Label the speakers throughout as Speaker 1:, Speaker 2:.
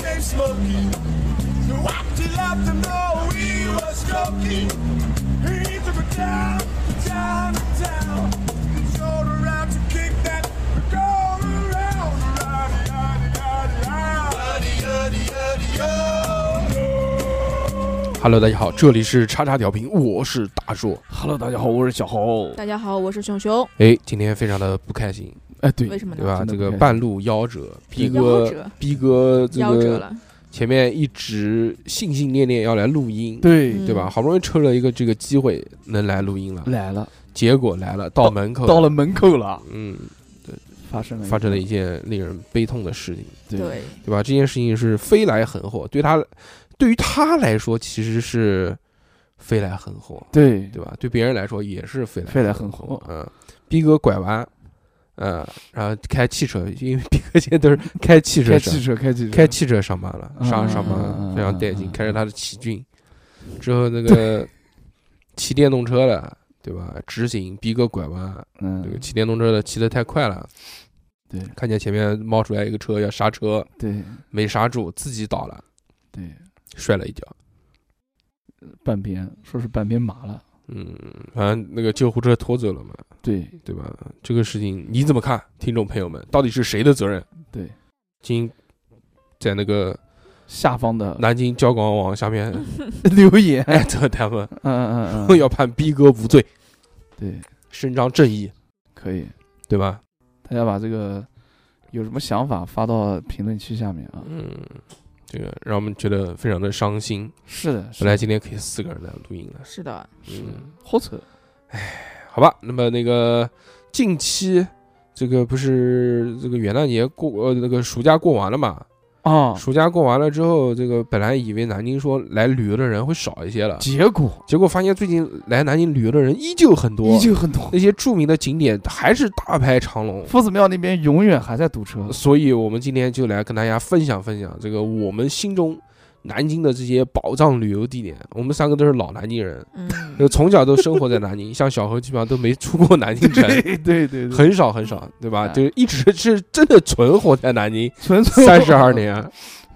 Speaker 1: came smoking. The watch left him know we was joking. He took it down, down, down. Showed around to kick that go around. Yaddy, yaddy, yaddy, yaddy. Yaddy, yaddy, yaddy, yo.
Speaker 2: Hello，大家好，这里是叉叉调频，我是大硕。
Speaker 3: Hello，大家好，我是小侯。
Speaker 4: 大家好，我是熊熊。
Speaker 2: 哎，今天非常的不开心，
Speaker 3: 哎，对
Speaker 4: 为，什
Speaker 2: 嗯
Speaker 4: 么
Speaker 2: 对
Speaker 4: 呢？
Speaker 2: 吧？
Speaker 3: 真的
Speaker 2: 这
Speaker 3: 不
Speaker 2: 个
Speaker 3: 开心
Speaker 2: 半路夭折，逼
Speaker 4: 夭
Speaker 2: 哥
Speaker 4: 折，
Speaker 2: 逼哥，这
Speaker 4: 夭折
Speaker 2: 个
Speaker 4: 了，
Speaker 2: 前面一直信信念念要来录音，
Speaker 3: 对
Speaker 4: 嗯
Speaker 2: 对吧？好不容易抽了一个这个机会能来录音了，
Speaker 3: 来了，
Speaker 2: 结果来了，到门口，
Speaker 3: 嗯到，了门口了，
Speaker 2: 嗯，
Speaker 3: 发生了
Speaker 2: 发生了一件令人悲痛的事情，
Speaker 4: 对，
Speaker 2: 对吧？这件事情是飞来横祸，对他，对于他来说其实是飞来横祸，
Speaker 3: 对
Speaker 2: 对吧？对别人来说也是飞来
Speaker 3: 飞来横祸
Speaker 2: 嗯，逼哥拐弯，嗯，然后开汽车，因为逼哥现在都是开汽车
Speaker 3: 开
Speaker 2: 上
Speaker 3: 汽车，开汽车，
Speaker 2: 开汽车上班了，
Speaker 3: 嗯
Speaker 2: 上
Speaker 4: 嗯
Speaker 2: 上班
Speaker 3: 嗯
Speaker 2: 非常
Speaker 3: 嗯
Speaker 2: 带劲，
Speaker 3: 嗯
Speaker 2: 开着他的奇骏，之后那个骑电动车了。对吧？直行，逼哥拐弯，
Speaker 3: 嗯
Speaker 2: 这个骑电动车的骑得太快了，
Speaker 3: 对
Speaker 2: 看见前面冒出来一个车要刹车，
Speaker 3: 对
Speaker 2: 没刹住，自己倒了，
Speaker 3: 对，
Speaker 2: 摔了一跤。
Speaker 3: 半边说是半边麻了，
Speaker 2: 嗯，反正那个救护车拖走了嘛，
Speaker 3: 对
Speaker 2: 对吧？这个事情你怎么看，听众朋友们？到底是谁的责任？
Speaker 3: 对，
Speaker 2: 经在那个
Speaker 3: 下方的
Speaker 2: 南京交广网下面
Speaker 3: 留言，
Speaker 2: 艾特他们，
Speaker 3: 嗯嗯嗯
Speaker 2: 说
Speaker 3: 嗯，
Speaker 2: 要判逼哥无罪，
Speaker 3: 对，
Speaker 2: 伸张正义，
Speaker 3: 可以，
Speaker 2: 对吧？
Speaker 3: 大家把这个有什么想法发到评论区下面啊。
Speaker 2: 嗯，这个让我们觉得非常的伤心。
Speaker 3: 是的，是
Speaker 2: 本
Speaker 3: 的
Speaker 2: 来今天可以四个人来录音了，
Speaker 4: 是的，
Speaker 2: 嗯，
Speaker 3: 好扯，
Speaker 2: 好吧。那么那个近期。这个不是这个元旦节过呃那个暑假过完了嘛？
Speaker 3: 啊，
Speaker 2: 暑假过完了之后，这个本来以为南京说来旅游的人会少一些了，
Speaker 3: 结果
Speaker 2: 结果发现最近来南京旅游的人依旧很多，
Speaker 3: 依旧很多，
Speaker 2: 那些著名的景点还是大排长龙。
Speaker 3: 夫子庙那边永远还在堵 车，
Speaker 2: 所以，我们今天就来跟大家分享分享这个我们心中南京的这些宝藏旅游地点。我们三个都是老南京人，
Speaker 4: 嗯，
Speaker 2: 就从小都生活在 南京，像小何基本上都没出过南京城，
Speaker 3: 对对对对，
Speaker 2: 很少很少，对吧？
Speaker 3: 哎
Speaker 2: 就一直是真的存活在南京
Speaker 3: 纯粹
Speaker 2: 三十二，年、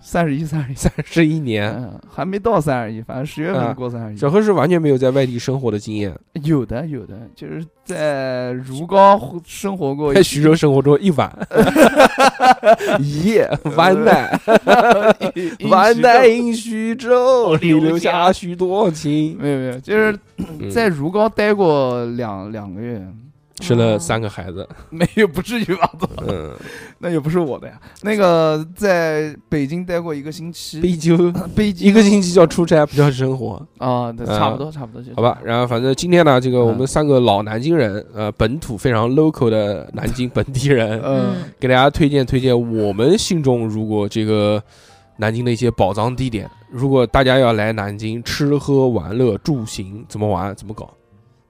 Speaker 3: 三十一、三十一，
Speaker 2: 三十一年。
Speaker 3: 嗯，还没到三十一，反正十月
Speaker 2: 啊
Speaker 3: 份过三十
Speaker 2: 小
Speaker 3: 一。
Speaker 2: 何是完全没有在外地生活的经验，
Speaker 3: 有的有的，就是在如皋生活过
Speaker 2: 在徐州生活中一 晚一夜完蛋。 万代
Speaker 3: 代，
Speaker 2: in 徐州，你留下嗯许多情。
Speaker 3: 没有没有，就是在如皋待过两两个月，
Speaker 2: 生
Speaker 4: 哦
Speaker 2: 了三个孩子，
Speaker 3: 没有不至于吧？
Speaker 2: 嗯，
Speaker 3: 那也不是我的呀。那个在北京待过一个星期，
Speaker 2: 悲秋
Speaker 3: 北京
Speaker 2: 一个星期叫出差，不叫生活，
Speaker 3: 啊，对差
Speaker 2: 啊
Speaker 3: 不多差不多就
Speaker 2: 好吧？。然后反正今天呢，这个
Speaker 3: 嗯
Speaker 2: 我们三个老南京人，呃，本土非常 local 的南京本地 人，
Speaker 3: 嗯，
Speaker 2: 给大家推荐推荐我们心中如果这个南京的一些宝藏地点。如果大家要来南京，吃喝玩乐住行怎么玩怎么搞，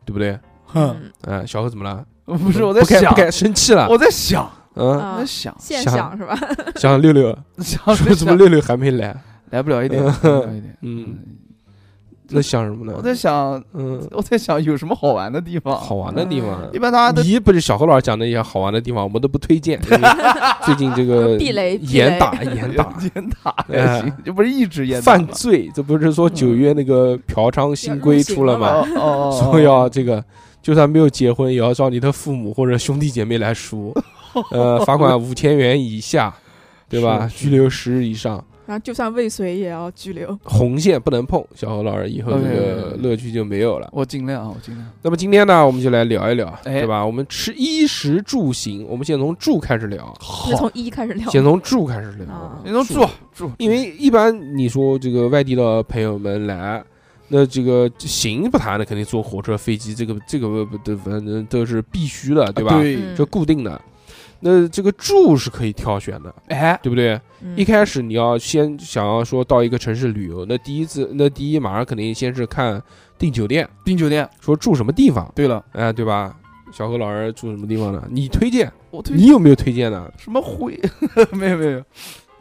Speaker 2: 对不对？
Speaker 3: 哼，
Speaker 4: 嗯
Speaker 2: 嗯，小何怎么了？嗯
Speaker 3: 不是我在
Speaker 2: 不该
Speaker 3: 想
Speaker 2: 不，该生气了，
Speaker 3: 我在想，
Speaker 2: 嗯，
Speaker 3: 我
Speaker 4: 啊
Speaker 3: 在，想，
Speaker 4: 现
Speaker 2: 想
Speaker 4: 想是吧？
Speaker 2: 想想六六。
Speaker 3: 啊想
Speaker 2: 说怎么
Speaker 3: 来
Speaker 2: 六六还没来？
Speaker 3: 来不 了一点，来不了一点。
Speaker 2: 嗯，那想什么呢？
Speaker 3: 我在想，
Speaker 2: 嗯，
Speaker 3: 我在想有什么好玩的地方？啊嗯
Speaker 2: 好玩的地方
Speaker 3: 一。般大家都
Speaker 2: 你不是小何老师讲的一些好玩的地方，我们都不推荐。因 为最近这个
Speaker 4: 避雷避雷
Speaker 2: 严打严打哎
Speaker 3: 严打还行，这不是一直 严打
Speaker 2: 犯
Speaker 3: 吗
Speaker 2: 罪，这不是说九月那个嫖娼新规出了吗？
Speaker 3: 哦 哦，哦
Speaker 2: 说要啊这个，就算没有结婚，也要找你的父母或者兄弟姐妹来 赎，呃，罚款五千元以下，对吧？
Speaker 3: 是
Speaker 2: 拘留十日以上，
Speaker 4: 然后就算未遂也要拘留。
Speaker 2: 红线不能碰。小何老师以后这个
Speaker 3: OK，OK，OK
Speaker 2: 乐趣就没有了。
Speaker 3: 我尽量，我尽量。
Speaker 2: 那么今天呢，我们就来聊一聊，
Speaker 3: 哎
Speaker 2: 对吧？我们吃衣食住行，我们先从住开始聊，
Speaker 4: 是从一开始聊，
Speaker 2: 先从住开始聊。
Speaker 4: 啊
Speaker 3: 你都住住，
Speaker 2: 因为一般你说这个外地的朋友们来，那这个行不谈的，肯定坐火车、飞机，这个这个不反正都是必须的，对吧？
Speaker 3: 啊
Speaker 4: 嗯
Speaker 3: 对，
Speaker 2: 这固定的。那这个住是可以挑选的，
Speaker 3: 哎，
Speaker 2: 对不对？
Speaker 4: 嗯
Speaker 2: 一开始你要先想要说到一个城市旅游，那第一次，那第一马上肯定先是看订酒店，
Speaker 3: 订酒店。
Speaker 2: 说住什么地方。
Speaker 3: 对了，
Speaker 2: 哎，对吧？小何老师住什么地方 呢？你推荐，
Speaker 3: 我推
Speaker 2: 你有没有推荐的？
Speaker 3: 什么会？ 没有没有，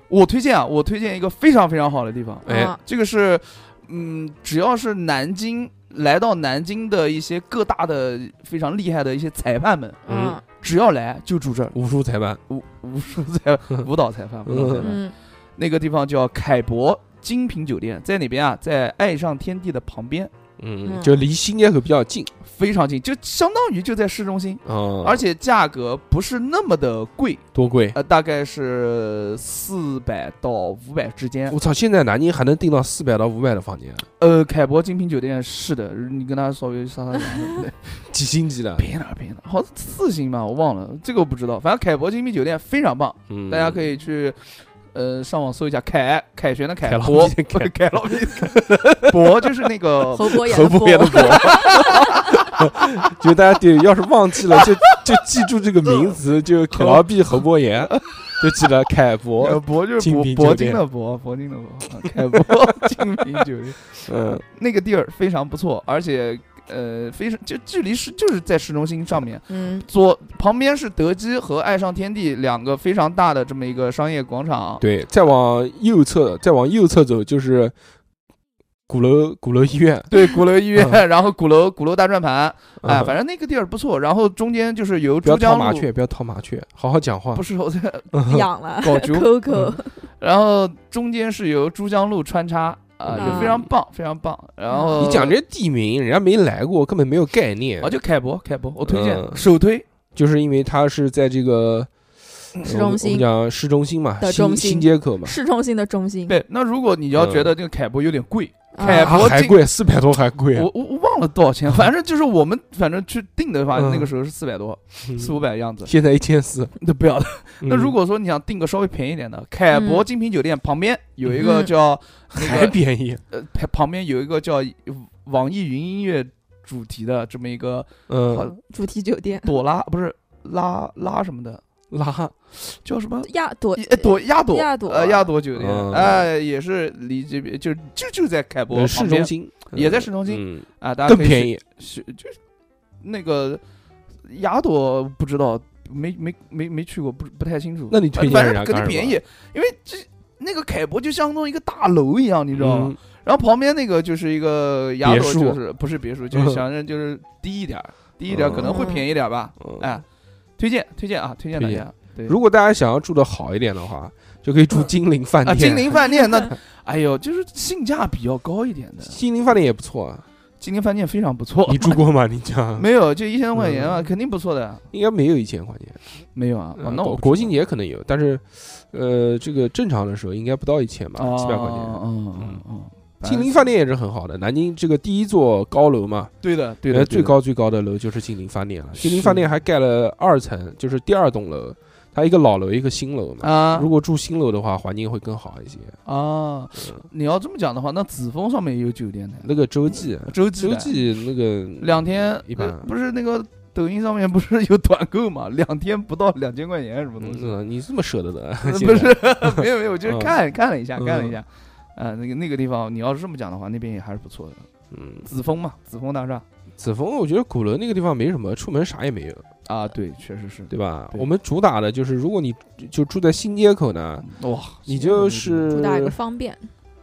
Speaker 3: 我推荐啊，我推荐一个非常非常好的地方，
Speaker 2: 哎
Speaker 4: 啊
Speaker 3: 这个是，嗯，只要是南京来到南京的一些各大的非常厉害的一些裁判们，
Speaker 2: 嗯
Speaker 4: 嗯
Speaker 3: 只要来就住这儿，
Speaker 2: 武术裁判， 呃
Speaker 3: 武武术裁判、舞蹈裁判、舞蹈裁判，
Speaker 4: 嗯
Speaker 3: 那个地方叫凯博精品酒店，在哪边啊？在爱上天地的旁边，
Speaker 2: 嗯，
Speaker 4: 嗯
Speaker 2: 就离新街口比较近，
Speaker 3: 非常近，就相当于就在市中心，
Speaker 2: 嗯，
Speaker 3: 而且价格不是那么的贵，
Speaker 2: 多贵！
Speaker 3: 呃，大概是四百到五百之间。
Speaker 2: 我操，现在南京还能订到四百到五百的房间，啊
Speaker 3: 呃，凯博精品酒店是的，你跟他稍微撒撒娇，
Speaker 2: 几星级的？
Speaker 3: 别了别了，好像四星吧，我忘了，这个我不知道。反正凯博精品酒店非常棒，
Speaker 2: 嗯，
Speaker 3: 大家可以去，呃，上网搜一下凯凯旋的
Speaker 2: 凯
Speaker 3: 凯
Speaker 2: 老
Speaker 3: 博
Speaker 2: 毕的凯
Speaker 3: 凯老毕的 凯博就是那个
Speaker 4: 侯博演
Speaker 2: 何
Speaker 4: 的
Speaker 2: 不也的
Speaker 4: 博，
Speaker 2: 博，就大家对，要是忘记了，就就记住这个名
Speaker 3: 嗯
Speaker 2: 词，就凯劳毕侯伯 言，就记得凯
Speaker 3: 呃
Speaker 2: 博，
Speaker 3: 铂就是
Speaker 2: 精品
Speaker 3: 铂
Speaker 2: 酒
Speaker 3: 铂
Speaker 2: 店
Speaker 3: 金的铂，铂金的铂，啊凯铂 精品酒店，
Speaker 2: 嗯，
Speaker 3: 那个地儿非常不错，而且呃非常就距离是就是在市中心上面，
Speaker 4: 嗯，
Speaker 3: 左旁边是德基和爱上天地两个非常大的这么一个商业广场，
Speaker 2: 对，再往右侧，再往右侧走就是鼓楼鼓楼医院，
Speaker 3: 对鼓楼医院，
Speaker 2: 嗯
Speaker 3: 然后鼓楼鼓楼大转盘，哎，
Speaker 2: 嗯
Speaker 3: 反正那个地儿不错，然后中间就是由
Speaker 2: 不要
Speaker 3: 珠
Speaker 2: 套
Speaker 3: 江
Speaker 2: 麻
Speaker 3: 路，
Speaker 2: 雀，不要套麻雀，好好讲话
Speaker 3: 不。是我 在
Speaker 4: 养了
Speaker 3: 搞猪，
Speaker 4: Coco，
Speaker 3: 然后中间是由珠江路穿插。啊，就非常棒，非常棒。然后
Speaker 2: 你讲这些地名，人家没来过，根本没有概念
Speaker 3: 啊，，就凯博，凯呃博，我推荐，
Speaker 2: 嗯
Speaker 3: 首推
Speaker 2: 就是因为它是在这个嗯
Speaker 4: 市
Speaker 2: 我们
Speaker 4: 中
Speaker 2: 我们
Speaker 4: 心，
Speaker 2: 讲市中心嘛，
Speaker 4: 的
Speaker 2: 新
Speaker 4: 中心
Speaker 2: 新街口嘛，
Speaker 4: 市中心的中心，
Speaker 3: 对，那如果你要觉得
Speaker 2: 嗯
Speaker 3: 这个凯博有点贵，凯
Speaker 4: 啊
Speaker 3: 博
Speaker 2: 还
Speaker 3: 进
Speaker 2: 贵，四百多还贵，
Speaker 3: 我我我忘了多少钱，反正就是我们反正去定的话，
Speaker 2: 嗯
Speaker 3: 那个时候是四百多，
Speaker 2: 嗯
Speaker 3: 四五百样子，
Speaker 2: 现在一千四。
Speaker 3: 那不要了。那
Speaker 2: 嗯
Speaker 3: 如果说你想订个稍微便宜一点的，凯博
Speaker 4: 嗯
Speaker 3: 精品酒店旁边有一个
Speaker 4: 嗯
Speaker 3: 叫那
Speaker 2: 还
Speaker 3: 个
Speaker 2: 便宜，
Speaker 3: 呃旁旁边有一个叫网易云音乐主题的这么一个呃好
Speaker 2: 嗯，
Speaker 4: 主题酒店，
Speaker 3: 朵拉不是拉拉什么的，
Speaker 2: 拉
Speaker 3: 叫什么？
Speaker 4: 亚朵
Speaker 3: 一
Speaker 2: 哎
Speaker 3: 朵亚朵，
Speaker 4: 亚朵
Speaker 3: 呃，亚朵酒
Speaker 2: 嗯
Speaker 3: 店，哎，也是离这边就就就在凯博
Speaker 2: 呃
Speaker 3: 旁
Speaker 2: 市
Speaker 3: 边
Speaker 2: 中心
Speaker 3: 也在市中心
Speaker 2: 心，
Speaker 3: 啊，
Speaker 2: 嗯
Speaker 3: 大家
Speaker 2: 更
Speaker 3: 可以去
Speaker 2: 便宜。
Speaker 3: 是就是那个雅朵不知道，没没没没去过，不不太清楚。
Speaker 2: 那你推荐
Speaker 3: 反
Speaker 2: 人家
Speaker 3: 正肯
Speaker 2: 干什
Speaker 3: 定
Speaker 2: 么啊
Speaker 3: 便宜，因为这那个凯博就相当于一个大楼一样，你知道吗？
Speaker 2: 嗯
Speaker 3: 然后旁边那个就是一个雅
Speaker 2: 别
Speaker 3: 朵，
Speaker 2: 墅
Speaker 3: 就是不是别墅， 就是想着就是低一点儿，低一点儿可能会便宜点儿吧。
Speaker 2: 嗯
Speaker 3: 哎，推荐推荐啊，推荐大
Speaker 2: 推荐
Speaker 3: 家。对
Speaker 2: 如果大家想要住的好一点的话，就可以住金陵饭
Speaker 3: 啊，
Speaker 2: 店。
Speaker 3: 金陵饭店 那，哎呦，就是性价比较高一点的，
Speaker 2: 金陵饭店也不错啊，
Speaker 3: 金陵饭店非常不错
Speaker 2: 你。住过吗？你讲
Speaker 3: 哦没有，就一千多块钱啊，肯定不错的。
Speaker 2: 应该没有一千块钱。
Speaker 3: 没有啊，哦
Speaker 2: 嗯
Speaker 3: 那我
Speaker 2: 国
Speaker 3: 不知
Speaker 2: 国
Speaker 3: 道
Speaker 2: 庆节可能有，但是，呃，这个正常的时候应该不到一千吧，啊几百块钱。
Speaker 3: 嗯嗯，
Speaker 2: 金陵饭店也是很好的，南京这个第一座高楼嘛，
Speaker 3: 对的对
Speaker 2: 原
Speaker 3: 的
Speaker 2: 来哎最高最高的楼就是金陵饭店了。金陵饭店还盖了二层，就是第二栋楼，它一个老楼一个新楼嘛。
Speaker 3: 啊
Speaker 2: 如果住新楼的话，环境会更好一些。
Speaker 3: 啊！
Speaker 2: 嗯
Speaker 3: 你要这么讲的话，那紫峰上面也有酒店的，
Speaker 2: 那个洲际，
Speaker 3: 洲际
Speaker 2: 洲
Speaker 3: 嗯的
Speaker 2: 际那个
Speaker 3: 两天
Speaker 2: 嗯一般
Speaker 3: 呃不是那个抖音上面不是有团购嘛，两天不到两千块钱什么东西？
Speaker 2: 嗯，你这么舍得 的？
Speaker 3: 呃
Speaker 2: 现
Speaker 3: 不
Speaker 2: 在
Speaker 3: 是，没有没有，就是
Speaker 2: 嗯
Speaker 3: 看看了一下，看了一
Speaker 2: 嗯
Speaker 3: 下。啊，那个那个地方，你要是这么讲的话，那边也还是不错的。
Speaker 2: 嗯，
Speaker 3: 紫峰嘛，紫峰大厦
Speaker 2: 子峰，我觉得鼓楼那个地方没什么，出门啥也没有，
Speaker 3: 啊，对，确实是。
Speaker 2: 对吧？
Speaker 3: 对
Speaker 2: 我们主打的就是，如果你就住在新街口呢，
Speaker 3: 哇，
Speaker 2: 你就是
Speaker 4: 主打一个方便，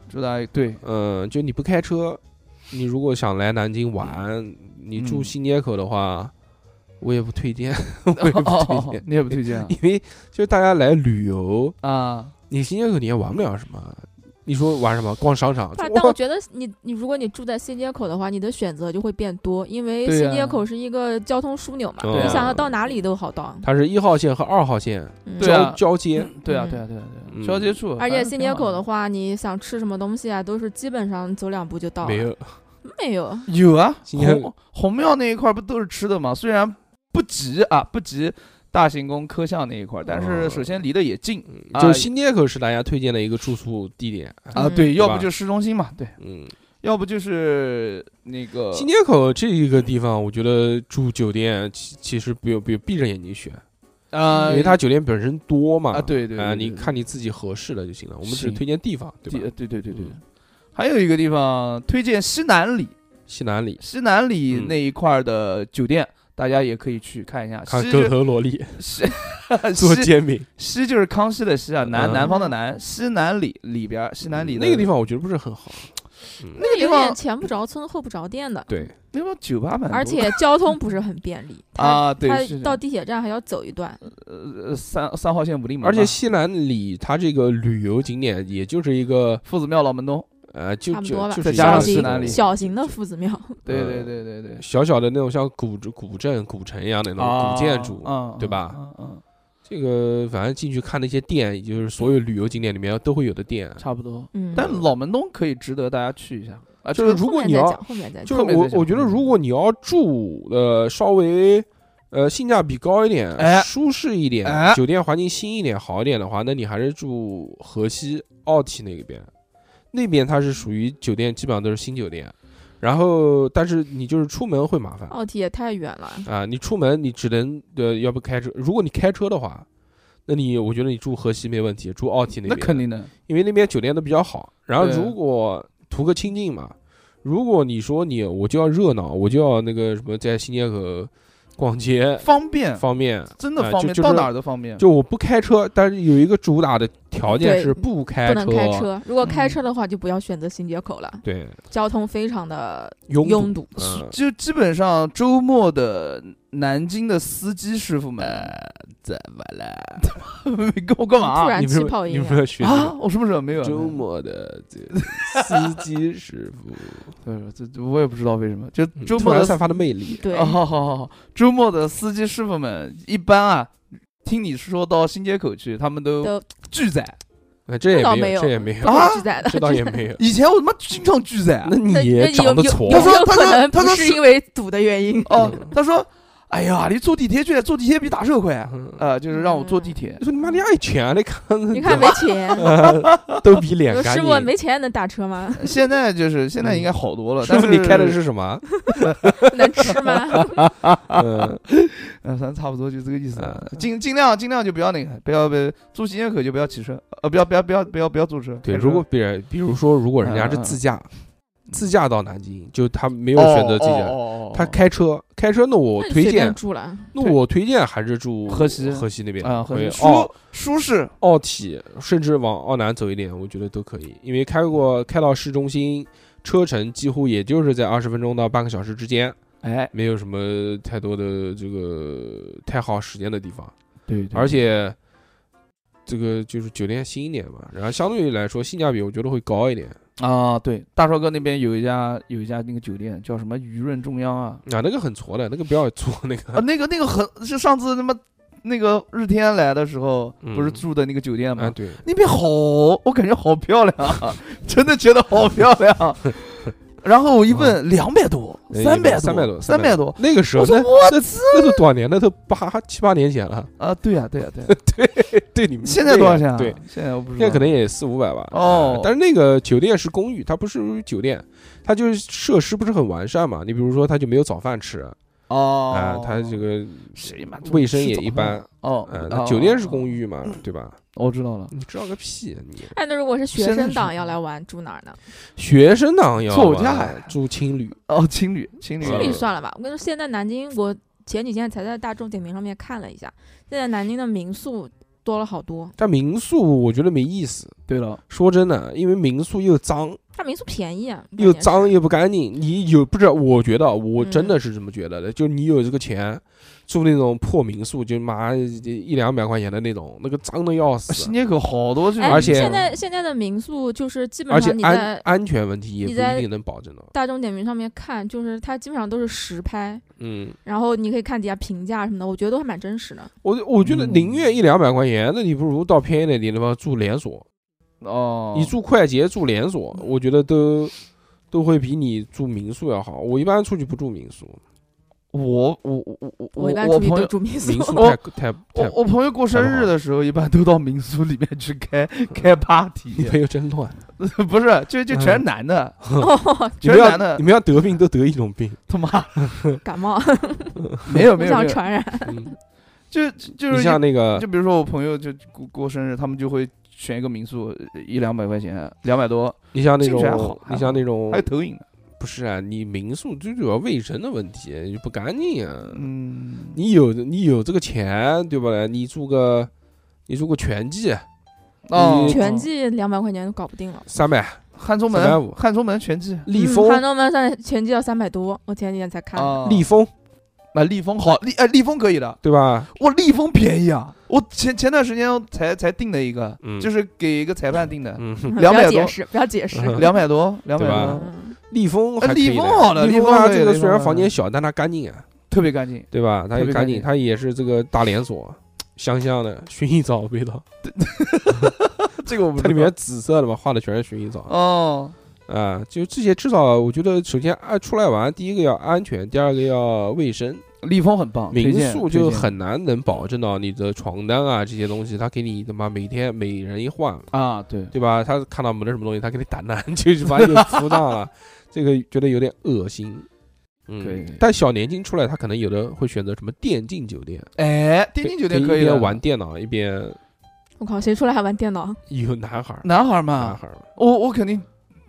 Speaker 3: 主打一对
Speaker 2: 嗯，就你不开车，你如果想来南京玩，你住
Speaker 3: 嗯
Speaker 2: 新街口的话，我也不推荐， 我也不 推荐，
Speaker 3: 你也不推荐啊
Speaker 2: 因为就是大家来旅游，
Speaker 3: 啊？
Speaker 2: 你新街口你也玩不了什么。你说玩什么？逛商场？
Speaker 4: 但
Speaker 2: 我
Speaker 4: 但我觉得你你如果你住在新街口的话，你的选择就会变多，因为
Speaker 3: 对
Speaker 4: 新
Speaker 3: 呀
Speaker 4: 街口是一个交通枢纽嘛，
Speaker 2: 对
Speaker 4: 你
Speaker 3: 啊
Speaker 4: 想要到哪里都好到。
Speaker 2: 它是一号线和二号线
Speaker 4: 嗯
Speaker 3: 对啊
Speaker 2: 交交接，
Speaker 3: 对啊，
Speaker 4: 嗯
Speaker 3: 对啊，对啊，对
Speaker 2: 嗯
Speaker 3: 啊，交接处。
Speaker 4: 而且新街口的
Speaker 3: 话
Speaker 4: 话，你想吃什么东西啊，都是基本上走两步就到了。
Speaker 2: 没有
Speaker 4: 没有，
Speaker 3: 有啊，
Speaker 2: 新街
Speaker 3: 红红庙那一块儿不都是吃的吗？虽然不及啊，不及大行宫科巷那一块儿，但是
Speaker 2: 嗯
Speaker 3: 首先离得也近啊
Speaker 2: 就是新街口是大家推荐的一个住宿地点。
Speaker 3: 啊。
Speaker 4: 嗯
Speaker 3: 对，要
Speaker 2: 吧
Speaker 3: 不就市中心嘛，对，
Speaker 2: 嗯，
Speaker 3: 要不就是那个
Speaker 2: 新街口这一个地方，我觉得住酒店其其实不用不用闭着眼睛选，
Speaker 3: 啊，
Speaker 2: 因为它酒店本身多嘛。
Speaker 3: 啊，对对
Speaker 2: 啊、
Speaker 3: 对
Speaker 2: 你
Speaker 3: 对
Speaker 2: 看你自己合适的就行了。我们只
Speaker 3: 行
Speaker 2: 推荐地方，对
Speaker 3: 地
Speaker 2: 吧
Speaker 3: 呃？对对对对
Speaker 2: 嗯。
Speaker 3: 还有一个地方推荐西南里，
Speaker 2: 西南里
Speaker 3: 西南里
Speaker 2: 嗯
Speaker 3: 那一块儿的酒店，大家也可以去看一下。
Speaker 2: 看
Speaker 3: 西
Speaker 2: 狗
Speaker 3: 就
Speaker 2: 头萝莉
Speaker 3: 西
Speaker 2: 做
Speaker 3: 西
Speaker 2: 煎饼，
Speaker 3: 西就是康熙的西啊，南
Speaker 2: 嗯
Speaker 3: 南方的南，西南里里边儿，西南里
Speaker 2: 那个地
Speaker 3: 方
Speaker 2: 方我觉得不是很好。嗯，
Speaker 3: 那个地
Speaker 4: 有
Speaker 3: 方
Speaker 4: 点前不着村后不着店的，
Speaker 2: 对，
Speaker 3: 那边酒吧蛮多的，
Speaker 4: 而且交通不是很便利
Speaker 3: 啊，对，
Speaker 4: 它
Speaker 3: 是这
Speaker 4: 到
Speaker 3: 样
Speaker 4: 地铁站还要走一段，
Speaker 3: 呃三三号线五里门嘛，
Speaker 2: 而且西南里它这个旅游景点也就是一个
Speaker 3: 夫子庙老门东，
Speaker 2: 呃，就
Speaker 4: 差不
Speaker 2: 就
Speaker 4: 多吧
Speaker 2: 就是
Speaker 3: 再
Speaker 2: 一个
Speaker 3: 加上
Speaker 4: 小
Speaker 3: 西南
Speaker 4: 型
Speaker 3: 里
Speaker 4: 小型的夫子庙，
Speaker 3: 对对
Speaker 2: 嗯
Speaker 3: 对对对，
Speaker 2: 小小的那种像古古镇、古城一样的那种古建筑，
Speaker 3: 啊嗯
Speaker 2: 对吧
Speaker 3: 嗯嗯，
Speaker 2: 这个反正进去看那些店，也就是所有旅游景点里面都会有的店。
Speaker 3: 嗯差不多。
Speaker 4: 嗯，
Speaker 3: 但老门东可以值得大家去一下啊，
Speaker 2: 就
Speaker 3: 就是是
Speaker 2: 如果
Speaker 4: 后面
Speaker 2: 你
Speaker 4: 再
Speaker 2: 要
Speaker 4: 讲，后面再
Speaker 2: 就
Speaker 4: 讲，
Speaker 2: 是
Speaker 3: 后面
Speaker 2: 我
Speaker 3: 再讲
Speaker 2: 我觉得，如果你要住呃稍微呃性价比高一点、
Speaker 3: 哎
Speaker 2: 舒适一点、
Speaker 3: 哎
Speaker 2: 酒店环境新一点、好一点的话，那你还是住河西奥体那边。那边它是属于酒店，基本上都是新酒店，然后但是你就是出门会麻烦。
Speaker 3: 哦
Speaker 4: 奥体也哦太远了，
Speaker 2: 啊，你出门你只能呃，要不开车。如果你开车的话，那你我觉得你住河西没问题，住奥体那
Speaker 3: 那
Speaker 2: 边，
Speaker 3: 肯，定的，
Speaker 2: 因为那边酒店都比较好。然后
Speaker 3: 对
Speaker 2: 如果图个清静嘛，如果你说你我就要热闹，我就要那个什么，在新街口逛街
Speaker 3: 方
Speaker 4: 嗯
Speaker 3: 便，
Speaker 2: 方面，
Speaker 3: 真的
Speaker 2: 啊
Speaker 3: 方
Speaker 2: 就
Speaker 3: 便，
Speaker 2: 就
Speaker 3: 到
Speaker 2: 是
Speaker 3: 哪儿都方便。
Speaker 2: 就我不开车，但是有一个主打的条件
Speaker 4: 对
Speaker 2: 是不开
Speaker 4: 不
Speaker 2: 车，
Speaker 4: 能开车。如果开
Speaker 3: 嗯
Speaker 4: 车的话，就不要选择新街口了，
Speaker 2: 对，
Speaker 4: 交通非常的
Speaker 2: 拥
Speaker 4: 拥
Speaker 2: 堵
Speaker 4: 堵，
Speaker 2: 嗯，
Speaker 3: 就基本上周末的南京的司机师傅们，
Speaker 2: 呃
Speaker 3: 怎么了？ 你跟我干嘛？
Speaker 4: 突然
Speaker 2: 你没
Speaker 4: 气
Speaker 2: 有
Speaker 4: 泡
Speaker 2: 你
Speaker 4: 音
Speaker 2: 没有学这
Speaker 3: 啊
Speaker 2: 个？，
Speaker 3: 我什么时候没有？
Speaker 2: 周末的这个司机师 傅，
Speaker 3: 对，这这我也不知道为什么，就
Speaker 2: 嗯
Speaker 3: 周
Speaker 2: 突
Speaker 3: 末
Speaker 2: 然
Speaker 3: 的
Speaker 2: 散发的魅 力，
Speaker 4: 对
Speaker 3: 哦，，好好好好，周末的司机师傅们一般啊，听你说到新街口去，他们都
Speaker 4: 都
Speaker 3: 拒载。
Speaker 2: 那哎这
Speaker 4: 倒
Speaker 2: 也
Speaker 4: 没
Speaker 2: 有，
Speaker 4: 有
Speaker 2: 这也没有
Speaker 3: 啊，。
Speaker 4: 是在的，
Speaker 2: 这倒也没有
Speaker 3: 以前我他妈经常拒载啊。
Speaker 4: 那
Speaker 2: 你
Speaker 4: 那
Speaker 2: 长得
Speaker 4: 有
Speaker 2: 矬
Speaker 4: 有，
Speaker 3: 他说
Speaker 4: 有
Speaker 3: 他
Speaker 4: 可
Speaker 3: 说
Speaker 4: 能
Speaker 3: 他
Speaker 4: 不
Speaker 3: 说
Speaker 4: 是
Speaker 3: 是
Speaker 4: 因为堵的 原因，
Speaker 3: 哦，他说：“哎呀，你坐地铁去，坐地铁比打车快啊
Speaker 2: 嗯！”
Speaker 3: 呃，就是让我坐地铁
Speaker 2: 你。说你妈你爱钱，你看
Speaker 4: 你看没 钱，
Speaker 2: 哎都比脸
Speaker 4: 我
Speaker 2: 干
Speaker 4: 师
Speaker 2: 净。
Speaker 4: 傅没钱能打车吗？
Speaker 3: 现在就是现在应该好多了，
Speaker 2: 师
Speaker 3: 但
Speaker 2: 傅
Speaker 3: 是
Speaker 2: 你开的是什么？
Speaker 4: 能吃吗？
Speaker 2: 嗯，
Speaker 3: 嗯，咱差不多就这个意思啊
Speaker 2: 嗯。
Speaker 3: 尽尽量尽量就不要那个，不要不要住新街口就不要骑车，呃，不要不要不要不要不要坐车。
Speaker 2: 对，
Speaker 3: 开车
Speaker 2: 如果别人比如说，如果人家是自驾，自驾到南京，就他没有选择自
Speaker 3: 哦
Speaker 2: 驾，
Speaker 3: 哦哦哦
Speaker 2: 他开车，开车那 我
Speaker 4: 那你
Speaker 2: 推
Speaker 4: 随便
Speaker 2: 荐，
Speaker 4: 住了，
Speaker 2: 那我推荐还是住
Speaker 3: 河西
Speaker 2: 河西那边
Speaker 3: 啊，很
Speaker 2: 奥
Speaker 3: 舒舒适，
Speaker 2: 奥体，甚至往奥南走一点，我觉得都可以，因为开过开到市中心，车程几乎也就是在二十分钟到半个小时之间。
Speaker 3: 哎，
Speaker 2: 没有什么太多的这个太耗时间的地方，
Speaker 3: 对，
Speaker 2: 而且这个就是酒店新一点嘛，然后相对来说性价比我觉得会高一点。
Speaker 3: 啊，对，大帅哥那边有一家有一家那个酒店叫什么鱼润中央啊，
Speaker 2: 啊，那个很挫的，那个不要做那
Speaker 3: 啊，
Speaker 2: 个，
Speaker 3: 那个那个很是上次他妈那个日天来的时候
Speaker 2: 嗯
Speaker 3: 不是住的那个酒店
Speaker 2: 啊
Speaker 3: 吗？
Speaker 2: 对，
Speaker 3: 那边好，我感觉好漂亮啊， 真的觉得好漂 亮。啊然后我一问，两百多，
Speaker 2: 啊哎
Speaker 3: 三百
Speaker 2: 三百多，
Speaker 3: 三
Speaker 2: 百
Speaker 3: 百多。
Speaker 2: 那个时候
Speaker 3: 我说
Speaker 2: 那
Speaker 3: 我
Speaker 2: 那那都多少年？那都八七八年前了。
Speaker 3: 啊，对呀，对呀，对呀。
Speaker 2: 对，你们
Speaker 3: 现在多少钱 啊？
Speaker 2: 对，，
Speaker 3: 现在我不知
Speaker 2: 现在
Speaker 3: 道。
Speaker 2: 可能也四五百吧。
Speaker 3: 哦
Speaker 2: 呃但是那个酒店是公寓，它不是酒店，它就是设施不是很完善嘛。你比如说，它就没有早饭吃啊
Speaker 3: 哦，，
Speaker 2: 它这个
Speaker 3: 谁嘛，
Speaker 2: 卫生也一般。
Speaker 3: 哦
Speaker 2: 嗯，，
Speaker 3: 哦
Speaker 2: 那酒店是公，
Speaker 3: 哦
Speaker 2: 寓嘛，对吧？
Speaker 3: 哦我知道了。
Speaker 2: 你知道个屁！啊你
Speaker 4: 哎，那如果是学
Speaker 3: 现在
Speaker 4: 生
Speaker 3: 是
Speaker 4: 党要来玩，住哪儿呢？
Speaker 2: 学生党要
Speaker 3: 座驾
Speaker 2: 玩
Speaker 3: 呀
Speaker 2: 住青旅，
Speaker 3: 哦，青旅，青旅，
Speaker 2: 青
Speaker 4: 青旅
Speaker 2: 嗯
Speaker 4: 算了吧，我跟你说，现在南京，我前几天才在大众点评上面看了一下，现在南京的民宿多了好多，
Speaker 2: 但民宿我觉得没意思。
Speaker 3: 对了，
Speaker 2: 说真的，因为民宿又脏
Speaker 4: 它民宿便宜啊，
Speaker 2: 又
Speaker 4: 关键是
Speaker 2: 脏又不干净，你有不是？我觉得我
Speaker 4: 嗯
Speaker 2: 真的是这么觉得的，就你有这个钱住那种破民宿，就妈一两百块钱的那种，那个脏的要死啊
Speaker 3: 新，街口好多这种，
Speaker 4: 哎
Speaker 2: 而且
Speaker 4: 现在现在的民宿就是基本
Speaker 2: 而且
Speaker 4: 上你
Speaker 2: 安
Speaker 4: 在
Speaker 2: 安全问题也不
Speaker 4: 你在
Speaker 2: 一定能保证到。
Speaker 4: 大众点评上面看，就是它基本上都是实拍，
Speaker 2: 嗯，
Speaker 4: 然后你可以看底下评价什么的，我觉得都还蛮真实的。
Speaker 2: 我我觉得
Speaker 3: 嗯
Speaker 2: 宁愿一两百块钱，那你不如到偏一点的地方住连锁。
Speaker 3: 哦，
Speaker 2: 你住快捷住连锁，
Speaker 4: 嗯
Speaker 2: 我觉得都都会比你住民宿要好。我一般出去不住民宿，
Speaker 3: 我我我我
Speaker 4: 我一般
Speaker 3: 我
Speaker 4: 出去
Speaker 3: 朋
Speaker 4: 都
Speaker 3: 友。
Speaker 4: 住民宿，
Speaker 2: 民宿太
Speaker 3: 哦
Speaker 2: 太
Speaker 3: 我
Speaker 2: 太，嗯
Speaker 3: 我朋友过生日的时候，一般都到民宿里面去开开 party，
Speaker 2: 你嗯朋友真乱。
Speaker 3: 不是，就就全是男的，
Speaker 4: 哦，
Speaker 2: 你
Speaker 3: 全
Speaker 2: 们
Speaker 3: 是男
Speaker 2: 要
Speaker 3: 的
Speaker 2: 你，们要得病都得一种 病，
Speaker 3: 他妈
Speaker 4: 感冒
Speaker 3: 没有
Speaker 4: 互
Speaker 3: 没有没
Speaker 4: 相
Speaker 3: 有，
Speaker 4: 传染。
Speaker 2: 嗯
Speaker 3: 就就
Speaker 2: 你
Speaker 3: 是
Speaker 2: 像那个
Speaker 3: 就比如说我朋友就过过生日，他们就会选一个民宿，一两百块钱，两百多，
Speaker 2: 你像那
Speaker 3: 进去还好
Speaker 2: 种
Speaker 3: 还好
Speaker 2: 你像那种
Speaker 3: 还有投影的，
Speaker 2: 哎不是啊，你民宿最主要卫生的问题你不干净啊。
Speaker 3: 嗯，
Speaker 2: 你有你有这个钱对吧？你住个你住个全季
Speaker 3: 哦
Speaker 2: 你
Speaker 4: 全季两百块钱都搞不定了，
Speaker 2: 三百，
Speaker 3: 汉中
Speaker 2: 350
Speaker 3: 门，汉中门全季
Speaker 2: 立
Speaker 4: 嗯汉
Speaker 2: 丰，
Speaker 4: 中门算前期要三百多，我前几天才看的。
Speaker 3: 啊，
Speaker 2: 立丰
Speaker 3: 啊，立丰好，立哎，立丰可以的，
Speaker 2: 对吧？
Speaker 3: 哇，立丰便宜啊！我前前段时间才才订的一个，
Speaker 2: 嗯
Speaker 3: 就是给一个裁判订的，
Speaker 2: 嗯，
Speaker 4: 嗯
Speaker 3: 200
Speaker 4: 不要
Speaker 3: 多
Speaker 4: 解释，不要解释。
Speaker 2: 嗯
Speaker 3: 两百多，两百
Speaker 2: 对吧
Speaker 3: 多，
Speaker 4: 嗯，
Speaker 2: 立丰还可以
Speaker 3: 呃立丰好了
Speaker 2: 立
Speaker 3: 立丰
Speaker 2: 它
Speaker 3: 可以
Speaker 2: 这个
Speaker 3: 立丰
Speaker 2: 虽然
Speaker 3: 可以
Speaker 2: 房间小，但它干净啊，
Speaker 3: 特别干净。
Speaker 2: 对吧？它
Speaker 3: 特
Speaker 2: 也
Speaker 3: 别
Speaker 2: 干
Speaker 3: 干
Speaker 2: 净，
Speaker 3: 净
Speaker 2: 它也是这个大连锁，香香的薰衣草味道，
Speaker 3: 这个我们
Speaker 2: 它里面紫色的嘛，画的全是薰衣草啊、
Speaker 3: 哦，
Speaker 2: 就这些，至少我觉得，首先啊，出来玩，第一个要安全，第二个要卫生。
Speaker 3: 立丰很棒，推
Speaker 2: 民
Speaker 3: 荐
Speaker 2: 宿就
Speaker 3: 推荐
Speaker 2: 很难能保证到你的床单啊这些东西，他给你他妈每天每人一换，
Speaker 3: 啊，对，
Speaker 2: 对吧？他看到没得什么东西，他给你掸掸，就是把你给扶上 了，这个觉得有点恶心。
Speaker 3: 对
Speaker 2: 嗯，但小年轻出来，他可能有的会选择什么电竞酒店，
Speaker 3: 哎，电竞酒店可
Speaker 2: 一
Speaker 3: 以的
Speaker 2: 边玩电脑一边
Speaker 4: 我靠，谁出来还玩电脑？
Speaker 2: 有男孩儿，
Speaker 3: 男孩
Speaker 2: 男
Speaker 3: 嘛，
Speaker 2: 孩儿
Speaker 3: 我我肯定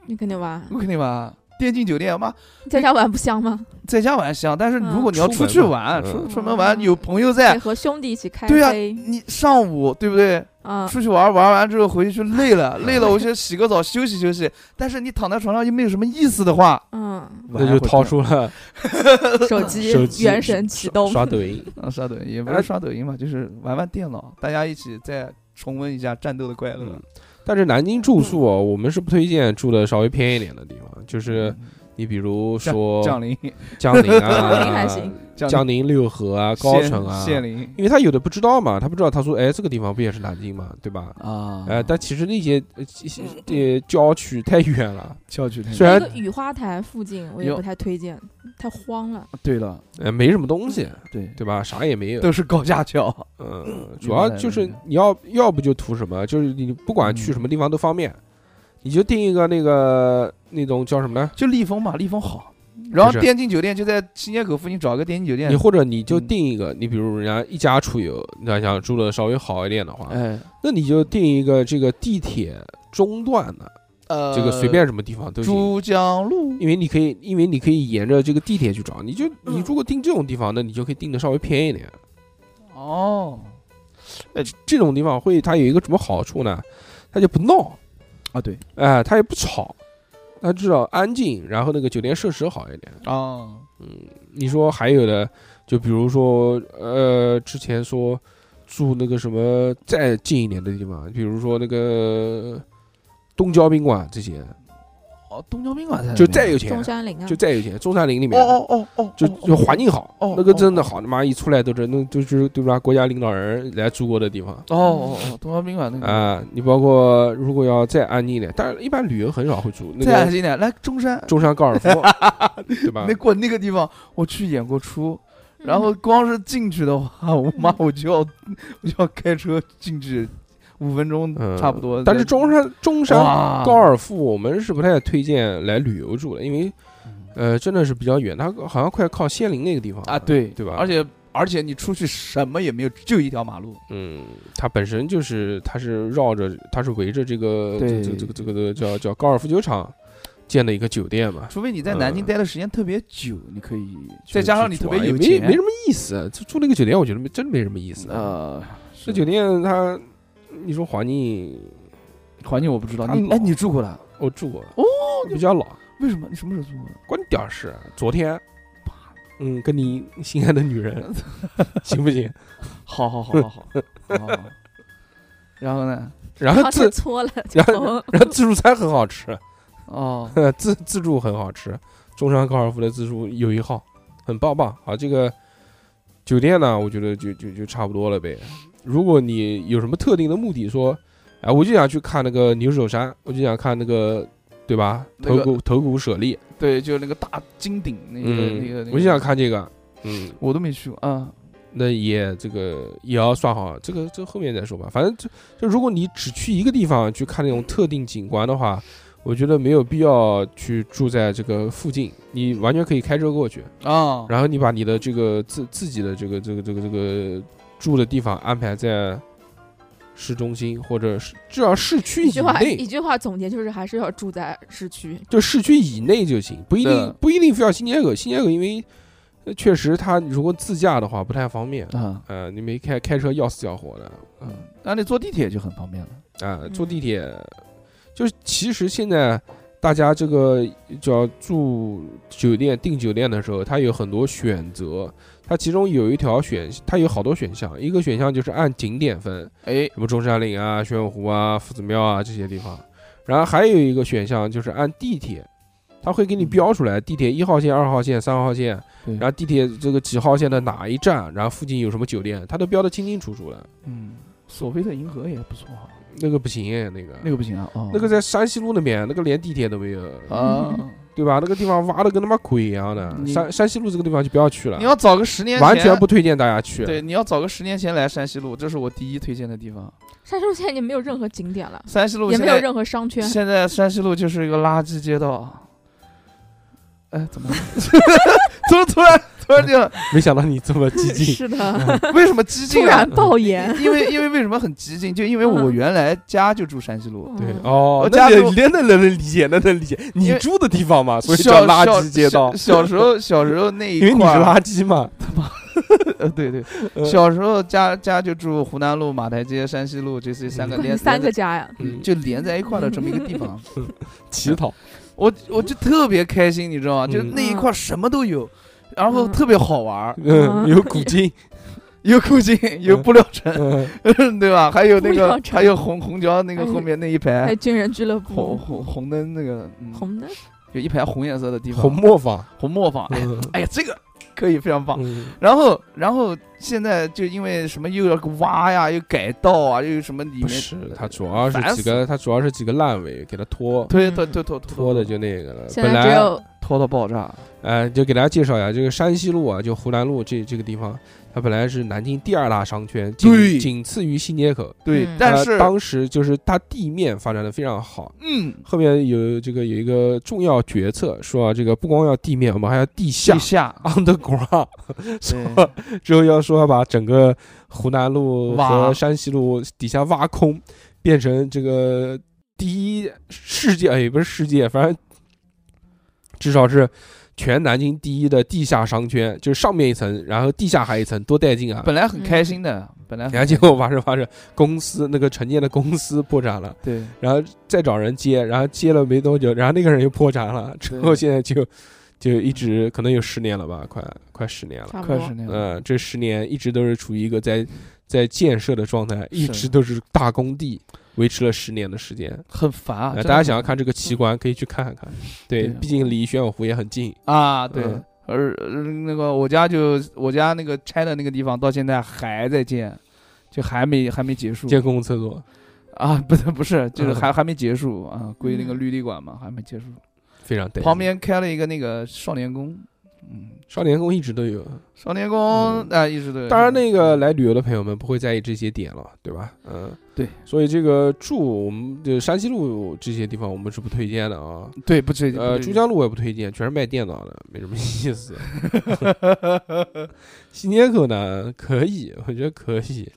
Speaker 4: 你肯定玩，
Speaker 3: 我肯定玩电竞酒店，妈
Speaker 4: 在家玩不香吗？
Speaker 3: 在家玩香，但是
Speaker 4: 嗯
Speaker 3: 如果你要
Speaker 2: 出门
Speaker 3: 出去
Speaker 2: 嘛
Speaker 3: 玩，
Speaker 2: 嗯
Speaker 3: 出出门玩有朋友
Speaker 4: 得
Speaker 3: 在，
Speaker 4: 和兄弟一起开
Speaker 3: 啊对啊呀
Speaker 4: 黑
Speaker 3: 你上午对不对？
Speaker 4: 啊，
Speaker 3: 出去玩玩完之后回去就累了，累了我先洗个澡休息休息。但是你躺在床上又没有什么意思的话，
Speaker 4: 嗯，
Speaker 2: 那就掏 出了
Speaker 3: 呃
Speaker 4: 手机
Speaker 2: 手机
Speaker 4: 原神启动，
Speaker 2: 刷抖音，
Speaker 3: 啊嗯刷抖音，也不
Speaker 2: 哎
Speaker 3: 是刷抖音吧，就是玩玩电脑，大家一起再重温一下战斗的快乐
Speaker 2: 嗯。但是南京住宿啊，
Speaker 4: 嗯
Speaker 2: 我们是不推荐住的稍微偏一点的地方，就是你比如
Speaker 3: 降
Speaker 2: 说
Speaker 3: 嗯降临，
Speaker 2: 江宁 啊，
Speaker 4: 江宁还行
Speaker 2: 江宁六合啊，高
Speaker 3: 县
Speaker 2: 淳啊，
Speaker 3: 县陵
Speaker 2: 因为他有的不知道嘛，他不知道，他说，哎，这个地方不也是南京嘛，对吧？
Speaker 3: 啊
Speaker 2: 呃，但其实那些呃其实呃郊区太远了，
Speaker 3: 郊区太
Speaker 2: 虽然
Speaker 4: 一个雨花台附近我也
Speaker 3: 有
Speaker 4: 不太推荐，太荒了。
Speaker 3: 对了，
Speaker 2: 呃，没什么东西，
Speaker 3: 嗯对，
Speaker 2: 对吧？啥也没有，
Speaker 3: 都是高架桥，
Speaker 2: 嗯，主
Speaker 3: 明白
Speaker 2: 要
Speaker 3: 了
Speaker 2: 就是
Speaker 3: 明白了嗯
Speaker 2: 你要要不就图什么，就是你不管去什么地方都方便，你就定一个那个那种叫什么呢？
Speaker 3: 就立丰嘛，立丰好。然后
Speaker 2: 是
Speaker 3: 电竞酒店就在新街口附近找个电竞酒店
Speaker 2: 你，或者你
Speaker 3: 嗯
Speaker 2: 就定一个，你比如人家一家出游，你要想住的稍微好一点的话，
Speaker 3: 哎，
Speaker 2: 那你就定一个这个地铁中段的，
Speaker 3: 呃，
Speaker 2: 这个随便什么地方都行。
Speaker 3: 珠江路
Speaker 2: 因为你可以，因为你可以沿着这个地铁去找，你就
Speaker 3: 嗯
Speaker 2: 你如果定这种地方，那你就可以定的稍微偏一点。
Speaker 3: 哦
Speaker 2: 呃，这种地方会它有一个什么好处呢？它就不闹，
Speaker 3: 啊对
Speaker 2: 哎、它也不吵，它至少安静，然后那个酒店设施好一点。
Speaker 3: 啊
Speaker 2: 你说还有的，就比如说呃，之前说住那个什么再近一点的地方，比如说那个东郊宾馆这些，
Speaker 3: 哦东郊宾馆在那边
Speaker 2: 就再有
Speaker 4: 中
Speaker 2: 钱，
Speaker 4: 山陵啊，
Speaker 2: 就再有钱，中山陵里面。
Speaker 3: 哦哦哦哦，
Speaker 2: 就
Speaker 3: 哦
Speaker 2: 就环境好，
Speaker 3: 哦
Speaker 2: 那个
Speaker 3: 哦
Speaker 2: 真的
Speaker 3: 哦
Speaker 2: 好，他妈一出来都是那就是对吧？国家领导人来住过的地方
Speaker 3: 哦哦哦东郊宾馆那个
Speaker 2: 啊、你包括如果要再安静一点，但是一般旅游很少会住 那
Speaker 3: 再安
Speaker 2: 个啊
Speaker 3: 静点，来中山
Speaker 2: 中山高尔 夫，对吧
Speaker 3: 啊那？过那个地方，我去演过出，
Speaker 4: 嗯
Speaker 3: 然后光是进去的话，我妈
Speaker 4: 嗯
Speaker 3: 我就要我就要开车进去五分钟
Speaker 2: 嗯，
Speaker 3: 差不多。哦
Speaker 2: 但是中山中山
Speaker 3: 哇
Speaker 2: 高尔夫，我们是不太推荐来旅游住的，因为
Speaker 3: 嗯
Speaker 2: 呃真的是比较远，它好像快靠仙林那个地方
Speaker 3: 啊，对
Speaker 2: 对吧？
Speaker 3: 而且而且你出去什么也没有，就一条马路。
Speaker 2: 嗯，它本身就是它是绕着它是围着这个这
Speaker 3: 对
Speaker 2: 这这个这个这个叫叫高尔夫球场建的一个酒店嘛。
Speaker 3: 除非你在南京
Speaker 2: 嗯
Speaker 3: 待的时间特别久，你可以
Speaker 2: 就
Speaker 3: 再
Speaker 2: 是
Speaker 3: 加上
Speaker 2: 去
Speaker 3: 你
Speaker 2: 去
Speaker 3: 特别
Speaker 2: 玩
Speaker 3: 有
Speaker 2: 也
Speaker 3: 钱，
Speaker 2: 没没什么意思。啊就住那个酒店，我觉得没真没什么意思。啊
Speaker 3: 呃，
Speaker 2: 这
Speaker 3: 是
Speaker 2: 酒店它，你说环境，
Speaker 3: 环境我不知道。
Speaker 2: 它
Speaker 3: 你
Speaker 2: 老
Speaker 3: 哎，你住过了？
Speaker 2: 我住过
Speaker 3: 哦，
Speaker 2: 比较老，
Speaker 3: 为什么？你什么时候住过的？
Speaker 2: 关你屌事啊。昨天，嗯，跟你心爱的女人 行不行？
Speaker 3: 好好好好好 好好。好然后呢？
Speaker 2: 然
Speaker 4: 然
Speaker 2: 后
Speaker 4: 后
Speaker 2: 自
Speaker 4: 就搓了，
Speaker 2: 然后
Speaker 4: 后
Speaker 2: 然后自助餐很好吃，
Speaker 3: 哦，
Speaker 2: 自自助很好吃，中山高尔夫的自助有一号，很棒棒。好，这个酒店呢，我觉得就就就差不多了呗。如果你有什么特定的目的，说，哎，我就想去看那个牛首山，我就想看那个，对吧？
Speaker 3: 那
Speaker 2: 头
Speaker 3: 个
Speaker 2: 骨头骨舍利，
Speaker 3: 对，就那个大金顶那个那个
Speaker 2: 嗯
Speaker 3: 那，个，
Speaker 2: 我就想看这个，嗯，
Speaker 3: 我都没去过啊。
Speaker 2: 那也这个也要算好，这个这个后面再说吧。反正就就如果你只去一个地方去看那种特定景观的话，我觉得没有必要去住在这个附近，你完全可以开车过去，
Speaker 3: 啊，
Speaker 2: 然后你把你的这个自自己的这个这个这个这个住的地方安排在市中心或者是至少市区
Speaker 4: 一
Speaker 2: 以
Speaker 4: 句话一
Speaker 2: 内，
Speaker 4: 句话总结就是还是要住在市区，
Speaker 2: 就市区以内就行，不一
Speaker 3: 对
Speaker 2: 定不一定非要新街口。新街口因为呃确实它如果自驾的话不太方便。
Speaker 3: 啊，
Speaker 2: 呃，你没开开车要死要活的，嗯
Speaker 3: 嗯，那你坐地铁就很方便了。
Speaker 2: 啊，坐
Speaker 4: 嗯
Speaker 2: 地铁，就是其实现在大家这个叫住酒店订酒店的时候，它有很多选择，它其中有一条选，它有好多选项，一个选项就是按景点分，
Speaker 3: 哎，
Speaker 2: 什么中山陵啊、玄武湖啊、夫子庙啊这些地方，然后还有一个选项就是按地铁。它会给你标出来地铁一号线、二号线、三号线，
Speaker 3: 对
Speaker 2: 然后地铁这个几号线的哪一站，然后附近有什么酒店，它都标的清清楚楚的。
Speaker 3: 嗯，索菲特银河也不错哈，
Speaker 2: 那个不行哎，那个
Speaker 3: 那个不行啊，哦，
Speaker 2: 那个在嗯山西路那边，那个连地铁都没有，
Speaker 3: 啊，
Speaker 2: 对吧？那个地方挖的跟他妈鬼一样的。
Speaker 3: 你
Speaker 2: 山山西路这个地方就不要去了
Speaker 3: 你，要早个十年前，
Speaker 2: 完全不推荐大家去。
Speaker 3: 对，你要早个十年前来山西路，这是我第一推荐的地方。
Speaker 4: 山西路现在已经没有任何景点了，
Speaker 3: 山西路
Speaker 4: 也
Speaker 3: 现
Speaker 4: 没有
Speaker 3: 在
Speaker 4: 任何商圈，
Speaker 3: 现在山西路就是一个垃圾街道。哎，怎么了？ 怎么突然突然就
Speaker 2: 没想到你这么激 进，
Speaker 4: 是的，
Speaker 3: 为什么激
Speaker 4: 突
Speaker 3: 进啊
Speaker 4: 然？爆炎。
Speaker 3: 因为因为为什么很激进？就因为我
Speaker 4: 嗯
Speaker 3: 原来家就住山西路，
Speaker 2: 对
Speaker 4: 嗯，
Speaker 2: 哦
Speaker 3: 我，
Speaker 2: 那
Speaker 3: 家
Speaker 2: 也
Speaker 3: 住
Speaker 2: 那那能理解，那能理解。你
Speaker 3: 因为
Speaker 2: 住的地方 嘛，所以叫
Speaker 3: 小
Speaker 2: 垃圾街道
Speaker 3: 小，小小时候 小时候那一
Speaker 2: 因为你是
Speaker 3: 块儿
Speaker 2: 垃圾嘛。
Speaker 3: 呃，对对，
Speaker 2: 嗯
Speaker 3: 小时候家家就住湖南路、马台街、山西路这这三 个
Speaker 2: 嗯
Speaker 3: 连
Speaker 4: 三个
Speaker 3: 连在
Speaker 4: 家呀，
Speaker 2: 嗯，
Speaker 3: 就连在一块儿的这么一个地 方，
Speaker 2: 乞 讨，
Speaker 3: 我我就特别开心，你知道吗？就是
Speaker 2: 嗯
Speaker 3: 那一块儿什么都有，然后
Speaker 4: 嗯
Speaker 3: 特别好玩儿，
Speaker 2: 嗯，
Speaker 4: 嗯
Speaker 2: 有古 今，
Speaker 3: 有古井，有布料城，
Speaker 2: 嗯，
Speaker 3: 对吧？还有那
Speaker 4: 布
Speaker 3: 个
Speaker 4: 料，城
Speaker 3: 还有虹虹桥那个后面那一
Speaker 4: 还有
Speaker 3: 排
Speaker 4: 军人俱乐
Speaker 3: 红
Speaker 4: 部，
Speaker 3: 哎红红灯那个，嗯
Speaker 4: 红的，
Speaker 3: 有一排红颜色的地方，
Speaker 2: 红磨坊，
Speaker 3: 红磨坊，哎
Speaker 2: 嗯
Speaker 3: 哎呀，这个可以非常棒。
Speaker 2: 嗯
Speaker 3: 然后，然后现在就因为什么又要挖呀，又改道啊，又什么里
Speaker 2: 不
Speaker 3: 面
Speaker 2: 是，它主要是
Speaker 3: 烦
Speaker 2: 几
Speaker 3: 死
Speaker 2: 个，它主要是几个烂尾给它拖
Speaker 3: 推
Speaker 4: 嗯
Speaker 3: 推推拖拖
Speaker 2: 拖的就那个了。
Speaker 4: 现
Speaker 2: 本
Speaker 4: 在只
Speaker 2: 来
Speaker 4: 有
Speaker 3: 拖到爆炸。
Speaker 2: 呃，就给大家介绍一下这个山西路啊，就湖南路这这个地方，它本来是南京第二大商圈，
Speaker 3: 对
Speaker 2: 仅仅次于新街口。
Speaker 3: 对，
Speaker 4: 嗯
Speaker 3: 但
Speaker 2: 呃
Speaker 3: 是
Speaker 2: 当时就是它地面发展的非常好，
Speaker 3: 嗯，
Speaker 2: 后面有这个有一个重要决策，说啊，这个不光要地面，我们还要地下
Speaker 3: 地下
Speaker 2: underground，
Speaker 3: 对
Speaker 2: 之后要说要把整个湖南路和
Speaker 3: 挖
Speaker 2: 山西路底下挖空，变成这个第一世界，哎也不是世界，反正至少是全南京第一的地下商圈，就是上面一层，然后地下还一层，多带劲啊！
Speaker 3: 本来很开
Speaker 4: 嗯
Speaker 3: 心的，本来很
Speaker 2: 然后
Speaker 3: 开
Speaker 2: 结
Speaker 3: 心
Speaker 2: 果发生发生，公司那个承建的公司破产 了，
Speaker 3: 对
Speaker 2: 然后再找人接，然后接了没多久，然后那个人又破产了，之后
Speaker 3: 对
Speaker 2: 现在就就一直可能有十年了吧，快快十年了。
Speaker 4: 差不
Speaker 3: 快
Speaker 4: 多
Speaker 3: 十年了，
Speaker 2: 嗯，这十年一直都是处于一个在在建设的状态，一
Speaker 3: 是
Speaker 2: 直都是大工地，维持了十年的时间。
Speaker 3: 很烦啊！
Speaker 2: 呃
Speaker 3: 真
Speaker 2: 大
Speaker 3: 的
Speaker 2: 家
Speaker 3: 很
Speaker 2: 想要
Speaker 3: 烦
Speaker 2: 看这个奇观，可以去看看。对，
Speaker 3: 对
Speaker 2: 毕竟离玄武湖也很近。
Speaker 3: 啊？对
Speaker 2: 嗯，
Speaker 3: 而而那个我家就我家那个拆的那个地方到现在还在建，就还没还没结束
Speaker 2: 建公共厕所
Speaker 3: 啊！不是不是，就是
Speaker 2: 嗯
Speaker 3: 还还没结束啊，归那个
Speaker 4: 嗯
Speaker 3: 绿地管嘛，还没结束。
Speaker 2: 非常对。
Speaker 3: 旁边开了一个那个少年宫，嗯，
Speaker 2: 少年宫一直都有，
Speaker 3: 少年宫
Speaker 2: 嗯
Speaker 3: 啊一直都有。
Speaker 2: 当然那个来旅游的朋友们不会在意这些点了，对吧？嗯，
Speaker 3: 对。
Speaker 2: 所以这个住我们的山西路这些地方我们是不推荐的啊。
Speaker 3: 对不追
Speaker 2: 呃，珠
Speaker 3: 珠
Speaker 2: 江路我也不推荐，全是卖电脑的，没什么意思。 新街口呢，可以，我觉得可以，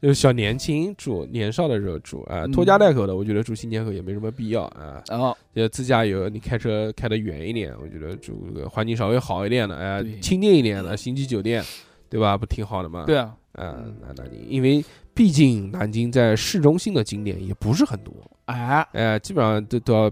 Speaker 2: 就是小年轻住，年少的时候住啊，
Speaker 3: 嗯
Speaker 2: 拖家带口的，我觉得住新街口也没什么必要啊。
Speaker 3: 然后
Speaker 2: 就自驾游，你开车开得远一点，我觉得住个环境稍微好一点的，哎
Speaker 3: 对，
Speaker 2: 亲近一点的星级酒店，对吧？不挺好的吗？
Speaker 3: 对啊，
Speaker 2: 啊，那南京，因为毕竟南京在市中心的景点也不是很多，
Speaker 3: 哎，
Speaker 2: 哎，基本上都都要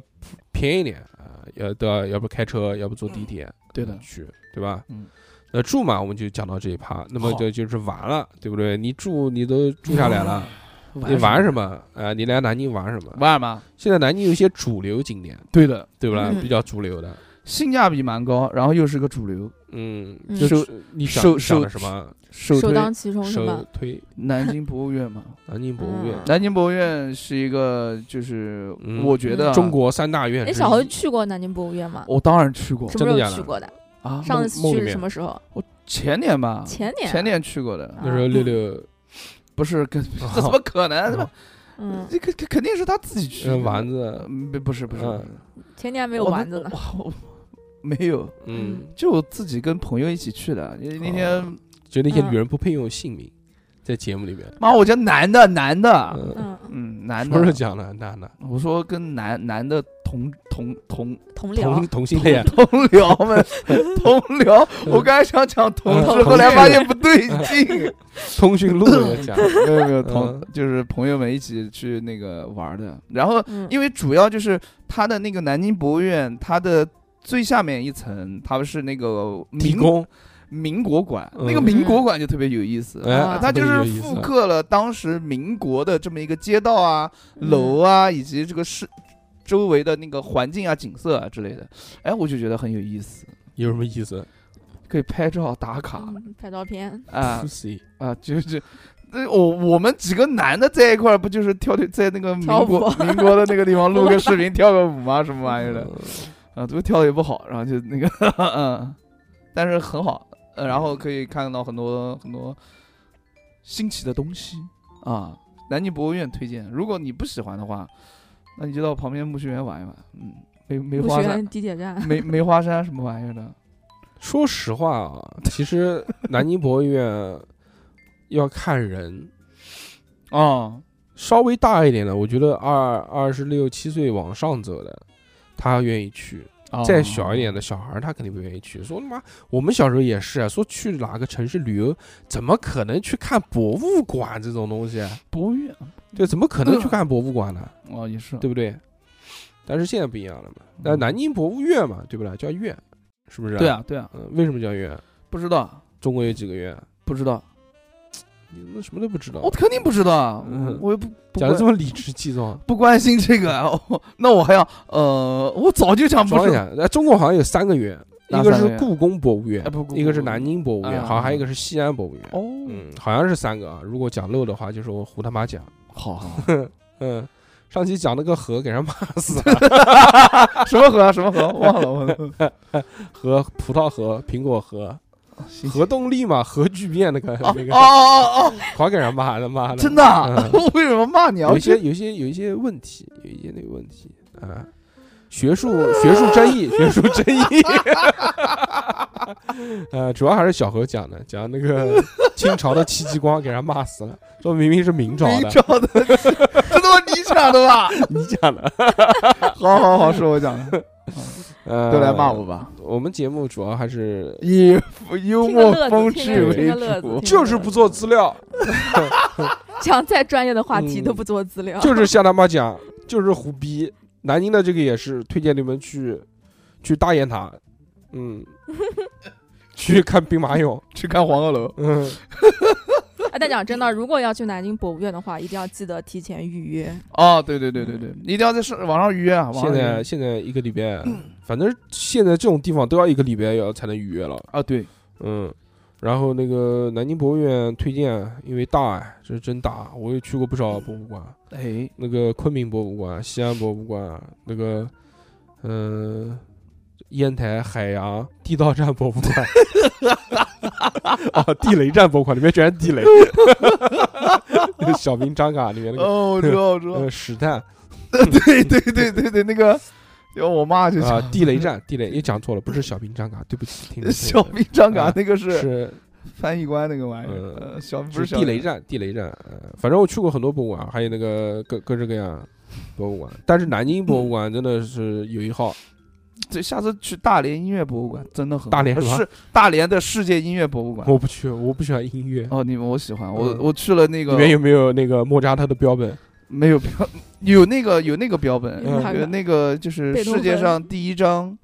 Speaker 2: 便宜一点啊，要都要要不开车，要不坐地铁，
Speaker 3: 嗯对的
Speaker 2: 去，对吧？
Speaker 3: 嗯，
Speaker 2: 那住嘛，我们就讲到这一趴，那么
Speaker 3: 好
Speaker 2: 这就是玩了，对不对？你住你都住下来了，你
Speaker 3: 玩
Speaker 2: 玩什么啊、你来南京玩什么？
Speaker 3: 玩嘛？
Speaker 2: 现在南京有一些主流景点，
Speaker 3: 对的，
Speaker 2: 对不啦？
Speaker 4: 嗯
Speaker 2: 比较主流的，
Speaker 3: 性价比蛮高，然后又是个主流，
Speaker 2: 嗯，
Speaker 4: 嗯
Speaker 2: 就是你讲
Speaker 3: 首
Speaker 2: 讲
Speaker 3: 首
Speaker 2: 的什么？
Speaker 3: 首
Speaker 4: 首
Speaker 3: 推
Speaker 4: 当其冲是
Speaker 2: 首
Speaker 4: 吧？
Speaker 2: 推
Speaker 3: 南京博物院 嘛。
Speaker 2: 南京博物院，
Speaker 4: 嗯
Speaker 3: 南京博物院是一个，就是
Speaker 2: 嗯
Speaker 3: 我觉得啊
Speaker 2: 中，国三大院之
Speaker 4: 哎，
Speaker 2: 一。
Speaker 4: 小何去过南京博物院吗？
Speaker 3: 我当然去过
Speaker 4: 什
Speaker 2: 真
Speaker 4: 么
Speaker 2: 的假
Speaker 4: 时候
Speaker 2: 的
Speaker 4: 去过的？
Speaker 3: 啊，
Speaker 4: 上
Speaker 2: 梦
Speaker 4: 次
Speaker 2: 梦里
Speaker 4: 去是
Speaker 2: 面
Speaker 4: 什么时候？
Speaker 3: 前年吧，
Speaker 4: 前年啊。
Speaker 3: 前年去过的，
Speaker 2: 那时候
Speaker 4: 啊
Speaker 2: 六六啊
Speaker 3: 不是跟
Speaker 2: 哦
Speaker 3: 这 怎么可能？他妈
Speaker 4: 嗯，
Speaker 3: 这肯肯肯定是他自己去
Speaker 2: 呃
Speaker 3: 的
Speaker 2: 丸，子，
Speaker 3: 嗯不不是不是，
Speaker 2: 嗯
Speaker 4: 前年没
Speaker 3: 没
Speaker 4: 有丸子呢。
Speaker 3: 没有，
Speaker 2: 嗯，
Speaker 4: 嗯
Speaker 2: 哦
Speaker 3: 就自己跟朋友一起去的。因为那天
Speaker 2: 就那些
Speaker 4: 嗯
Speaker 2: 女人不配用姓名，在节目里面，
Speaker 3: 妈，我觉得男的男的，
Speaker 2: 嗯，
Speaker 4: 嗯，
Speaker 3: 啊嗯，男
Speaker 2: 什
Speaker 3: 的
Speaker 2: 么时候，讲的？男的，
Speaker 3: 我说跟男男的同同同
Speaker 4: 同僚
Speaker 2: 同同性恋，
Speaker 3: 同僚们同 僚，我刚才想讲同
Speaker 2: 嗯
Speaker 3: 事，后来发现不对劲，
Speaker 2: 通讯录也 讲，
Speaker 3: 没有没有同
Speaker 2: 嗯
Speaker 3: 就是朋友们一起去那个玩儿的，然后
Speaker 4: 嗯，
Speaker 3: 因为主要就是它的那个南京博物院，它的最下面一层，它是那个
Speaker 2: 提
Speaker 3: 民
Speaker 2: 供，
Speaker 3: 民国馆，
Speaker 2: 嗯
Speaker 3: 那个民国馆就特别有意思。
Speaker 2: 哎
Speaker 4: 啊，
Speaker 3: 它就
Speaker 2: 特
Speaker 3: 是
Speaker 2: 别有意思
Speaker 3: 复刻了当时民国的这么一个街道啊、
Speaker 4: 嗯
Speaker 3: 楼啊，以及这个市周围的那个环境啊、景色啊之类的。哎，我就觉得很有意思，
Speaker 2: 有什么意思
Speaker 3: 可以拍照打卡
Speaker 4: 嗯拍照片，
Speaker 3: 啊
Speaker 2: ？Pussy，
Speaker 3: 啊，就是。那我我们几个男的在一块儿，不就是跳的在那个民国
Speaker 4: 跳舞
Speaker 3: 民国的那个地方录 个视频，跳个舞吗？什么玩意儿
Speaker 2: 呃
Speaker 3: 的？啊，都跳的也不好，然后就那个， 嗯，但是很好，呃，然后可以看到很多很多新奇的东西啊。南京博物院推荐，如果你不喜欢的话，那你就到旁边木樨园玩一玩，嗯，梅梅
Speaker 4: 不
Speaker 3: 花山，
Speaker 4: 选地铁站，
Speaker 3: 梅梅花山什么玩意 儿的，
Speaker 2: 说实话啊，其实南京博物院要看人，
Speaker 3: 哦，
Speaker 2: 稍微大一点的，我觉得二二十六七岁往上走的，他愿意去；
Speaker 3: 啊哦
Speaker 2: 再小一点的小孩儿，他肯定不愿意去。说他妈，我们小时候也是啊，说去哪个城市旅游，怎么可能去看博物馆这种东西啊？
Speaker 3: 博物院，
Speaker 2: 对，怎么可
Speaker 3: 嗯
Speaker 2: 能去看博物馆呢？
Speaker 3: 哦，也是，
Speaker 2: 对不对？但是现在不一样了嘛，那
Speaker 3: 嗯
Speaker 2: 南京博物院嘛，对不对？叫院，是不是？
Speaker 3: 对。啊，对啊，
Speaker 2: 嗯，为什么叫院？
Speaker 3: 不知道，
Speaker 2: 中国有几个院？啊
Speaker 3: 不知道，
Speaker 2: 你们什么都不知道
Speaker 3: 我。肯定不知道啊，
Speaker 2: 嗯
Speaker 3: 我又不不
Speaker 2: 讲的
Speaker 3: 关
Speaker 2: 这么理直气壮，
Speaker 3: 不关心这个 啊，我那我还要，呃，我早就 想不
Speaker 2: 装一
Speaker 3: 是，
Speaker 2: 下。那中国好像有三个园，
Speaker 3: 哪
Speaker 2: 一个
Speaker 3: 三个
Speaker 2: 是
Speaker 3: 园
Speaker 2: 故宫博物院
Speaker 3: 哎，不故
Speaker 2: 一个是
Speaker 3: 宫
Speaker 2: 南京博物院，
Speaker 3: 啊
Speaker 2: 好像还有一个是西安博物院。
Speaker 3: 哦，
Speaker 2: 嗯，好像是三个啊。如果讲漏的话，就是我胡他妈讲。
Speaker 3: 好好。
Speaker 2: 嗯，上期讲那个河给人骂死 了，
Speaker 3: 什么河啊？什么河？忘了， 忘了。
Speaker 2: 河葡萄河、苹果河、
Speaker 3: 行
Speaker 2: 核动力嘛，核聚变那个
Speaker 3: 哦
Speaker 2: 那
Speaker 3: 哦
Speaker 2: 个，
Speaker 3: 哦哦，
Speaker 2: 狂给人骂的妈的。
Speaker 3: 真的啊
Speaker 2: 嗯？
Speaker 3: 为什么骂你啊？
Speaker 2: 有
Speaker 3: 我
Speaker 2: 一
Speaker 3: 觉
Speaker 2: 些
Speaker 3: 得
Speaker 2: 有一些有一些问题，有一些那个问题啊，
Speaker 3: 嗯
Speaker 2: 学术学术争 议，学术争议。 呃，主要还是小何讲的，讲那 个清朝的戚继光给人骂死了，说明明是明朝
Speaker 3: 明
Speaker 2: 的，
Speaker 3: 朝的， 这他妈你讲的 吧？
Speaker 2: 你讲的，
Speaker 3: 好好好，是我讲 的，嗯
Speaker 2: 呃，
Speaker 3: 都来骂我。吧。
Speaker 2: 我们节目主要还是
Speaker 3: 以幽
Speaker 4: 听个
Speaker 3: 默
Speaker 4: 乐
Speaker 3: 风
Speaker 4: 子，
Speaker 3: 趣
Speaker 4: 听个听
Speaker 3: 为
Speaker 4: 个乐
Speaker 3: 主
Speaker 4: 子，听个乐，子
Speaker 2: 就是不做资料，
Speaker 4: 讲再专业的话题
Speaker 2: 嗯
Speaker 4: 都不做资料，
Speaker 2: 就是瞎他妈讲，就是胡逼。南京的这个也是推荐你们去去大雁塔，嗯，去看兵马俑，
Speaker 3: 去看黄鹤楼。
Speaker 2: 嗯。
Speaker 4: 啊，但讲真的，如果要去南京博物院的话，一定要记得提前预约。
Speaker 3: 哦，对对对对对，一定要在是网上预约啊。网上
Speaker 2: 现
Speaker 3: 预约
Speaker 2: 在现在一个礼拜，反正现在这种地方都要一个礼拜要才能预约了。
Speaker 3: 啊，对，
Speaker 2: 嗯，然后那个南京博物院推荐，因为大哎，这是真大，我也去过不少博物馆，
Speaker 3: 哎，
Speaker 2: 那个昆明博物馆、西安博物馆，那个嗯、呃烟台海洋地道战博物馆， 啊，地雷战博物馆里面全是地雷，那个小兵张嘎里面那个
Speaker 3: 哦，我知道，我知道
Speaker 2: 那，个史探
Speaker 3: 对对对对对，那个，要我妈就
Speaker 2: 啊
Speaker 3: 讲，
Speaker 2: 地雷战地雷又讲错了，不是小兵张嘎，对不起，听
Speaker 3: 小兵张嘎
Speaker 2: 啊
Speaker 3: 那个是
Speaker 2: 是
Speaker 3: 翻译官那个玩意儿，
Speaker 2: 呃
Speaker 3: 呃小不
Speaker 2: 是
Speaker 3: 是小
Speaker 2: 地雷战，地雷战。呃，反正我去过很多博物馆，还有那个各各式各样博物馆，但是南京博物馆真的是有一号，
Speaker 3: 对，下次去大连音乐博物馆真的很好
Speaker 2: 大连什么
Speaker 3: 是大连的世界音乐博物馆。
Speaker 2: 我不去，我不喜欢音乐。
Speaker 3: 哦，你们我喜欢我
Speaker 2: 嗯
Speaker 3: 我去了那
Speaker 2: 里
Speaker 3: 个
Speaker 2: 面有没有那个莫扎特的标本？
Speaker 3: 没有标 有那个有那个标本，
Speaker 2: 嗯
Speaker 3: 有那个就是
Speaker 4: 贝多
Speaker 3: 世界
Speaker 4: 芬
Speaker 3: 上第一张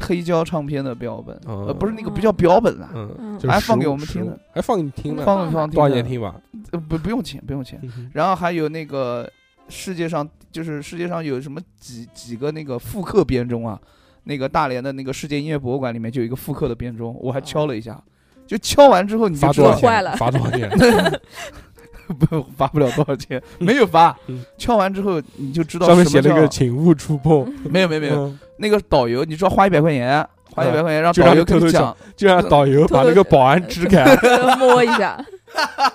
Speaker 3: 黑胶唱片的标本，
Speaker 2: 哦
Speaker 3: 呃不是那个不叫标本啦，
Speaker 2: 嗯，
Speaker 4: 嗯
Speaker 2: 就是
Speaker 3: 还放
Speaker 2: 实
Speaker 3: 给
Speaker 2: 物
Speaker 3: 我们
Speaker 2: 实
Speaker 3: 听
Speaker 2: 物
Speaker 3: 的，
Speaker 2: 还放给你听呢，
Speaker 3: 放放
Speaker 2: 多少钱
Speaker 3: 的
Speaker 2: 听吧？
Speaker 3: 呃不不用钱不用钱。
Speaker 2: 嗯
Speaker 3: 然后还有那个世界上就是世界上有什么几几个那个复刻编钟啊，那个大连的那个世界音乐博物馆里面就有一个复刻的编钟，我还敲了一下，就敲完之后你就
Speaker 2: 罚
Speaker 3: 知
Speaker 2: 多
Speaker 3: 道
Speaker 2: 少
Speaker 4: 知道坏
Speaker 2: 钱？
Speaker 4: 了
Speaker 2: 罚嗯多少 钱？
Speaker 3: 不罚不了多少钱，没有罚
Speaker 2: 嗯。
Speaker 3: 敲完之后你就知道
Speaker 2: 上面
Speaker 3: 什么
Speaker 2: 写了一
Speaker 3: 叫
Speaker 2: 个“请勿触碰
Speaker 3: 没有没有”，没有，
Speaker 2: 嗯
Speaker 3: 那个导游你知道花一百块钱，花一百块钱让
Speaker 2: 就
Speaker 3: 导
Speaker 2: 让
Speaker 3: 游
Speaker 2: 你
Speaker 3: 跟
Speaker 2: 偷
Speaker 3: 你
Speaker 2: 偷
Speaker 3: 讲，
Speaker 2: 就让导游把那个保安
Speaker 4: 呃
Speaker 2: 支开。
Speaker 3: 啊
Speaker 4: 摸一 下，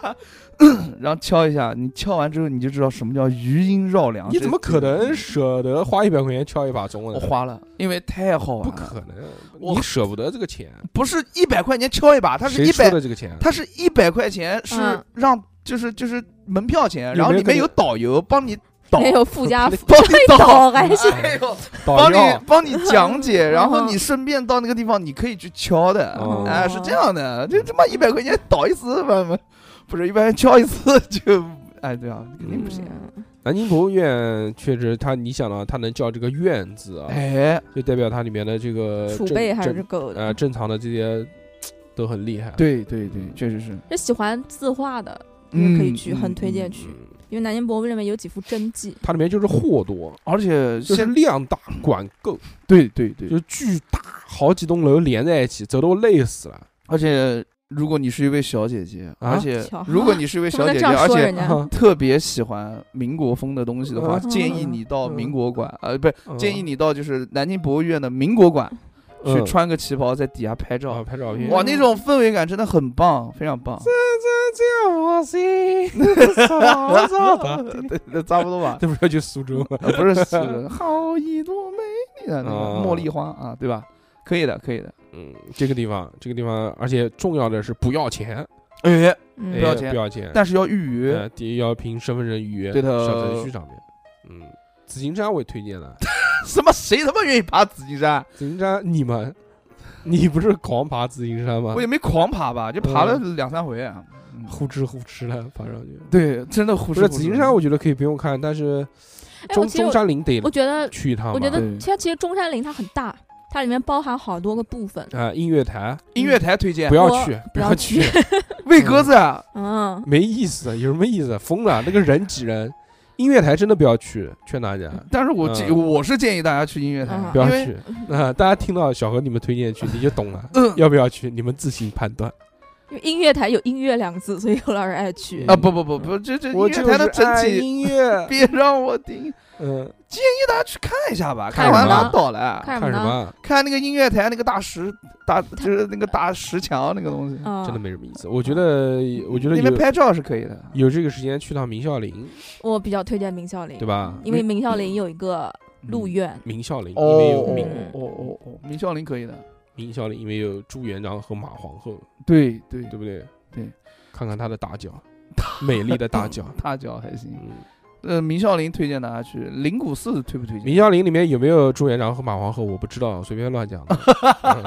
Speaker 3: 然后敲一下，你敲完之后你就知道什么叫余音绕梁。
Speaker 2: 你
Speaker 3: 这
Speaker 2: 怎么可能舍得花一百块钱敲一把钟
Speaker 3: 我
Speaker 2: 呢？
Speaker 3: 花了，因为太好玩
Speaker 2: 不
Speaker 3: 了。
Speaker 2: 可能，
Speaker 3: 我
Speaker 2: 你舍不得这个钱。
Speaker 3: 不是一百块钱敲一把，它是
Speaker 2: 谁
Speaker 3: 一
Speaker 2: 出
Speaker 3: 百，
Speaker 2: 的这个钱？啊
Speaker 3: 它是一百块钱，是
Speaker 4: 嗯
Speaker 3: 让就是就是门票钱，
Speaker 2: 有
Speaker 3: 然后
Speaker 2: 没有
Speaker 3: 里
Speaker 2: 跟
Speaker 3: 面
Speaker 2: 你
Speaker 3: 有导游帮你导，
Speaker 4: 没有 附加
Speaker 3: 帮你导
Speaker 4: 导还 是
Speaker 3: 哎呦
Speaker 2: 导
Speaker 3: 帮你
Speaker 2: 游
Speaker 3: 帮你讲解，
Speaker 4: 嗯
Speaker 3: 然后你顺便到那个地方，你可以去敲的
Speaker 2: 哦，嗯
Speaker 3: 哎，是这样的，这他妈一百块钱倒一次，不不不是一百块钱敲一次 就，哎，对啊，肯定不行，
Speaker 4: 嗯
Speaker 2: 南京博物院确实它，你想啊，它能叫这个“院”字啊，
Speaker 3: 哎，
Speaker 2: 就代表它里面的呃这个
Speaker 4: 储
Speaker 2: 正
Speaker 4: 备还
Speaker 2: 正
Speaker 4: 是够的
Speaker 2: 呃。正常的这些都很厉害。啊
Speaker 3: 对对对，确实是，
Speaker 4: 就喜欢字画的
Speaker 3: 嗯
Speaker 4: 也可以去，很推荐
Speaker 2: 嗯，
Speaker 4: 去，因为南京博物院里面有几幅真迹。
Speaker 2: 它里面就是货多，
Speaker 3: 而且
Speaker 2: 就是
Speaker 3: 现
Speaker 2: 量大管够，
Speaker 3: 对对对
Speaker 2: 就是巨大，好几栋楼连在一起，走的我累死了。
Speaker 3: 而且如果你是一位小姐姐，
Speaker 2: 啊
Speaker 3: 而且
Speaker 4: 巧
Speaker 3: 如果你是一位
Speaker 4: 不
Speaker 3: 小
Speaker 4: 能
Speaker 3: 姐
Speaker 4: 这
Speaker 3: 姐，
Speaker 4: 样
Speaker 3: 而
Speaker 4: 说
Speaker 3: 且
Speaker 4: 人家，
Speaker 3: 特别喜欢民国风的东西的话，
Speaker 2: 嗯
Speaker 3: 建议你到
Speaker 2: 嗯
Speaker 3: 民国馆，呃，不是
Speaker 2: 嗯
Speaker 3: 建议你到就是南京博物院的民国馆去
Speaker 2: 嗯
Speaker 3: 穿个旗袍，在底下拍
Speaker 2: 啊
Speaker 3: 照。
Speaker 2: 拍照片。
Speaker 3: 哇，
Speaker 4: 嗯
Speaker 3: 那种氛围感真的很棒，非常棒。
Speaker 2: 嗯这样我心
Speaker 3: 对对，差不 多吧。
Speaker 2: 这不是要去苏州吗？
Speaker 3: 呃不是是 的好一朵美丽的那个
Speaker 2: 哦
Speaker 3: 茉莉花啊，对吧？可以的，可以的。
Speaker 2: 嗯，这个地方，这个地方，而且重要的是不要钱，
Speaker 3: 哎，
Speaker 4: 嗯
Speaker 2: 哎，
Speaker 3: 要钱
Speaker 2: 不要钱。
Speaker 3: 但是要预约。
Speaker 2: 呃，第一要凭身份证预约，
Speaker 3: 对的
Speaker 2: 小程序上面。嗯，紫金山我也推荐的，
Speaker 3: 什么？谁他妈愿意爬紫金山？
Speaker 2: 紫金山你们，你不是狂爬紫金山吗
Speaker 3: 我？也没狂爬吧，就爬了两三回啊。嗯
Speaker 2: 呼哧呼哧的爬上去。
Speaker 3: 对，真的忽
Speaker 2: 不嗯
Speaker 3: 视
Speaker 2: 是紫金山，我觉得可以不用看，但是
Speaker 4: 哎，我
Speaker 2: 中
Speaker 4: 其实
Speaker 2: 中
Speaker 4: 我
Speaker 2: 山陵得
Speaker 4: 我觉得，
Speaker 2: 去一趟吧。
Speaker 4: 我觉得
Speaker 3: 对
Speaker 4: 它其实中山陵它很大，它里面包含好多个部分。
Speaker 2: 啊，音乐台
Speaker 3: 音乐台推荐
Speaker 2: 不，要
Speaker 4: 我
Speaker 2: 去，
Speaker 4: 不
Speaker 2: 要
Speaker 4: 要
Speaker 2: 去，
Speaker 3: 喂鸽子啊，
Speaker 4: 嗯，
Speaker 2: 没意思，有什么意思？疯了，那个人挤人，音乐台真的不要去，劝大家。
Speaker 3: 但是我建
Speaker 2: 嗯
Speaker 3: 我是建议大家去音乐台
Speaker 4: 嗯，
Speaker 2: 不要
Speaker 3: 因为。
Speaker 2: 去，啊、大家听到小何你们推荐去，你就懂了
Speaker 3: 嗯
Speaker 2: 要不要去？你们自行判断。
Speaker 4: 因为音乐台有音乐两个字，所以有老人爱
Speaker 2: 嗯
Speaker 4: 去。
Speaker 3: 啊不不不不，这这音
Speaker 2: 我
Speaker 3: 乐
Speaker 2: 就
Speaker 3: 台的
Speaker 2: 是
Speaker 3: 整
Speaker 2: 爱
Speaker 3: 体，
Speaker 2: 音乐，
Speaker 3: 别让我听，
Speaker 2: 嗯，
Speaker 3: 大家去看一下吧，
Speaker 4: 看
Speaker 3: 看完
Speaker 2: 什么
Speaker 3: 拉倒了。 啊
Speaker 4: 看
Speaker 2: 看什
Speaker 4: 么呢？
Speaker 2: 么？啊
Speaker 3: 看那个音乐台那个大石打就是那个打石墙那个东西，
Speaker 4: 嗯，
Speaker 2: 真的没什么意思。我觉得，我觉得
Speaker 3: 那边
Speaker 2: 有
Speaker 3: 拍照是可以的。
Speaker 2: 有这个时间去趟明孝陵，
Speaker 4: 我比较推荐明孝陵
Speaker 2: 对，吧？
Speaker 4: 因为明孝陵有一个鹿苑，
Speaker 2: 明孝陵，因
Speaker 3: 哦
Speaker 2: 为有
Speaker 3: 哦
Speaker 2: 明
Speaker 4: 嗯
Speaker 3: 哦哦哦，明孝陵可以的。
Speaker 2: 明孝陵，因为有朱元璋和马皇后，
Speaker 3: 对对
Speaker 2: 对，不对？
Speaker 3: 对，
Speaker 2: 看看他的大脚， 美丽的大脚。
Speaker 3: 踏脚还行。
Speaker 2: 嗯，
Speaker 3: 呃，明孝陵推荐大家去，灵谷寺推不推荐？
Speaker 2: 明孝陵里面有没有朱元璋和马皇后？我不知道，随便乱讲的。嗯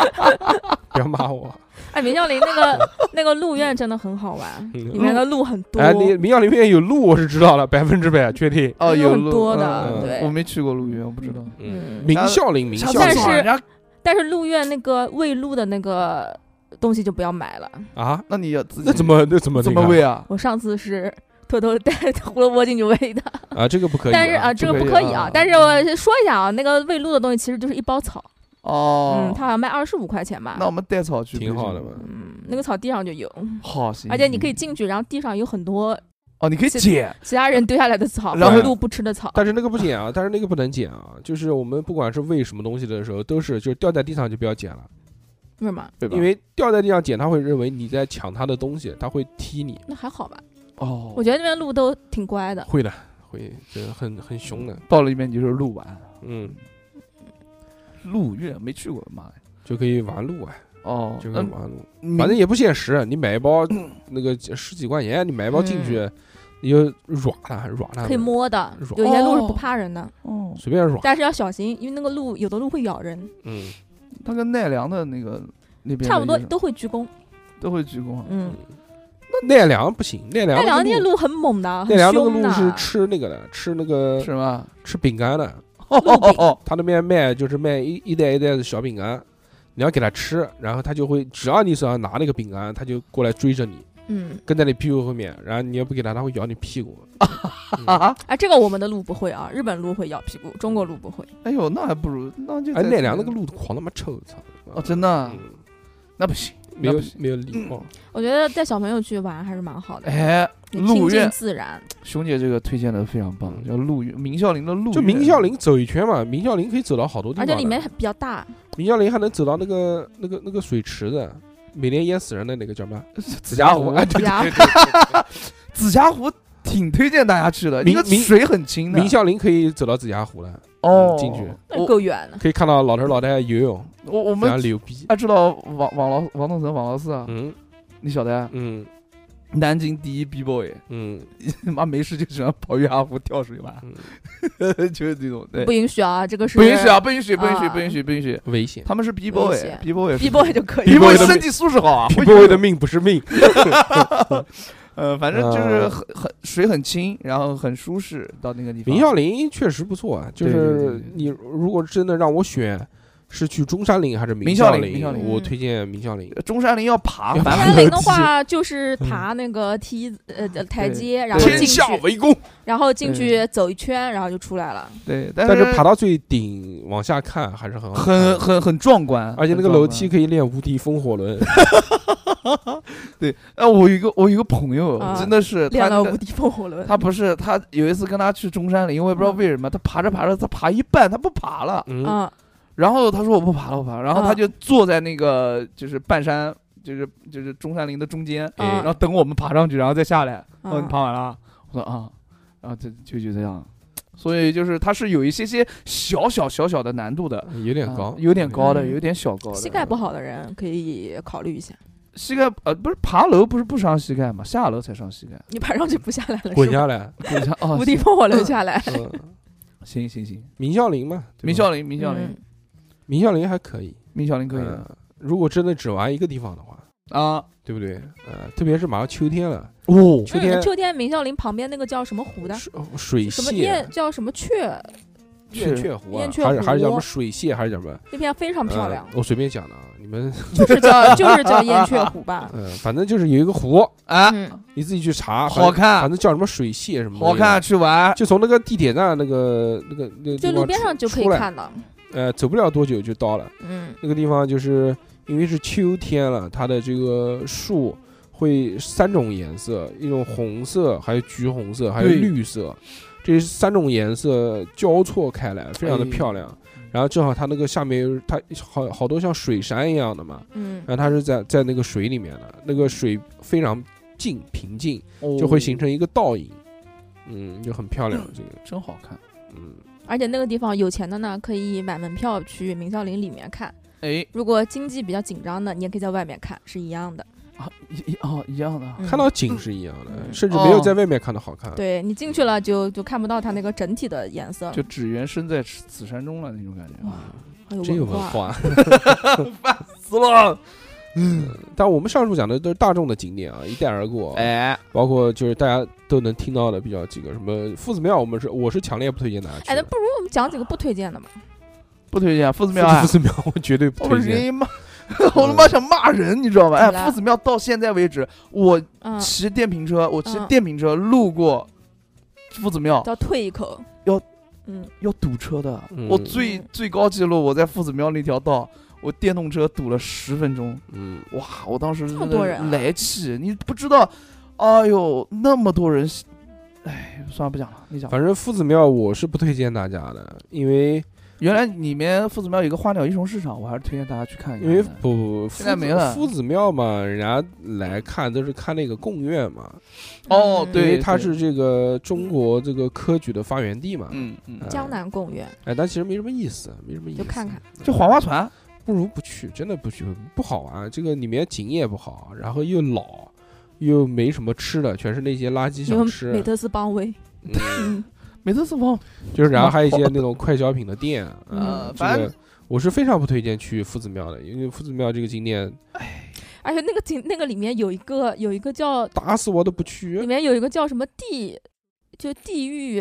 Speaker 2: 不要骂我。
Speaker 4: 哎，明孝陵那个那个鹿苑真的很好玩，
Speaker 2: 嗯
Speaker 4: 里面的鹿很多。
Speaker 2: 哎，你明耀里面有鹿，我是知道了，百分之百确定。
Speaker 3: 哦，
Speaker 4: 有
Speaker 3: 有
Speaker 4: 很
Speaker 3: 鹿
Speaker 4: 多的
Speaker 3: 嗯
Speaker 2: 对
Speaker 3: 我没去过鹿苑，我不知道。
Speaker 4: 嗯
Speaker 2: 明孝陵，明孝
Speaker 4: 但
Speaker 2: 陵
Speaker 4: 是
Speaker 3: 人家
Speaker 4: 但是鹿苑那个喂鹿的那个东西就不要买了。
Speaker 2: 啊，
Speaker 3: 那你要自己
Speaker 2: 那怎么那怎么
Speaker 3: 怎
Speaker 2: 那
Speaker 3: 么
Speaker 2: 个
Speaker 3: 喂啊？
Speaker 4: 我上次是偷偷带胡萝卜进去喂的，
Speaker 2: 啊？这个不可以，
Speaker 4: 但是啊，这个
Speaker 3: 不
Speaker 4: 不
Speaker 3: 可
Speaker 4: 可
Speaker 3: 以
Speaker 4: 以
Speaker 3: 啊
Speaker 4: 啊。但是我说一下啊，那个喂鹿的东西其实就是一包草，
Speaker 3: 哦
Speaker 4: 嗯，，它好像卖二十五块钱吧
Speaker 3: 那。我们带草去
Speaker 2: 挺好的嘛。
Speaker 4: 嗯，那个草地上就有，
Speaker 3: 好行，
Speaker 4: 而且你可以
Speaker 3: 行
Speaker 4: 进去，然后地上有很多
Speaker 3: 哦，你可以
Speaker 4: 这
Speaker 3: 捡
Speaker 4: 其他人丢下来的草，
Speaker 3: 然
Speaker 2: 后
Speaker 4: 鹿不吃的草。
Speaker 2: 但是那个不捡啊，但是那个不能捡啊。就是我们不管是喂什么东西的时候，都是就是掉在地上就不要捡了，
Speaker 4: 为什么？
Speaker 3: 对吧？
Speaker 2: 因为掉在地上捡，他会认为你在抢他的东西，他会踢你。
Speaker 4: 那还好吧，
Speaker 3: 哦，
Speaker 4: 我觉得那边鹿都挺乖的。
Speaker 2: 会的，会，这很很凶的。
Speaker 3: 到了里面你就是鹿丸，
Speaker 2: 嗯，
Speaker 3: 鹿苑没去过，妈呀！
Speaker 2: 就可以玩鹿啊，
Speaker 3: 哦，
Speaker 2: 就可以
Speaker 3: 嗯，
Speaker 2: 玩鹿，
Speaker 3: 明
Speaker 2: 反正也不现实。啊你买一包那个十几块钱，你买一包进去，你就软它，软它，
Speaker 4: 嗯可以摸的
Speaker 2: 软，
Speaker 4: 有些鹿是
Speaker 3: 哦
Speaker 4: 不怕人的，
Speaker 3: 哦，
Speaker 2: 随便软。
Speaker 4: 但是要小心，因为那个鹿有的鹿会咬人，
Speaker 2: 嗯，
Speaker 3: 它跟奈良的那个那边
Speaker 4: 差不多
Speaker 3: 的一个
Speaker 4: 都会鞠躬。
Speaker 3: 都会鞠躬啊。
Speaker 4: 嗯，
Speaker 2: 奈良不行，奈良
Speaker 4: 奈良
Speaker 2: 那
Speaker 4: 那
Speaker 2: 个
Speaker 4: 些
Speaker 2: 鹿，
Speaker 4: 鹿很猛的，
Speaker 2: 奈良
Speaker 4: 很
Speaker 2: 那个
Speaker 4: 凶
Speaker 2: 鹿
Speaker 4: 的。
Speaker 2: 是吃那个的，吃那个
Speaker 3: 是吗？
Speaker 2: 吃饼干的。
Speaker 3: 哦
Speaker 4: 鹿
Speaker 3: 哦
Speaker 4: 饼
Speaker 3: 哦，
Speaker 2: 他那边卖就是卖一一袋一袋的小饼干，你要给他吃，然后他就会只要你手上拿那个饼干，他就过来追着你，
Speaker 4: 嗯，
Speaker 2: 跟在你屁股后面，然后你要不给他，他会咬你屁股。嗯
Speaker 3: 啊！
Speaker 4: 哎，这个我们的鹿不会啊，日本鹿会咬屁股，中国鹿不会。
Speaker 3: 哎呦，那还不如那就
Speaker 2: 哎，
Speaker 3: 在
Speaker 2: 奈
Speaker 3: 这
Speaker 2: 良那
Speaker 3: 边
Speaker 2: 个鹿狂他妈臭，操！
Speaker 3: 哦，真的啊
Speaker 2: 嗯
Speaker 3: 那不嗯行，
Speaker 2: 没
Speaker 3: 那
Speaker 2: 有
Speaker 3: 不行
Speaker 2: 没有哦礼貌。
Speaker 4: 我觉得带小朋友去玩还是蛮好的，
Speaker 3: 哎，
Speaker 4: 也亲
Speaker 3: 鹿
Speaker 4: 近
Speaker 3: 苑
Speaker 4: 自然。
Speaker 3: 熊姐这个推荐的非常棒，
Speaker 2: 嗯
Speaker 3: 叫鹿苑明孝陵的鹿，
Speaker 2: 就明孝，陵走一圈嘛，明孝陵可以走到好多地方
Speaker 4: 而
Speaker 2: 的，
Speaker 4: 且里面还比较大，
Speaker 2: 明孝陵还能走到那个那个那个水池子，每年淹死人的那个叫什么？
Speaker 3: 紫霞湖，哎，
Speaker 4: 比
Speaker 3: 对，
Speaker 2: 啊
Speaker 4: 较
Speaker 3: 紫霞湖挺推荐大家去的，
Speaker 2: 明
Speaker 3: 那个
Speaker 2: 明
Speaker 3: 水很清的，
Speaker 2: 明孝陵可以走到紫霞湖了，
Speaker 3: 哦
Speaker 2: 嗯进去
Speaker 3: 我
Speaker 4: 够远了。
Speaker 2: 可以看到老头老太太游泳，
Speaker 3: 我我
Speaker 2: 非常
Speaker 3: 们
Speaker 2: 牛逼。
Speaker 3: 啊知道王王老王东城王老四啊，
Speaker 2: 嗯
Speaker 3: 你晓得啊，
Speaker 2: 嗯，
Speaker 3: 南京第一 B boy，
Speaker 2: 嗯
Speaker 3: 妈没事就喜欢跑月下湖跳水嘛，
Speaker 2: 嗯，
Speaker 3: 就是这种，对
Speaker 4: 不，允许啊，这个是
Speaker 3: 不允许啊，不允许，不允许，
Speaker 4: 啊
Speaker 3: 不允许，不允 许，
Speaker 2: 危险。
Speaker 3: 他们是 B
Speaker 4: 危险
Speaker 3: boy，B boy，B
Speaker 4: 啊 b boy 就可以
Speaker 3: B boy
Speaker 2: B-boy 的
Speaker 3: 身体素质好 啊
Speaker 2: b
Speaker 3: 我
Speaker 2: boy 的命不是 命，
Speaker 3: 啊呃，反正就是
Speaker 2: 啊
Speaker 3: 很很水很清，然后很舒适，到那个地方。
Speaker 2: 林孝林确实不错啊。就
Speaker 3: 对对对
Speaker 2: 是
Speaker 3: 对
Speaker 2: 你如果真的让我选，是去中山陵还是
Speaker 3: 明孝
Speaker 2: 孝
Speaker 3: 陵呃明孝
Speaker 4: 陵
Speaker 2: 我
Speaker 4: 嗯
Speaker 2: 推荐明孝陵。
Speaker 3: 中山陵要爬，
Speaker 2: 要
Speaker 3: 反
Speaker 2: 爬
Speaker 3: 正
Speaker 4: 山林的话，就是爬那个梯子呃台阶，然后
Speaker 3: 对
Speaker 2: 天
Speaker 4: 进去，
Speaker 2: 下为公，
Speaker 4: 然后进去走一圈，然后就出来了。
Speaker 3: 对，但
Speaker 2: 但是
Speaker 3: 是
Speaker 2: 爬到最顶往下看还是很好看
Speaker 3: 呃
Speaker 2: 嗯
Speaker 3: 很很很壮观，
Speaker 2: 而且那
Speaker 3: 很
Speaker 2: 个
Speaker 3: 壮
Speaker 2: 楼
Speaker 3: 观
Speaker 2: 梯。可以练无敌风火轮，
Speaker 3: 对，哎，我有一个我有一个朋友，
Speaker 4: 啊
Speaker 3: 真的是他
Speaker 4: 练
Speaker 3: 那
Speaker 4: 了
Speaker 3: 个
Speaker 4: 无敌风火轮，
Speaker 3: 他不是他有一次跟他去中山陵，我也不知道为什么，他爬着爬着，他爬一半他不爬了，
Speaker 2: 嗯，
Speaker 4: 嗯
Speaker 3: 然后他说我不爬了，我不爬了，然后他
Speaker 4: 啊
Speaker 3: 就坐在那个就是半山，就是就是中山陵的中间，
Speaker 2: 哎
Speaker 3: 然后等我们爬上去，然后再下来。
Speaker 4: 嗯
Speaker 3: 哦，你爬完了啊？我说啊，然后就就就这样。所以就是它是有一些些小小小小的难度的，
Speaker 2: 有点
Speaker 3: 啊
Speaker 2: 高，
Speaker 3: 有点高的，
Speaker 4: 嗯
Speaker 3: 有点小高的。
Speaker 4: 膝盖不好的人可以考虑一下。
Speaker 3: 膝盖呃不是爬楼不是不伤膝盖吗？下楼才伤膝 盖。
Speaker 4: 你爬上去不下来了，
Speaker 2: 嗯滚
Speaker 4: 是吧
Speaker 2: 下来。
Speaker 3: 滚下哦
Speaker 4: 无，敌风火轮下 来。
Speaker 2: 嗯，
Speaker 3: 行行行，
Speaker 2: 明孝陵嘛，对吧
Speaker 3: 明孝陵，明孝陵
Speaker 4: 嗯，，
Speaker 2: 明孝陵还可以，
Speaker 3: 明孝陵可以的
Speaker 2: 嗯如果真的只玩一个地方的话，
Speaker 3: 啊。
Speaker 2: 对不对？呃，特别是马上秋天了，
Speaker 3: 哦，
Speaker 2: 秋天
Speaker 4: 嗯秋天明孝陵旁边那个叫什么湖的？
Speaker 2: 水哦水
Speaker 4: 什么
Speaker 2: 榭
Speaker 4: 燕叫什么雀？
Speaker 2: 燕雀湖啊
Speaker 4: 燕，雀
Speaker 2: 还是还是叫什么
Speaker 4: 湖
Speaker 2: 水榭还是叫什么？
Speaker 4: 那片非常漂
Speaker 2: 呃
Speaker 4: 亮，
Speaker 2: 我随便讲的啊，你们？
Speaker 4: 就是叫就是叫燕雀湖吧
Speaker 2: 嗯，反正就是有一个湖，
Speaker 3: 啊，
Speaker 4: 嗯，
Speaker 2: 你自己去查，反
Speaker 3: 好
Speaker 2: 正
Speaker 3: 看
Speaker 2: 反，正叫什么水榭什么，
Speaker 3: 好看，，去玩。
Speaker 2: 就从那个地铁站那个那个那个地
Speaker 4: 就
Speaker 2: 方
Speaker 4: 路边
Speaker 2: 出
Speaker 4: 上就可以
Speaker 2: 出来
Speaker 4: 看到。
Speaker 2: 呃，走不了多久就到了。
Speaker 4: 嗯
Speaker 2: 那个地方就是因为是秋天了，它的这个树会三种颜色，一种红色，还有橘红色，还有
Speaker 3: 对
Speaker 2: 绿色，这三种颜色交错开来，非常的
Speaker 3: 哎
Speaker 2: 漂亮。然后正好它那个下面有它好好多像水山一样的嘛，
Speaker 4: 嗯，
Speaker 2: 然后它是在在那个水里面的，那个水非常静平静，就会形
Speaker 3: 哦
Speaker 2: 成一个倒影，嗯，就很漂亮这个，
Speaker 3: 真好看。
Speaker 2: 嗯，
Speaker 4: 而且那个地方有钱的呢，可以买门票去明孝陵里面看；
Speaker 3: 哎，
Speaker 4: 如果经济比较紧张的，你也可以在外面看，是一样的。
Speaker 3: 啊一一哦一样的啊。
Speaker 4: 嗯
Speaker 2: 看到景是一样的，
Speaker 4: 嗯
Speaker 2: 甚至没有
Speaker 3: 哦
Speaker 2: 在外面看的好看，
Speaker 4: 对你进去了就就看不到它那个整体的颜色，
Speaker 3: 就只缘身在此此山中了那种感觉，
Speaker 4: 很有
Speaker 2: 真有文
Speaker 4: 化。
Speaker 2: 化。
Speaker 3: 死了！
Speaker 2: 但我们上述讲的都是大众的景点啊，一带而过。，
Speaker 3: 哎，
Speaker 2: 包括就是大家都能听到的比较几个，什么夫子庙，我们是我是强烈不推荐大家去的。
Speaker 4: 哎，那不如我们讲几个不推荐的嘛？
Speaker 3: 不推荐夫子庙
Speaker 2: 夫
Speaker 3: 啊！
Speaker 2: 子庙我绝对不
Speaker 3: 我
Speaker 2: 推荐。
Speaker 3: 人妈， 我他妈想骂人，你知道吧？
Speaker 4: 怎么
Speaker 3: 哎，
Speaker 4: 了
Speaker 3: 夫子庙到现在为止，我
Speaker 4: 嗯，
Speaker 3: 骑电瓶车，我骑
Speaker 4: 嗯
Speaker 3: 电瓶车路过夫子庙
Speaker 4: 要退一口。
Speaker 3: 要，
Speaker 4: 嗯，
Speaker 3: 要堵车的
Speaker 2: 嗯。
Speaker 3: 我最
Speaker 4: 嗯
Speaker 3: 最高记录，我在夫子庙那条道，我电动车堵了十分钟。
Speaker 2: 嗯，
Speaker 3: 哇，我当时
Speaker 4: 这么
Speaker 3: 真
Speaker 4: 多
Speaker 3: 的
Speaker 4: 人啊
Speaker 3: 来气，你不知道，哎呦，那么多人，哎，算了，不讲了，你讲吧。
Speaker 2: 反正夫子庙我是不推荐大家的，因为
Speaker 3: 原来里面夫子庙有个花鸟鱼虫市场，我还是推荐大家去看一
Speaker 2: 因为
Speaker 3: 看
Speaker 2: 不不
Speaker 3: 的。
Speaker 2: 不，夫
Speaker 3: 现在
Speaker 2: 子
Speaker 3: 没了
Speaker 2: 夫子庙嘛，人家来看都是看那个贡院嘛，
Speaker 3: 哦
Speaker 4: 嗯
Speaker 2: 因为
Speaker 3: 对
Speaker 2: 它是这个中国这个科举的发源地嘛。
Speaker 3: 嗯嗯，
Speaker 4: 江南贡院
Speaker 2: 哎，但其实没什么意思，没什么意思。
Speaker 4: 就看看，
Speaker 3: 就黄花船，
Speaker 2: 不如不去，真的不去，不好玩。这个里面景也不好，然后又老，又没什么吃的，全是那些垃圾小
Speaker 4: 有
Speaker 2: 吃啊
Speaker 4: 美，特斯邦威。
Speaker 2: 嗯
Speaker 4: 嗯
Speaker 3: 每次四方，
Speaker 2: 就是然后还有一些那种快消品的 店。
Speaker 4: 嗯
Speaker 2: 啊，这
Speaker 3: 反
Speaker 2: 个
Speaker 3: 正
Speaker 2: 我是非常不推荐去夫子庙的，因为夫子庙这个景点
Speaker 4: 而且那个景那个里面有一个有一个叫
Speaker 2: 打死我都不
Speaker 4: 里
Speaker 2: 去。
Speaker 4: 面有一个叫什么地，就地狱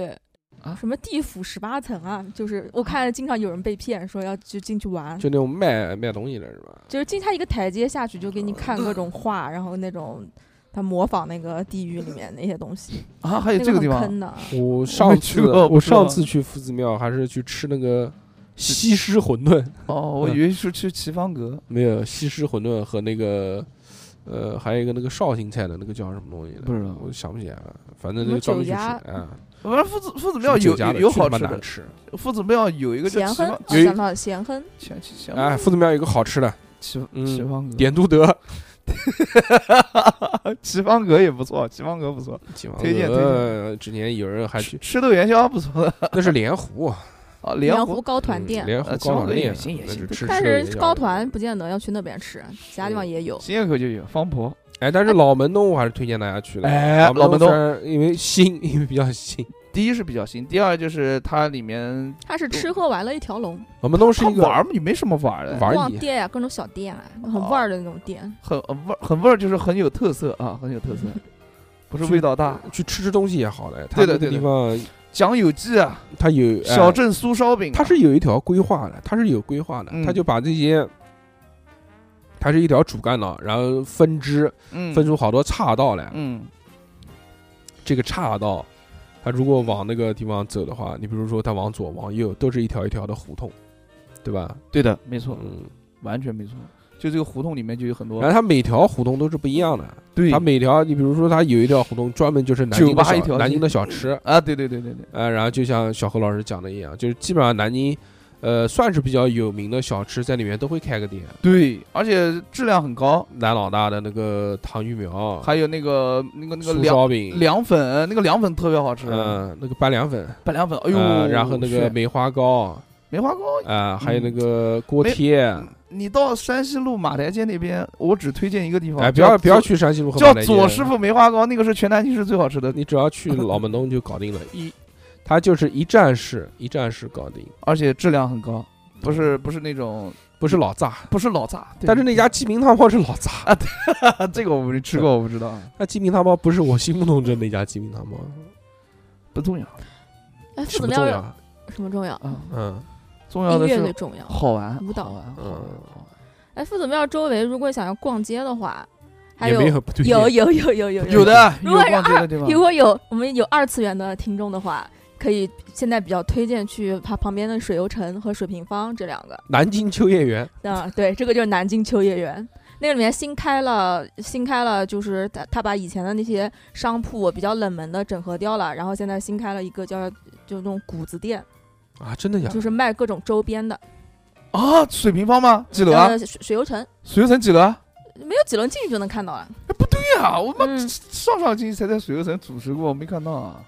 Speaker 3: 啊
Speaker 4: 什么地府十八层啊，就是我看经常有人被骗说要去进去玩，
Speaker 2: 就那种卖卖东西的是吧？
Speaker 4: 就是进它一个台阶下去就给你看各种画，然后那种他模仿那个地狱里面那些东西，
Speaker 3: 啊，还有
Speaker 4: 那
Speaker 3: 这
Speaker 4: 个
Speaker 3: 个地
Speaker 4: 很
Speaker 3: 方
Speaker 4: 坑的。
Speaker 2: 我上次
Speaker 3: 去过不
Speaker 2: 我
Speaker 3: 知道
Speaker 2: 上次去夫子庙还是去吃那个西施馄饨，
Speaker 3: 哦，我
Speaker 2: 嗯
Speaker 3: 以为是去齐方阁
Speaker 2: 没有西施馄饨和那个呃还有一个那个绍兴菜的那个叫什么东西的，
Speaker 3: 不知道
Speaker 2: 我想不起来了，反正
Speaker 4: 什
Speaker 2: 那个
Speaker 4: 么
Speaker 2: 专门去吃
Speaker 4: 酒家
Speaker 2: 啊，
Speaker 3: 反正夫子夫子
Speaker 2: 不
Speaker 3: 庙有有有好吃
Speaker 2: 难
Speaker 3: 的，
Speaker 2: 吃。
Speaker 3: 夫子庙有一个叫
Speaker 4: 咸
Speaker 3: 齐
Speaker 4: 亨，
Speaker 3: 方
Speaker 4: 啊，
Speaker 2: 有一
Speaker 4: 想到咸亨，
Speaker 3: 咸咸
Speaker 2: 哎，夫子庙有一个好吃的
Speaker 3: 齐
Speaker 2: 嗯
Speaker 3: 齐方阁，
Speaker 2: 点都德，
Speaker 3: 齐方阁也不错，齐方阁不错，推荐推荐
Speaker 2: 呃，之前有人还去，
Speaker 3: 吃豆元宵不错的
Speaker 2: 那是莲湖
Speaker 3: 啊，
Speaker 4: 盐
Speaker 3: 莲
Speaker 4: 湖
Speaker 3: 湖
Speaker 4: 高 团
Speaker 2: 嗯
Speaker 4: 店，
Speaker 2: 莲湖高
Speaker 3: 呃秦
Speaker 2: 团
Speaker 3: 淮
Speaker 2: 店
Speaker 3: 也行也
Speaker 2: 那
Speaker 3: 行
Speaker 2: 是吃
Speaker 4: 但
Speaker 2: 吃的也
Speaker 4: 是
Speaker 2: 叫
Speaker 4: 高团不见得要去那边吃，其他地方也有。
Speaker 3: 新街口就有方婆，
Speaker 2: 哎，但是老门东我还是推荐大家去的。
Speaker 3: 哎
Speaker 2: 老
Speaker 3: 老门东
Speaker 2: 虽然因为新， 因为比较新。
Speaker 3: 第一是比较新，第二就是它里面
Speaker 4: 它是吃喝玩乐一条龙，
Speaker 2: 老门东是
Speaker 3: 它
Speaker 2: 一个
Speaker 3: 玩儿嘛也没什么玩儿的，
Speaker 2: 玩
Speaker 4: 逛
Speaker 2: 你
Speaker 4: 店呀、各种小店啊，很
Speaker 3: 哦
Speaker 4: 味儿的那种店。
Speaker 3: 很很味儿，很味儿就是很有特色啊，很有特色，
Speaker 2: 嗯
Speaker 3: 不是味道大。
Speaker 2: 去吃吃东西也好嘞。它
Speaker 3: 对的
Speaker 2: 那个
Speaker 3: 对的
Speaker 2: 地方
Speaker 3: 讲有记啊，
Speaker 2: 它有哎
Speaker 3: 小镇酥烧饼啊，
Speaker 2: 它是有一条规划的，它是有规划的，
Speaker 3: 嗯
Speaker 2: 它就把这些，它是一条主干道，然后分支
Speaker 3: 嗯
Speaker 2: 分出好多岔道来。
Speaker 3: 嗯
Speaker 2: 这个岔道，它如果往那个地方走的话，你比如说它往左往右都是一条一条的胡同，对吧？
Speaker 3: 对的，没错，
Speaker 2: 嗯，
Speaker 3: 完全没错。就这个胡同里面就有很多
Speaker 2: 然后它每条胡同都是不一样的，
Speaker 3: 对
Speaker 2: 它每条你比如说它有一条胡同专门就是南京的
Speaker 3: 酒吧
Speaker 2: 小
Speaker 3: 一条街
Speaker 2: 南京的小吃，
Speaker 3: 啊，对对对对对，
Speaker 2: 呃，然后就像小何老师讲的一样，就是基本上南京，呃，算是比较有名的小吃在里面都会开个店。
Speaker 3: 对，而且质量很高，
Speaker 2: 南老大的那个糖芋苗，
Speaker 3: 还有那个那个那个
Speaker 2: 酥
Speaker 3: 凉
Speaker 2: 烧饼，
Speaker 3: 凉粉，那个凉粉特别好吃，
Speaker 2: 嗯，那个拌凉粉，
Speaker 3: 拌凉粉，
Speaker 2: 呃
Speaker 3: 哎呦，
Speaker 2: 然后那个
Speaker 3: 是嗯
Speaker 2: 梅花糕，
Speaker 3: 梅花糕，
Speaker 2: 啊，还有那个锅贴，
Speaker 3: 你到山西路马台街那边，我只推荐一个地方，
Speaker 2: 哎，不要
Speaker 3: 啊叫
Speaker 2: 不要去山西路和
Speaker 3: 叫
Speaker 2: 马台街
Speaker 3: 左师，傅梅花糕，那个是全南京市最好吃的，
Speaker 2: 你只要去老门东就搞定了，一，它就是一站式，一站式搞定，
Speaker 3: 而且质量很高，不是不是那种
Speaker 2: 不是老炸，
Speaker 3: 不是老炸，
Speaker 2: 嗯
Speaker 3: 对啊
Speaker 2: 但是那家鸡鸣汤包是老炸，
Speaker 3: 这个我没吃过，我不知道，
Speaker 2: 那鸡鸣汤包不是我心目中的那家鸡鸣汤包，
Speaker 3: 不重要
Speaker 4: 哎，父
Speaker 2: 什么
Speaker 4: 子庙
Speaker 2: 重
Speaker 4: 是
Speaker 2: 要啊？
Speaker 4: 什么重要？
Speaker 3: 啊，
Speaker 2: 嗯，
Speaker 3: 重要
Speaker 4: 音
Speaker 3: 的
Speaker 4: 乐最
Speaker 3: 是
Speaker 4: 重要。
Speaker 3: 好玩，
Speaker 4: 舞蹈
Speaker 3: 好玩，好玩
Speaker 2: 嗯
Speaker 3: 好玩
Speaker 4: 哎，夫子庙周围如果想要逛街的话，还
Speaker 2: 也没
Speaker 4: 有
Speaker 2: 有不对劲，
Speaker 4: 有有有有有
Speaker 3: 有的有
Speaker 4: 如果是
Speaker 3: 逛街的地
Speaker 4: 如
Speaker 3: 方，
Speaker 4: 果有我们有二次元的听众的话，可以现在比较推荐去它旁边的水游城和水平坊这两个。
Speaker 2: 南京秋叶原，
Speaker 4: 啊， 对，这个就是南京秋叶原，那个里面新开了，新开了，就是他他把以前的那些商铺比较冷门的整合掉了，然后现在新开了一个叫就那种谷子店，
Speaker 2: 啊，真的假
Speaker 4: 就
Speaker 2: 的？
Speaker 4: 是卖各种周边的。
Speaker 3: 啊，水平方吗？几楼啊？
Speaker 4: 呃，水水游城
Speaker 3: 水游城几楼啊？
Speaker 4: 没有几轮进去就能看到了。
Speaker 3: 对呀，我妈
Speaker 4: 嗯，
Speaker 3: 上上星期才在水游城主持过，我没看到啊，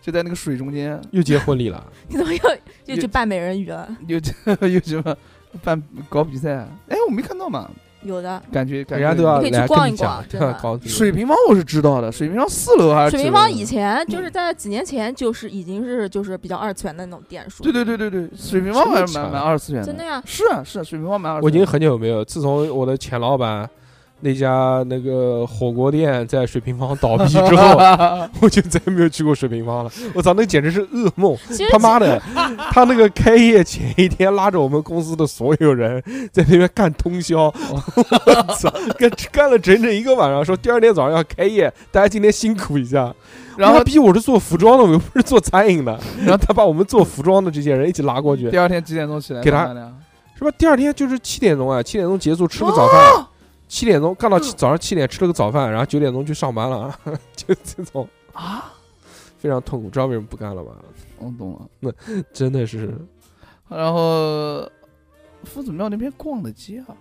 Speaker 3: 就在那个水中间，
Speaker 2: 又结婚礼了，
Speaker 4: 你怎么又又去扮美人鱼了？
Speaker 3: 有 有什么办搞比赛啊？哎，我没看到嘛，
Speaker 4: 有的，
Speaker 3: 感觉感
Speaker 2: 人家
Speaker 3: 觉
Speaker 2: 都要
Speaker 4: 你可以去
Speaker 2: 来
Speaker 4: 逛
Speaker 2: 跟
Speaker 4: 一
Speaker 2: 你讲
Speaker 4: 逛真的
Speaker 2: 搞这个
Speaker 3: 水平方我是知道的，水平方四楼还是
Speaker 4: 水
Speaker 3: 几
Speaker 4: 平
Speaker 3: 楼
Speaker 4: 坊
Speaker 3: 呢
Speaker 4: 以前就是在几年前就是已经是就是比较二次元的那种店数。
Speaker 3: 对对对对对，水平
Speaker 2: 真
Speaker 3: 方
Speaker 2: 的
Speaker 3: 还是
Speaker 2: 假
Speaker 3: 蛮
Speaker 2: 的
Speaker 3: 蛮二次元
Speaker 4: 真的呀，
Speaker 3: 是啊是啊，水平方蛮二次元。
Speaker 2: 啊我已经很久没有，自从我的前老板那家那个火锅店在水平坊倒闭之 后，我就再也没有去过水平坊了。我操，那简直是噩 梦！
Speaker 4: 其实
Speaker 2: 他妈的，他那个开业前一天拉着我们公司的所有人在那边干通宵，
Speaker 3: 哦
Speaker 2: 我操，干干了整整一个晚上，说第二天早上要开业，大家今天辛苦一下。
Speaker 3: 然后
Speaker 2: 逼我是做服装的，我又不是做餐饮的，然
Speaker 3: 后
Speaker 2: 后他把我们做服装的这些人一起拉过去，
Speaker 3: 第二天几点钟起来
Speaker 2: 给
Speaker 3: 上
Speaker 2: 他
Speaker 3: 班的？
Speaker 2: 是吧？第二天就是七点钟啊，七点钟结束吃个早饭，七点钟干到七早上七点吃了个早饭，然后九点钟去上班了，啊，就这种
Speaker 3: 啊，
Speaker 2: 非常痛苦。知道为什么不干了吧？
Speaker 3: 我哦懂了。
Speaker 2: 真的是
Speaker 3: 然后夫子庙那边逛的街啊，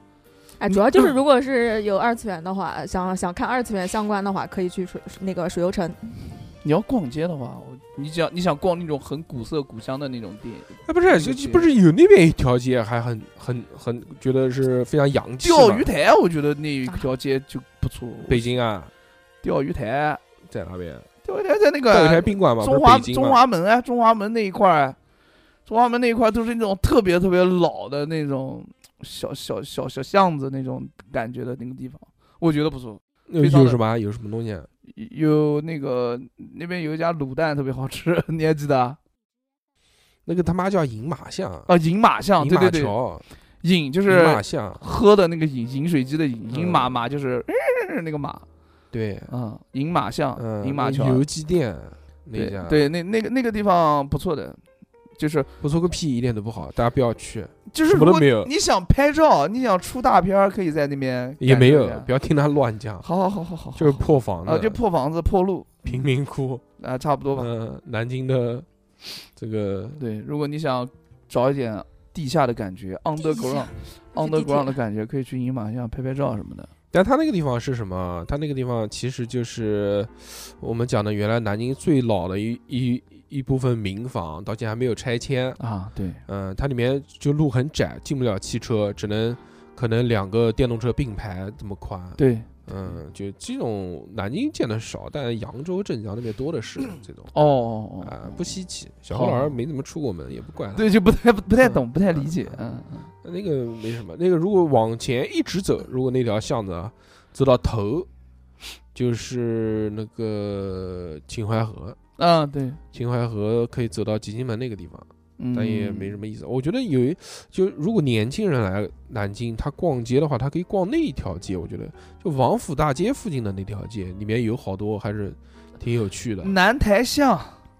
Speaker 4: 哎，主要就是如果是有二次元的话，想想看二次元相关的话，可以去水那个水游城。
Speaker 3: 你要逛街的话，我你想你想逛那种很古色古香的那种店，
Speaker 2: 哎，不是，就就不是有那边一条街还很很很觉得是非常洋气吗
Speaker 3: 钓鱼台，我觉得那一条街就不错。
Speaker 2: 北京啊，
Speaker 3: 钓鱼台，
Speaker 2: 在哪边？
Speaker 3: 钓鱼台在那个
Speaker 2: 钓鱼台宾馆嘛，不
Speaker 3: 中
Speaker 2: 是
Speaker 3: 华
Speaker 2: 北京
Speaker 3: 中
Speaker 2: 嘛？
Speaker 3: 华门啊，中华门那一块儿，中华门那一块儿都是那种特别特别老的那种小小小小巷子那种感觉的那个地方，我觉得不错。
Speaker 2: 有
Speaker 3: 非常
Speaker 2: 有
Speaker 3: 的
Speaker 2: 什么啊有什么东西啊？
Speaker 3: 有那个那边有一家卤蛋特别好吃， 你还记得啊？
Speaker 2: 那个他妈叫饮马巷，
Speaker 3: 啊，饮马巷，
Speaker 2: 饮
Speaker 3: 对对
Speaker 2: 马
Speaker 3: 对，
Speaker 2: 桥，
Speaker 3: 饮就
Speaker 2: 饮马
Speaker 3: 是
Speaker 2: 巷，
Speaker 3: 喝的那个饮，饮水机的饮，饮马
Speaker 2: 嗯
Speaker 3: 马就是、呃那个马，
Speaker 2: 对，
Speaker 3: 嗯，饮马巷，
Speaker 2: 嗯，
Speaker 3: 饮马
Speaker 2: 那
Speaker 3: 桥，
Speaker 2: 游记店那
Speaker 3: 对
Speaker 2: 家，
Speaker 3: 对，，那那个那个地方不错的，就是
Speaker 2: 不错个屁，一点都不好，大家不要去。
Speaker 3: 就是
Speaker 2: 什么
Speaker 3: 如
Speaker 2: 都
Speaker 3: 果
Speaker 2: 没有
Speaker 3: 你想拍照，你想出大片儿，可以在那边
Speaker 2: 也没有
Speaker 3: 感受，一
Speaker 2: 不
Speaker 3: 下
Speaker 2: 要听他乱 讲，
Speaker 3: 好好好好好，
Speaker 2: 就是破房
Speaker 3: 啊，
Speaker 2: 子，
Speaker 3: 就破房子、破路
Speaker 2: 贫民 窟，
Speaker 3: 啊，差不多吧。
Speaker 2: 嗯，南京的这个
Speaker 3: 对，如果你想找一点地下的感觉，underground
Speaker 4: 那是地铁
Speaker 3: underground 的感觉，可以去饮马巷拍拍照什么的。
Speaker 2: 但他那个地方是什么？啊他那个地方其实就是我们讲的原来南京最老的一一一部分民房，到现在还没有拆迁。呃
Speaker 3: 啊，对，
Speaker 2: 嗯，它里面就路很窄，进不了汽车，只能可能两个电动车并排这么宽，
Speaker 3: 对，
Speaker 2: 嗯，就这种南京见的少，但扬州、镇江那边多的 是这种，
Speaker 3: 哦哦哦，
Speaker 2: 啊，不稀奇。小何老师没怎么出过门，也不怪他，
Speaker 3: 对，就不太不太懂，不太理解，嗯，
Speaker 2: 那个没什么。那个如果往前一直走，如果那条巷子啊走到头，就是那个秦淮河，
Speaker 3: 啊，对，
Speaker 2: 秦淮河可以走到吉星门那个地方，
Speaker 3: 嗯，
Speaker 2: 但也没什么意思。我觉得有一，就如果年轻人来南京，他逛街的话，他可以逛那一条街。我觉得就王府大街附近的那条街，里面有好多还是挺有趣的。
Speaker 3: 南台巷，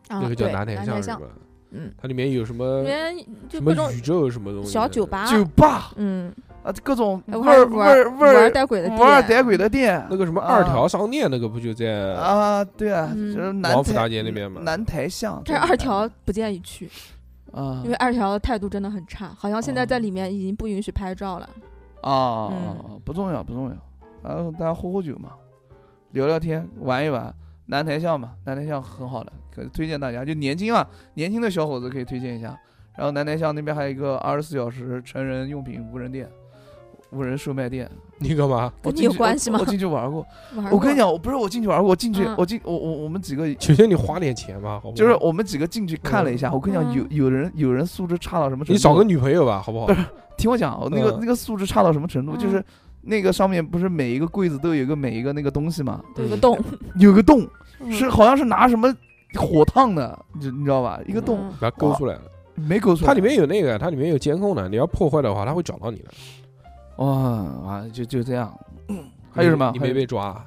Speaker 4: 啊，
Speaker 2: 那个
Speaker 4: 对，
Speaker 2: 叫南
Speaker 4: 台
Speaker 2: 台巷是吧？
Speaker 4: 嗯，
Speaker 2: 它里面有什么
Speaker 4: 里面
Speaker 2: 什
Speaker 4: 就各
Speaker 2: 么
Speaker 4: 种
Speaker 2: 宇宙什么东西的
Speaker 4: 小酒，吧，
Speaker 3: 酒吧
Speaker 4: 嗯，
Speaker 3: 啊，各种
Speaker 4: 哎
Speaker 3: 味
Speaker 4: 我还
Speaker 3: 儿味
Speaker 4: 啊玩
Speaker 3: 儿味儿
Speaker 4: 玩带鬼的
Speaker 3: 无二
Speaker 4: 店
Speaker 3: 逮鬼的店，
Speaker 2: 那个什么
Speaker 3: 啊
Speaker 2: 二条商店，那个不就在
Speaker 3: 啊，对啊，
Speaker 4: 嗯
Speaker 3: 就是南
Speaker 2: 嗯王府
Speaker 3: 台
Speaker 2: 大街那边嘛？
Speaker 3: 南台巷，
Speaker 4: 但是二条不建议去，
Speaker 3: 啊，
Speaker 4: 因为二条的态度真的很差，好像现在
Speaker 3: 哦
Speaker 4: 在里面已经不允许拍照了。
Speaker 3: 啊
Speaker 4: 嗯，
Speaker 3: 不重要不重要，然后大家喝喝酒嘛，聊聊天，玩一玩。南台巷嘛，南台巷很好的，可推荐大家。就年轻啊，年轻的小伙子可以推荐一下。然后南台巷那边还有一个二十四小时成人用品无人店、无人售卖店，
Speaker 2: 你干嘛？
Speaker 3: 我
Speaker 4: 跟你
Speaker 3: 进
Speaker 4: 有
Speaker 3: 去
Speaker 4: 关系
Speaker 3: 我
Speaker 4: 吗
Speaker 3: 我进去玩过，
Speaker 4: 玩
Speaker 3: 我跟
Speaker 4: 过
Speaker 3: 你，讲，我不是我进去玩过，我进去，
Speaker 4: 嗯
Speaker 3: 我进我我我们几个
Speaker 2: 求求你花点钱吧，好不好？
Speaker 3: 就是我们几个进去看了一下，我跟你讲，有
Speaker 4: 嗯
Speaker 3: 有人有人素质差到什么程度？
Speaker 2: 你找个女朋友吧，好不好
Speaker 3: 不？听我讲，那个
Speaker 2: 嗯
Speaker 3: 那个素质差到什么程度？就
Speaker 4: 嗯
Speaker 3: 是那个上面不是每一个柜子都有一个每一个那个东西嘛，
Speaker 4: 有个
Speaker 2: 嗯
Speaker 4: 洞，
Speaker 3: 有个洞，
Speaker 4: 嗯
Speaker 3: 是好像是拿什么火烫的，你知你知道吧？一个洞
Speaker 4: 嗯
Speaker 2: 把它勾出来了。
Speaker 3: 没勾出来，
Speaker 2: 它里面有那个，它里面有监控的，你要破坏的话，它会找到你的。
Speaker 3: 哇哇就就这样，还有什么
Speaker 2: 你
Speaker 3: 还
Speaker 2: 没
Speaker 3: 有
Speaker 2: 被抓啊？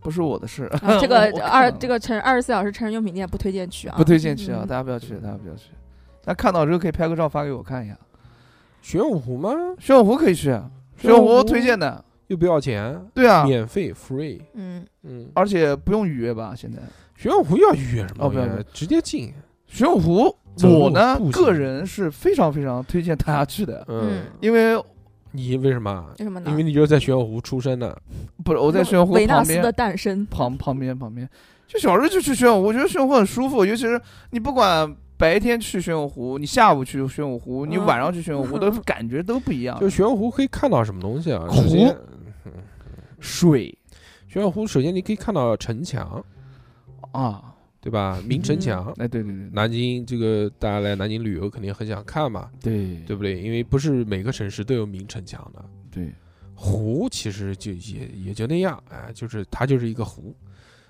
Speaker 3: 不是我的事
Speaker 4: 啊，这
Speaker 3: 我
Speaker 4: 个
Speaker 3: 看
Speaker 4: 二
Speaker 3: 了
Speaker 4: 这个成二十四小时成人用品店不推荐去啊，
Speaker 3: 不推荐去啊，
Speaker 4: 嗯
Speaker 3: 大家不要去，大家不要去。那看到之后可以拍个照发给我看一下，
Speaker 2: 玄武湖吗？
Speaker 3: 玄武湖可以去，啊玄武湖推荐的，
Speaker 2: 又不要钱，
Speaker 3: 对啊，
Speaker 2: 免费 free。
Speaker 4: 嗯，
Speaker 2: 嗯，
Speaker 3: 而且不用预约吧？现在
Speaker 2: 玄武湖要预约什么
Speaker 3: 哦
Speaker 2: 东
Speaker 3: 不
Speaker 2: 西
Speaker 3: 要
Speaker 2: 啊？
Speaker 3: 不要
Speaker 2: 直接进。
Speaker 3: 玄武湖，
Speaker 2: 走路
Speaker 3: 我呢
Speaker 2: 步行
Speaker 3: 个人是非常非常推荐大家去的，
Speaker 2: 嗯，
Speaker 4: 嗯
Speaker 3: 因为
Speaker 2: 你为什么啊？
Speaker 4: 为什么呢？
Speaker 2: 因为你就是在玄武湖出生的。
Speaker 3: 不是我在玄武湖
Speaker 4: 维纳
Speaker 3: 旁
Speaker 4: 斯的
Speaker 3: 边
Speaker 4: 诞生，
Speaker 3: 旁旁边旁边，就小时候就去玄武湖，我觉得玄武湖很舒服，尤其是你不管白天去玄武湖，你下午去玄武湖，你
Speaker 4: 嗯
Speaker 3: 晚上去玄武湖，都 感觉都不一样。
Speaker 2: 就玄武湖可以看到什么东西啊？
Speaker 3: 湖
Speaker 2: 首先，
Speaker 3: 水
Speaker 2: 玄武湖首先你可以看到城墙，
Speaker 3: 啊，
Speaker 2: 对吧？明城墙，
Speaker 3: 哎对对对
Speaker 2: 南京这个大家来南京旅游肯定很想看嘛，
Speaker 3: 对
Speaker 2: 对不对？因为不是每个城市都有明城墙的。
Speaker 3: 对，
Speaker 2: 湖其实就也也就那样，哎，就是它就是一个湖，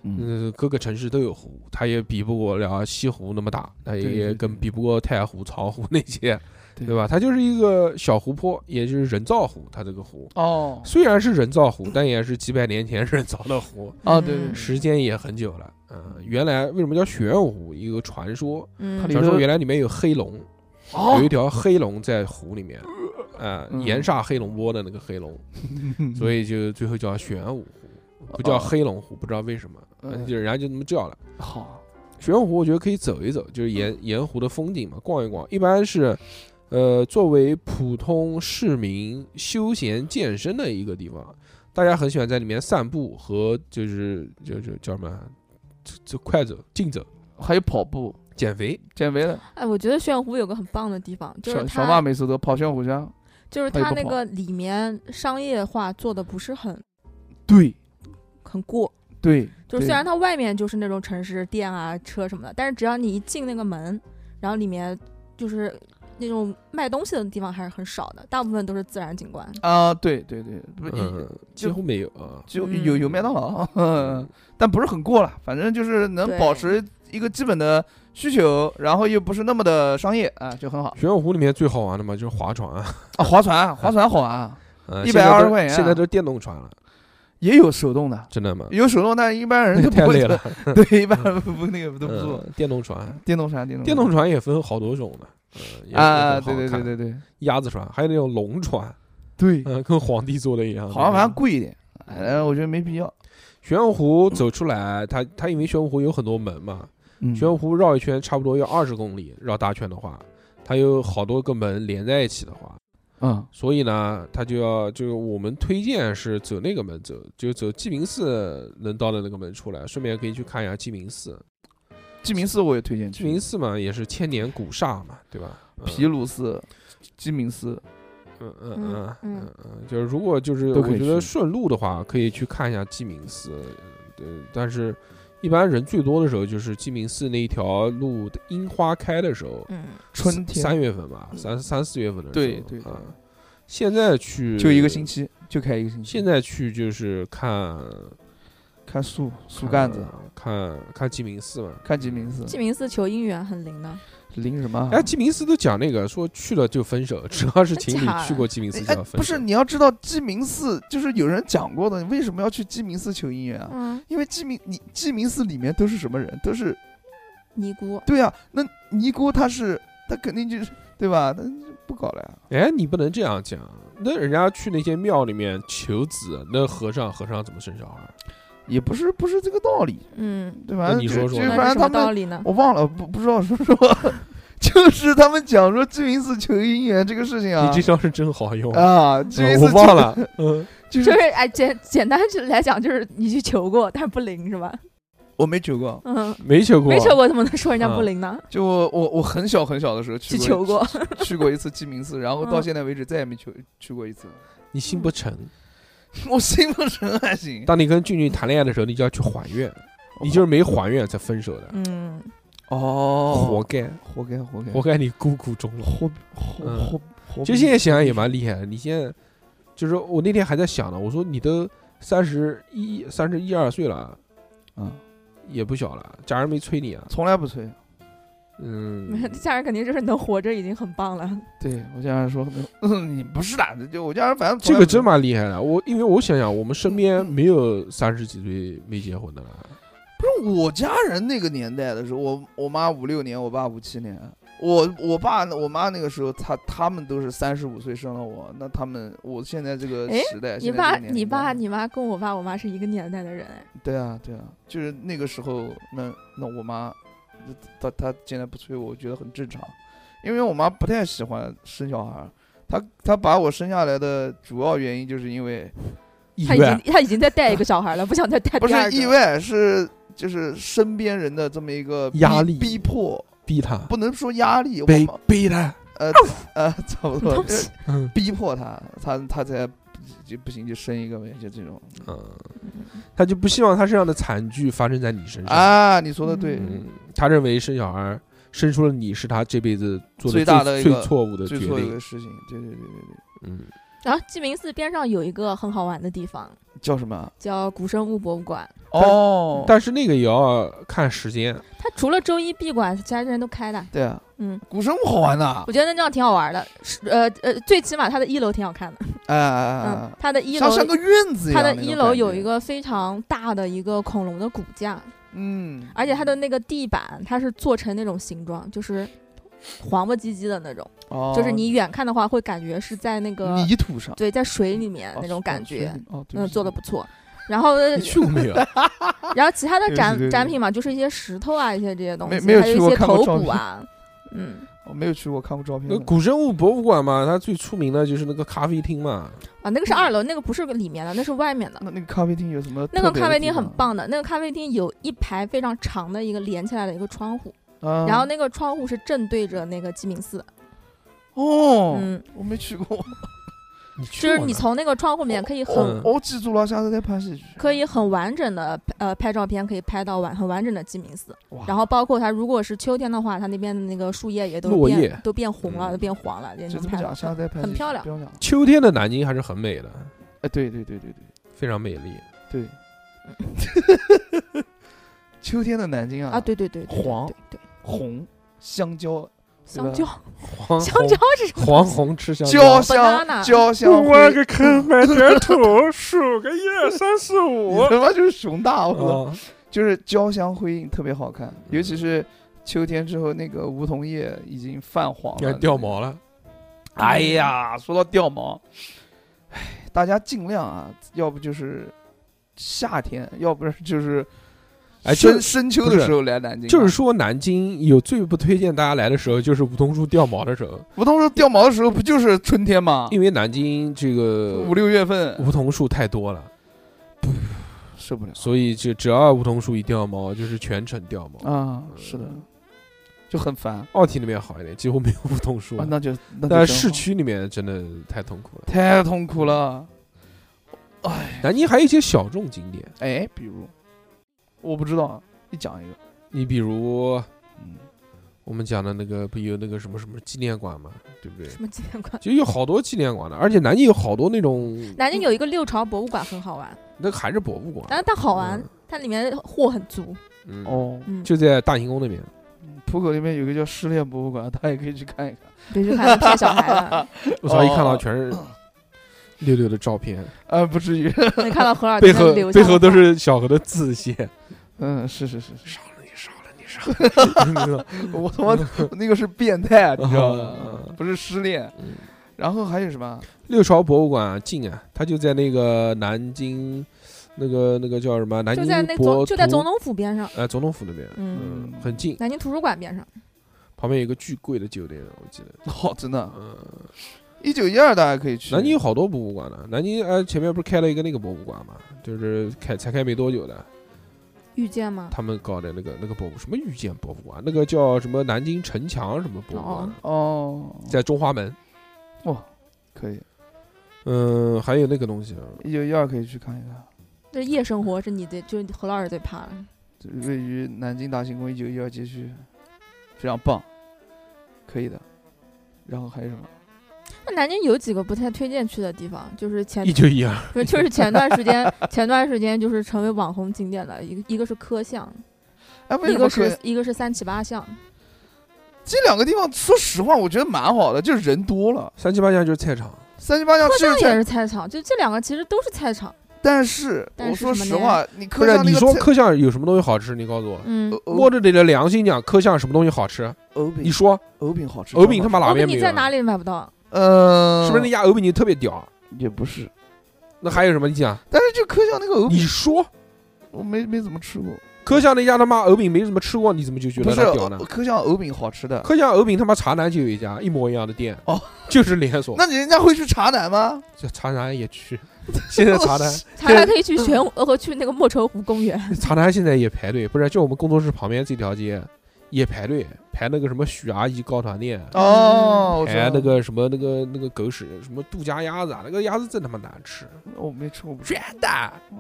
Speaker 3: 嗯
Speaker 2: 嗯，各个城市都有湖，它也比不过了西湖那么大，它
Speaker 3: 对
Speaker 2: 也
Speaker 3: 对
Speaker 2: 跟
Speaker 3: 对
Speaker 2: 比不过太湖、巢湖 那些，
Speaker 3: 对
Speaker 2: 对吧？它就是一个小湖泊，也就是人造湖，它这个湖。
Speaker 3: 哦
Speaker 4: 嗯
Speaker 2: 虽然是人造湖，但也是几百年前人造的湖，
Speaker 3: 哦对对
Speaker 4: 嗯
Speaker 3: 对，
Speaker 2: 时间也很久了。嗯、原来为什么叫玄武湖？一个传说，
Speaker 4: 嗯
Speaker 3: 它里
Speaker 2: 传
Speaker 3: 头
Speaker 2: 说原来里面有黑龙，
Speaker 3: 哦
Speaker 2: 有一条黑龙在湖里面，啊、
Speaker 3: 嗯
Speaker 2: 盐煞黑龙波的那个黑 龙，所以就最后叫玄武湖，不叫
Speaker 3: 哦
Speaker 2: 黑龙湖，不知道为什么，
Speaker 3: 嗯
Speaker 2: 嗯就人家就这么叫了。
Speaker 3: 好
Speaker 2: 玄武湖我觉得可以走一走，就是
Speaker 3: 嗯
Speaker 2: 沿沿湖的风景嘛，逛一逛。一般是，呃，作为普通市民休闲健身的一个地方，大家很喜欢在里面散步和就是就是叫什么，这这快走、竞走、
Speaker 3: 还有跑步
Speaker 2: 减肥。
Speaker 3: 减肥的，
Speaker 4: 哎，我觉得玄武湖有个很棒的地方，就是
Speaker 3: 小小马
Speaker 4: 它
Speaker 3: 每次都跑玄武湖乡，
Speaker 4: 就是
Speaker 3: 它也
Speaker 4: 它
Speaker 3: 不
Speaker 4: 那
Speaker 3: 跑
Speaker 4: 个里面商业化做的不是很
Speaker 3: 对
Speaker 4: 很过，
Speaker 3: 对，
Speaker 4: 就是
Speaker 3: 对
Speaker 4: 虽然它外面就是那种城市店啊、车什么的，但是只要你一进那个门，然后里面就是那种卖东西的地方还是很少的，大部分都是自然景观。
Speaker 3: 啊对对对，不是
Speaker 2: 嗯，几乎没有啊。嗯
Speaker 3: 就
Speaker 4: 嗯
Speaker 3: 有有麦当劳， 但不是很过了，反正就是能
Speaker 4: 对
Speaker 3: 保持一个基本的需求，然后又不是那么的商业啊，就很好
Speaker 2: 玄武湖里面最好玩的嘛，就是划船啊，
Speaker 3: 啊。划船，划船好玩啊，
Speaker 2: 嗯
Speaker 3: 120
Speaker 2: 现在都
Speaker 3: 块钱啊
Speaker 2: 现在都电动船了，
Speaker 3: 也有手动的，
Speaker 2: 真的吗？
Speaker 3: 有手动，但一般人
Speaker 2: 那个
Speaker 3: 都 不
Speaker 2: 太
Speaker 3: 会
Speaker 2: 累了，
Speaker 3: 坐，对，一般人不不那个都不坐。
Speaker 2: 嗯，电动船，
Speaker 3: 电动啊船，电动
Speaker 2: 电动船也分好多种的，嗯也
Speaker 3: 船啊，
Speaker 2: 也很
Speaker 3: 对
Speaker 2: 好
Speaker 3: 对
Speaker 2: 看
Speaker 3: 对对对
Speaker 2: 鸭子船，还有那种龙船，
Speaker 3: 对，
Speaker 2: 嗯，跟皇帝坐的一样。
Speaker 3: 好像反正贵一点，哎，我觉得没必要。
Speaker 2: 玄武湖走出来，它它因为玄武湖有很多门嘛，
Speaker 3: 嗯
Speaker 2: 玄武湖绕一圈差不多要二十公里，绕大圈的话，它有好多个门连在一起的话，
Speaker 3: 嗯
Speaker 2: 所以呢，它就要就我们推荐是走那个门走，就走鸡鸣寺能到的那个门出来，顺便可以去看一下鸡鸣寺。
Speaker 3: 鸡鸣寺我也推荐
Speaker 2: 鸡
Speaker 3: 去，
Speaker 2: 鸣寺嘛，也是千年古刹嘛，对吧？嗯
Speaker 3: 皮鲁寺、鸡鸣寺，
Speaker 2: 嗯嗯
Speaker 4: 嗯
Speaker 2: 嗯嗯，就是如果就是
Speaker 3: 都
Speaker 2: 我
Speaker 3: 可以
Speaker 2: 觉得
Speaker 3: 去
Speaker 2: 顺路的话，可以去看一下鸡鸣寺，对，但是一般人最多的时候就是鸡鸣寺那一条路的樱花开的时候，
Speaker 4: 嗯，
Speaker 3: 春天嗯
Speaker 2: 三月份吧，三三四月份的时候，
Speaker 3: 对对
Speaker 2: 啊，现在去
Speaker 3: 就一个星，期，就开一个星期。
Speaker 2: 现在去就是 看
Speaker 3: 看树树干子，，
Speaker 2: 看看鸡鸣寺嘛。
Speaker 3: 看鸡鸣寺，
Speaker 4: 鸡鸣寺求姻缘很灵的，
Speaker 3: 灵什么啊？
Speaker 2: 哎，鸡鸣寺都讲那个说去了就分手，只要是情
Speaker 4: 真假
Speaker 2: 侣
Speaker 4: 的
Speaker 2: 去过鸡鸣寺就
Speaker 3: 哎，
Speaker 2: 要分手。
Speaker 3: 不是，你要知道鸡鸣寺就是有人讲过的，你为什么要去鸡鸣寺求姻缘啊？
Speaker 4: 嗯，
Speaker 3: 因为鸡鸣你鸡鸣寺里面都是什么人？都是
Speaker 4: 尼姑，
Speaker 3: 对啊，那尼姑她是她肯定就是对吧？她不搞了呀。
Speaker 2: 哎，你不能这样讲。那人家去那些庙里面求子，那和尚和尚怎么生小孩？
Speaker 3: 也不是不是这个道理，
Speaker 4: 嗯，
Speaker 3: 对吧？
Speaker 2: 那你说说
Speaker 3: 就
Speaker 2: 对
Speaker 3: 就
Speaker 4: 那
Speaker 3: 反
Speaker 4: 是
Speaker 3: 正他
Speaker 4: 什么道
Speaker 3: 们
Speaker 4: 理呢？
Speaker 3: 我忘了，不不知道是什么， 就是他们讲说鸡鸣寺求姻缘这个事情啊
Speaker 2: 你这招是真好用！
Speaker 3: 啊，鸡
Speaker 2: 嗯
Speaker 3: 鸣寺
Speaker 2: 我
Speaker 3: 求
Speaker 2: 忘， 了，嗯，
Speaker 3: 就
Speaker 4: 就是是哎，简简单就来讲，就是你去求过，但是不灵是吧？
Speaker 3: 我没求过，
Speaker 4: 嗯，
Speaker 2: 没求过，
Speaker 4: 没求过怎么能说人家
Speaker 3: 嗯
Speaker 4: 不灵呢？
Speaker 3: 就我我我很小很小的时候去
Speaker 4: 去求过，
Speaker 3: 去过一次鸡鸣寺，然后
Speaker 4: 嗯
Speaker 3: 到现在为止再也没去去过一次。
Speaker 2: 你心不诚。
Speaker 3: 我心不诚还行，
Speaker 2: 当你跟俊俊谈恋爱的时候，你就要去还愿，你就是没还愿才分手的，
Speaker 4: 嗯，
Speaker 2: 活
Speaker 3: 哦，
Speaker 2: 该，
Speaker 3: 活活该活该嗯
Speaker 2: 活该你孤苦终老。
Speaker 3: 活活活活，
Speaker 2: 其实现在想想也蛮厉害的，你现在就是我那天还在想呢，我说你都三十一、三十一二岁了，
Speaker 3: 嗯，
Speaker 2: 也不小了，家人没催你啊？
Speaker 3: 从来不催。
Speaker 2: 嗯，
Speaker 4: 家人肯定就是能活着已经很棒了。
Speaker 3: 对我家人说， 嗯，你不是啦，就我家人反正
Speaker 2: 这
Speaker 3: 从来
Speaker 2: 个
Speaker 3: 不
Speaker 2: 真蛮厉害的。我因为我想想，我们身边
Speaker 4: 嗯
Speaker 2: 没有三十几岁没结婚的了。
Speaker 3: 不是我家人那个年代的时候，我我妈五六年，我爸五七年。我我爸我妈那个时候，他他们都是三十五岁生了我，那他们我现在这个
Speaker 4: 哎
Speaker 3: 时代，
Speaker 4: 你
Speaker 3: 现在这
Speaker 4: 爸、
Speaker 3: 个年
Speaker 4: 你
Speaker 3: 龄嗯
Speaker 4: 爸、
Speaker 3: 段
Speaker 4: 你妈跟我爸、我妈是一个年代的人，哎
Speaker 3: 对啊，对啊，就是那个时候，那那我妈，她她现在不催我，我觉得很正常，因为我妈不太喜欢生小孩儿，她她把我生下来的主要原因就是因为
Speaker 2: 意
Speaker 4: 哎他已
Speaker 2: 外，
Speaker 4: 经他已经在带一个小孩了，不想再带
Speaker 3: 不
Speaker 4: 第
Speaker 3: 是
Speaker 4: 二个。
Speaker 3: 意外，是就是身边人的这么一个逼
Speaker 2: 压力
Speaker 3: 逼迫，
Speaker 2: 逼他，
Speaker 3: 不能说压力，我
Speaker 2: 逼
Speaker 3: 妈
Speaker 2: 逼他，
Speaker 4: 哦
Speaker 3: 呃呃 差不
Speaker 4: 什
Speaker 3: 多，
Speaker 4: 么东
Speaker 3: 就是
Speaker 4: 西
Speaker 2: 嗯
Speaker 3: 逼迫她，她她才就不行就生一个呗，就这种
Speaker 2: 嗯，他就不希望他身上的惨剧发生在你身上。
Speaker 3: 啊，你说的对，
Speaker 2: 嗯，他认为生小孩生出了你是他这辈子做的
Speaker 3: 最大的一
Speaker 2: 最
Speaker 3: 个
Speaker 2: 错误的决
Speaker 3: 最错的一
Speaker 2: 定
Speaker 3: 个。事情，对对对对对，
Speaker 2: 嗯，
Speaker 4: 然后鸡鸣寺边上有一个很好玩的地方，
Speaker 3: 叫什么啊？
Speaker 4: 叫古生物博物馆。
Speaker 3: 哦，
Speaker 2: 但是那个也要看时间。
Speaker 4: 它除了周一闭馆，其他天都开的。
Speaker 3: 对啊，
Speaker 4: 嗯，
Speaker 3: 古生物好玩的，
Speaker 4: 我觉得那地方挺好玩的。是呃呃，最起码它的一楼挺好看的。
Speaker 3: 哎
Speaker 4: 嗯
Speaker 3: 哎，
Speaker 4: 它的一楼
Speaker 3: 像，像个院子一
Speaker 4: 它
Speaker 3: 样。那
Speaker 4: 的一
Speaker 3: 种
Speaker 4: 楼
Speaker 3: 感
Speaker 4: 有
Speaker 3: 觉
Speaker 4: 一，个非常大的一个恐龙的骨架，
Speaker 3: 嗯，
Speaker 4: 而且它的那个地板它是做成那种形状，就是黄不唧唧的那种，
Speaker 3: 哦
Speaker 4: 就是你远看的话会感觉是在那个
Speaker 3: 泥土上
Speaker 4: 对，在水里面
Speaker 3: 哦
Speaker 4: 那种
Speaker 3: 哦
Speaker 4: 感
Speaker 3: 水
Speaker 4: 觉，
Speaker 3: 里哦，对
Speaker 4: 嗯，
Speaker 3: 起
Speaker 4: 做的不错。然后，
Speaker 2: 你去过 没有？
Speaker 4: 嗯然后其他的
Speaker 3: 对不起对
Speaker 4: 展
Speaker 3: 不
Speaker 4: 展
Speaker 3: 起
Speaker 4: 品嘛，就是一些石头啊，一些这些东
Speaker 3: 没
Speaker 4: 西，
Speaker 3: 没有
Speaker 4: 还有
Speaker 3: 去
Speaker 4: 一
Speaker 3: 过
Speaker 4: 些
Speaker 3: 看过
Speaker 4: 头
Speaker 3: 照
Speaker 4: 骨
Speaker 3: 片
Speaker 4: 啊，嗯，
Speaker 3: 我没有去过，看过照片
Speaker 2: 那
Speaker 3: 的。
Speaker 2: 古生物博物馆嘛，它最出名的就是那个咖啡厅嘛。
Speaker 4: 啊，那个是二楼，那个不是里面的，那是外面的。
Speaker 3: 那那个咖啡厅有什么嗯特别
Speaker 4: 那
Speaker 3: 的地方
Speaker 4: 个
Speaker 3: 啊？
Speaker 4: 咖啡厅很棒的，那个咖啡厅有一排非常长的一个连起来的一个窗户，
Speaker 2: 嗯
Speaker 3: 啊。
Speaker 4: 然后那个窗户是正对着那个鸡鸣寺，
Speaker 3: 哦，
Speaker 4: 嗯，
Speaker 3: 我没去过，
Speaker 2: 你
Speaker 4: 就
Speaker 2: 去
Speaker 4: 是
Speaker 2: 过
Speaker 4: 你
Speaker 2: 呢
Speaker 4: 从那个窗户里面可以很
Speaker 2: 嗯
Speaker 3: 我我记住了，下次带潘西去。
Speaker 4: 可以很完整的呃拍照片，可以拍到完很完整的鸡鸣寺。
Speaker 3: 哇，
Speaker 4: 然后包括它，如果是秋天的话，它那边的那个树叶也都
Speaker 2: 落
Speaker 4: 变
Speaker 2: 叶
Speaker 4: 都变红了，
Speaker 2: 嗯
Speaker 4: 都变黄了，也
Speaker 3: 就
Speaker 4: 能
Speaker 3: 这么
Speaker 4: 拍到
Speaker 3: 讲，。下次带潘西
Speaker 4: 很漂亮
Speaker 3: 不要讲了。
Speaker 2: 秋天的南京还是很美的，
Speaker 3: 哎，对对对对对
Speaker 2: 非常 美丽。
Speaker 3: 对，秋天的南京啊，
Speaker 4: 啊，对对对，对对
Speaker 3: 黄
Speaker 4: 对对，
Speaker 3: 红香蕉，
Speaker 4: 香蕉，
Speaker 2: 黄
Speaker 4: 香蕉是什么？
Speaker 2: 嗯黄红吃香蕉。
Speaker 3: 焦香
Speaker 4: Banana
Speaker 3: 焦香灰，
Speaker 2: 坑买点土，数个一二三四
Speaker 3: 你 他妈就是熊大，我操！
Speaker 2: 哦
Speaker 3: 就是交相辉映，特别好看，尤
Speaker 2: 嗯
Speaker 3: 其是秋天之后，那个梧桐叶已经泛黄
Speaker 2: 要
Speaker 3: 了，
Speaker 2: 掉。毛了。
Speaker 3: 哎呀，说到掉毛，哎，大家尽量啊，要不就是夏天，要不然就是
Speaker 2: 哎就是
Speaker 3: 深深秋
Speaker 2: 不
Speaker 3: 的
Speaker 2: 是
Speaker 3: 时候来南京吧，啊
Speaker 2: 就是说，南京有最不推荐大家来的时候，就是梧桐树掉毛的时候，
Speaker 3: 梧桐树掉毛的时候，不就是春天吗？
Speaker 2: 因为南京这个
Speaker 3: 五六月份
Speaker 2: 梧桐树太多了，
Speaker 3: 受不了
Speaker 2: 所以就只要梧桐树一掉毛，就是全城掉毛。
Speaker 3: 啊，是的，啊就很烦啊。
Speaker 2: 奥体那边好一点，几乎没有梧桐树。
Speaker 3: 那就那就
Speaker 2: 但
Speaker 3: 真
Speaker 2: 市
Speaker 3: 好
Speaker 2: 区里面真的太痛苦了。
Speaker 3: 太痛苦了。哎
Speaker 2: 南京还有一些小众景点，
Speaker 3: 哎，比如我不知道，你讲一个，
Speaker 2: 你比如
Speaker 3: 嗯，
Speaker 2: 我们讲的那个，不有那个什么什么纪念馆嘛，对不对？
Speaker 4: 什么纪念馆？
Speaker 2: 其实有好多纪念馆的，而且南京有好多那种，
Speaker 4: 南京有一个六朝博物馆很好玩，
Speaker 2: 那个还是博物馆。
Speaker 4: 但是它好玩
Speaker 2: 嗯，
Speaker 4: 它里面货很足。
Speaker 2: 嗯，
Speaker 3: 哦，
Speaker 4: 嗯，
Speaker 2: 就在大行宫那边。
Speaker 3: 嗯浦口那边有个叫失恋博物馆，大家也可以去看一看。
Speaker 4: 别去看骗小 孩了，
Speaker 2: 我操，一看到全是六六的照片，
Speaker 3: 啊，不至于，
Speaker 4: 你看到何老师
Speaker 2: 背
Speaker 4: 真的
Speaker 2: 后
Speaker 4: 流下
Speaker 2: 背
Speaker 4: 了
Speaker 2: 后都
Speaker 4: 汗
Speaker 2: 是小何的字写。
Speaker 3: 嗯，是是是是，
Speaker 2: 杀了你，杀了你，杀了你
Speaker 3: 我他妈那个是变态，你知道
Speaker 2: 哦
Speaker 3: 吗？不是失恋
Speaker 2: 嗯。
Speaker 3: 然后还有什么？
Speaker 2: 六朝博物馆啊近啊，它就在那个南京，那个那个叫什么？南
Speaker 4: 就
Speaker 2: 京
Speaker 4: 在那
Speaker 2: 博
Speaker 4: 总就在
Speaker 2: 图
Speaker 4: 总统府边上，
Speaker 2: 呃总统府那边，
Speaker 4: 嗯，
Speaker 2: 嗯，很近，
Speaker 4: 南京图书馆边上，
Speaker 2: 旁边有一个巨贵的酒店，我记得。
Speaker 3: 好，真的，
Speaker 2: 嗯，
Speaker 3: 一九一二大家可以去。
Speaker 2: 南京有好多博物馆呢。南京呃前面不是开了一个那个博物馆嘛，就是开才开没多久的，
Speaker 4: 遇见吗？
Speaker 2: 他们搞的那个那个博物什么遇见博物啊馆，那个叫什么南京城墙什么博物馆啊
Speaker 4: 哦，
Speaker 3: 哦，
Speaker 2: 在中华门。
Speaker 3: 哇，可以，
Speaker 2: 嗯，还有那个东西，
Speaker 3: 一九一二可以去看一看。
Speaker 4: 这夜生
Speaker 3: 嗯
Speaker 4: 活是你最，就是何老师最怕了。
Speaker 3: 这位于南京大行宫一九一二街区，非常棒，可以的。然后还有什么？
Speaker 4: 那南京有几个不太推荐去的地方，就是前
Speaker 2: 一九一二，
Speaker 4: 不是 就是前段时间 前段时间就是成为网红景点的一个一个是科巷，
Speaker 3: 哎，为
Speaker 4: 一
Speaker 3: 什么
Speaker 4: 个
Speaker 3: 可以
Speaker 4: 是？一个是三七八巷，
Speaker 3: 这两个地方，说实话，我觉得蛮好的，就是人多了。三
Speaker 2: 三七八巷就是菜场。
Speaker 3: 三七八巷
Speaker 4: 科
Speaker 3: 确实
Speaker 4: 巷也
Speaker 3: 菜，
Speaker 4: 是菜场，就这两个其实都是菜场。
Speaker 3: 但是
Speaker 4: 但
Speaker 3: 我
Speaker 4: 是
Speaker 3: 说
Speaker 4: 什么
Speaker 3: 实
Speaker 4: 呢
Speaker 3: 话，你
Speaker 2: 不
Speaker 3: 科
Speaker 2: 是
Speaker 3: 巷那
Speaker 2: 你
Speaker 3: 个
Speaker 2: 说
Speaker 3: 菜
Speaker 2: 科巷有什么东西好吃？你告诉
Speaker 3: 呃
Speaker 2: 我。
Speaker 4: 嗯，
Speaker 3: 藕
Speaker 2: 摸着你的良心讲，科巷什么东西好吃？
Speaker 3: 藕饼，
Speaker 2: 你说
Speaker 3: 藕饼好吃，
Speaker 2: 藕饼他
Speaker 3: 真
Speaker 2: 妈
Speaker 3: 好
Speaker 2: 哪
Speaker 4: 我
Speaker 2: 边
Speaker 4: 问
Speaker 2: 没
Speaker 4: 你
Speaker 2: 有？
Speaker 3: 啊
Speaker 4: 在哪里买 不到？
Speaker 3: 吃，呃，
Speaker 2: 是不是那家藕饼就特别屌？
Speaker 3: 也不是？
Speaker 2: 那还有什么？你讲，
Speaker 3: 但是就科巷那个藕
Speaker 2: 你
Speaker 3: 饼，
Speaker 2: 说
Speaker 3: 我没没怎么吃过，
Speaker 2: 科巷那家他妈藕饼没怎么吃过，你怎么就觉
Speaker 3: 不
Speaker 2: 得
Speaker 3: 是呃
Speaker 2: 它屌呢？
Speaker 3: 科巷藕饼好吃的，
Speaker 2: 科巷藕饼他妈茶南就有一家一模一样的店，
Speaker 3: 哦，
Speaker 2: 就是连锁。
Speaker 3: 那人家会去茶南吗？
Speaker 2: 这茶南也去，现在 茶南
Speaker 4: 还还可以去玄武呃和去那个莫愁湖公园。
Speaker 2: 茶南现在也排队，不是就我们工作室旁边这条街也排队，排那个什么许阿姨糕团店，
Speaker 3: 哦，我知道
Speaker 2: 哎排那个什么那个那个狗屎什么杜家鸭子啊，那个鸭子真他妈难吃，
Speaker 3: 哦我没吃过，不知
Speaker 2: 真的。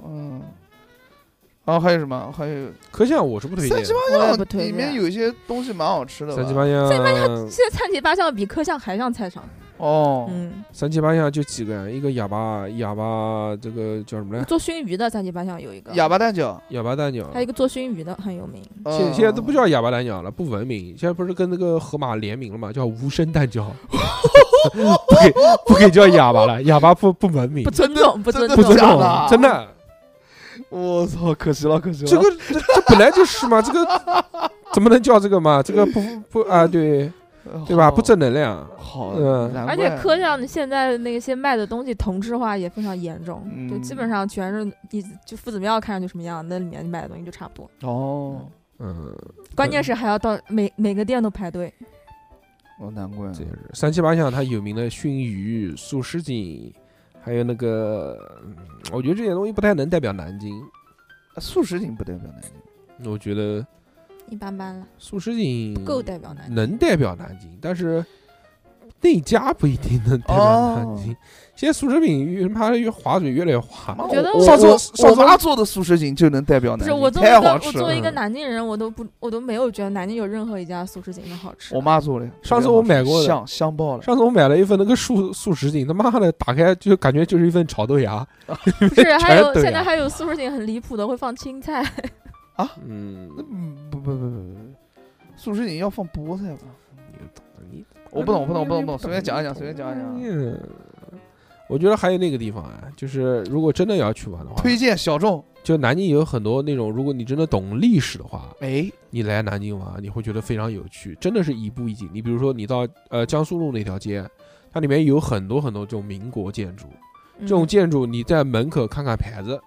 Speaker 3: 嗯，然后还有什么？还有
Speaker 2: 科巷我是不推荐
Speaker 3: 三
Speaker 2: 的，
Speaker 3: 七
Speaker 2: 三
Speaker 3: 八
Speaker 4: 我也
Speaker 3: 巷
Speaker 4: 不推啊
Speaker 3: 里
Speaker 4: 荐
Speaker 3: 面有一些东西蛮好吃的吧，
Speaker 2: 七八呃巷，
Speaker 4: 现在三七八巷比科巷还像菜场。
Speaker 3: 哦，
Speaker 4: 嗯，
Speaker 2: 三七八巷就几个人，一个哑巴哑巴，这个叫什么来？
Speaker 4: 做熏鱼的三七八巷有一个，
Speaker 3: 哑巴蛋饺，
Speaker 2: 哑巴蛋饺。呃
Speaker 4: 还有一个做熏鱼的很有名。
Speaker 3: 嗯
Speaker 2: 现现在都不叫哑巴蛋饺了，不文明。现在不是跟那个河马联名了嘛，叫无声蛋饺，不给不给叫哑巴了，哑巴不不文明
Speaker 4: 不，尊重，不尊
Speaker 3: 真的
Speaker 2: 不尊
Speaker 3: 假
Speaker 2: 重
Speaker 3: 的啊，
Speaker 2: 真的。
Speaker 3: 我操，可惜了，可惜了。
Speaker 2: 这个这这本来就是嘛，这个怎么能叫这个嘛？这个不不啊，对
Speaker 3: 呃
Speaker 2: 对吧？
Speaker 3: 好
Speaker 2: 不正能量。
Speaker 3: 好，
Speaker 2: 嗯
Speaker 3: 难
Speaker 4: 而且
Speaker 3: 怪
Speaker 4: 科巷现在那些卖的东西同质化也非常严重，就基本
Speaker 3: 嗯
Speaker 4: 上全是一就夫子庙看上去什么样，那里面买的东西就差不多。
Speaker 3: 哦，
Speaker 2: 嗯，
Speaker 4: 关键是还要到每每个店都排队。
Speaker 3: 哦，
Speaker 2: 嗯
Speaker 3: 难怪
Speaker 2: 这也是三七八巷，它有名的熏鱼、素什锦，还有那个，嗯我觉得这些东西不太能代表南京。
Speaker 3: 啊素食锦不代表南京，
Speaker 2: 我觉得
Speaker 4: 一般般
Speaker 3: 嗯
Speaker 4: 了，
Speaker 2: 素什锦
Speaker 4: 不够代表南京。
Speaker 2: 能代表南京，但是那家不一定能代表南京。现在素食饼越他妈越划水越来越滑，
Speaker 3: 妈
Speaker 4: 觉得
Speaker 2: 上次
Speaker 3: 我
Speaker 2: 上
Speaker 3: 我
Speaker 2: 次
Speaker 3: 妈做的素食锦就能代表
Speaker 4: 不
Speaker 3: 南
Speaker 4: 是
Speaker 3: 京，
Speaker 4: 我作为一
Speaker 3: 太
Speaker 4: 个
Speaker 3: 好
Speaker 4: 我
Speaker 3: 吃
Speaker 4: 作为一
Speaker 3: 了。
Speaker 4: 个南京人，我都不我都没有觉得南京有任何一家素食锦的好吃。
Speaker 3: 我妈做的，
Speaker 2: 上次我
Speaker 3: 特别好吃
Speaker 2: 买过的
Speaker 3: 香香爆了。
Speaker 2: 上次我买了一份那个素素食锦，他妈的打开就感觉就是一份炒豆芽。
Speaker 4: 不是还
Speaker 2: 全是
Speaker 4: 有
Speaker 2: 豆
Speaker 3: 啊
Speaker 2: 芽
Speaker 4: 现在还有素食锦很离谱的，会放青菜，
Speaker 2: 嗯，
Speaker 3: 嗯，不不不不不，素食锦要放菠菜吧？
Speaker 2: 啊你
Speaker 3: 我不懂，我不懂，我不懂，我不懂，随便讲一讲，随便讲一啊讲。
Speaker 2: 嗯，我觉得还有那个地方啊，就是如果真的要去玩的话，
Speaker 3: 推荐小众，
Speaker 2: 就南京有很多那种，如果你真的懂历史的话，
Speaker 3: 哎，
Speaker 2: 你来南京玩，你会觉得非常有趣，真的是一步一景。你比如说，你到呃江苏路那条街，它里面有很多很多这种民国建筑，
Speaker 3: 嗯
Speaker 4: 这
Speaker 2: 这种建筑你在门口看看牌子，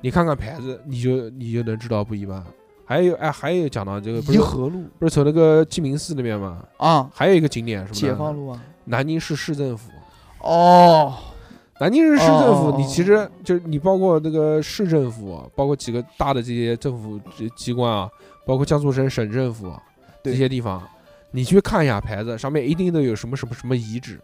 Speaker 2: 你看看牌子，你就你就能知道不一般。还有哎，还有讲到这个不
Speaker 3: 颐
Speaker 2: 是
Speaker 3: 和路
Speaker 2: 不是从那个鸡鸣寺那边吗？
Speaker 3: 啊，
Speaker 2: 还有一个景点什么？
Speaker 3: 解放，路啊，
Speaker 2: 南京市市政府。
Speaker 3: 哦，
Speaker 2: 南京市市政
Speaker 3: 哦哦
Speaker 2: 府，你
Speaker 3: 哦
Speaker 2: 其实就是你包括那个市政府，包括几个大的这些政府机机关啊，包括江苏省省政府
Speaker 3: 对
Speaker 2: 这些地方，你去看一下牌子，上面一定都有什么什么什么遗址。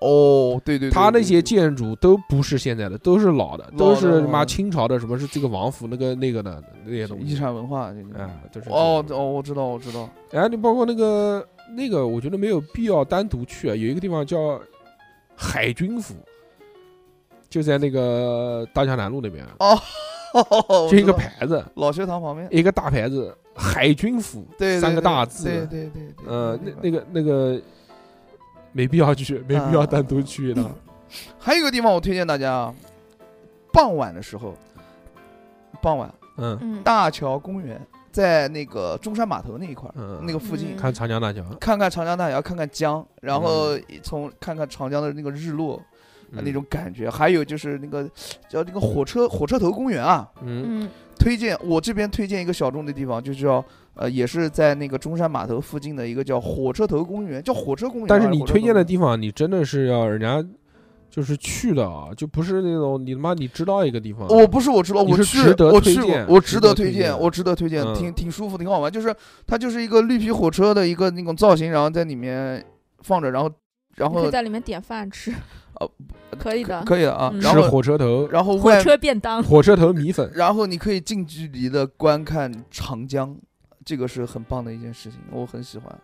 Speaker 3: 哦，对对，对
Speaker 2: 它那
Speaker 3: 对
Speaker 2: 些
Speaker 3: 对
Speaker 2: 建筑都不是现在的，都是老的，
Speaker 3: 老
Speaker 2: 都
Speaker 3: 的
Speaker 2: 是他妈
Speaker 3: 哦
Speaker 2: 清朝的，什么是这个王府那个那个的那些东
Speaker 3: 遗
Speaker 2: 西。
Speaker 3: 产文化这个。
Speaker 2: 哎，都是
Speaker 3: 哦
Speaker 2: 这种
Speaker 3: 哦，我知道我 知道，
Speaker 2: 然哎后你包括那个那个，我觉得没有必要单独去啊。有一个地方叫海军府，就在那个大江南路那边，啊
Speaker 3: 哦，
Speaker 2: 就一个
Speaker 3: 牌
Speaker 2: 牌子，
Speaker 3: 老学堂旁边，
Speaker 2: 一个大牌子，海军府
Speaker 3: 对对
Speaker 2: 三个
Speaker 3: 对
Speaker 2: 大字。
Speaker 3: 对对对对，
Speaker 2: 呃，那
Speaker 3: 个
Speaker 2: 那个那个没必要去，没
Speaker 3: 嗯
Speaker 2: 必要单独去的。
Speaker 3: 还有一个地方我推荐大家啊，傍晚的时候，傍晚
Speaker 2: 嗯
Speaker 4: 嗯，
Speaker 3: 大桥公园在那个中山码头那一块儿
Speaker 2: 嗯，
Speaker 3: 那个附近
Speaker 4: 嗯，
Speaker 2: 看长江大桥，
Speaker 3: 看看长江大桥，看看江，然后从看看长江的那个日落呃
Speaker 2: 嗯
Speaker 3: 那种感觉，还有就是那个叫那个火车火车头公园啊，
Speaker 2: 嗯
Speaker 4: 嗯
Speaker 3: 推荐我这边推荐一个小众的地方，就叫呃，也是在那个中山码头附近的一个叫火车头公园，叫火车公园啊。
Speaker 2: 但是你推荐的
Speaker 3: 方
Speaker 2: 地方，你真的是要人家就是去的啊，就不是那种你他妈你知道一个地方，
Speaker 3: 我不是我知道，
Speaker 2: 嗯你
Speaker 3: 我
Speaker 2: 是
Speaker 3: 去
Speaker 2: 值得
Speaker 3: 我
Speaker 2: 推
Speaker 3: 去过
Speaker 2: 荐，
Speaker 3: 我
Speaker 2: 值
Speaker 3: 值
Speaker 2: 得
Speaker 3: 得
Speaker 2: 推
Speaker 3: 推荐，
Speaker 2: 荐
Speaker 3: 我值得推荐，
Speaker 2: 嗯
Speaker 3: 挺挺舒服，挺好玩。就是它就是一个绿皮火车的一个那种造型，然后在里面放着，然后然
Speaker 4: 你可
Speaker 3: 后
Speaker 4: 以在里面点饭吃，
Speaker 3: 哦，
Speaker 4: 可以的，
Speaker 3: 可以了啊，
Speaker 4: 嗯
Speaker 3: 然
Speaker 2: 吃
Speaker 3: 后
Speaker 2: 火车头，
Speaker 3: 然后
Speaker 4: 火
Speaker 3: 外
Speaker 4: 车便当，
Speaker 2: 火车头米粉，
Speaker 3: 然后你可以近距离的观看长江，这个是很棒的一件事情，我很喜欢。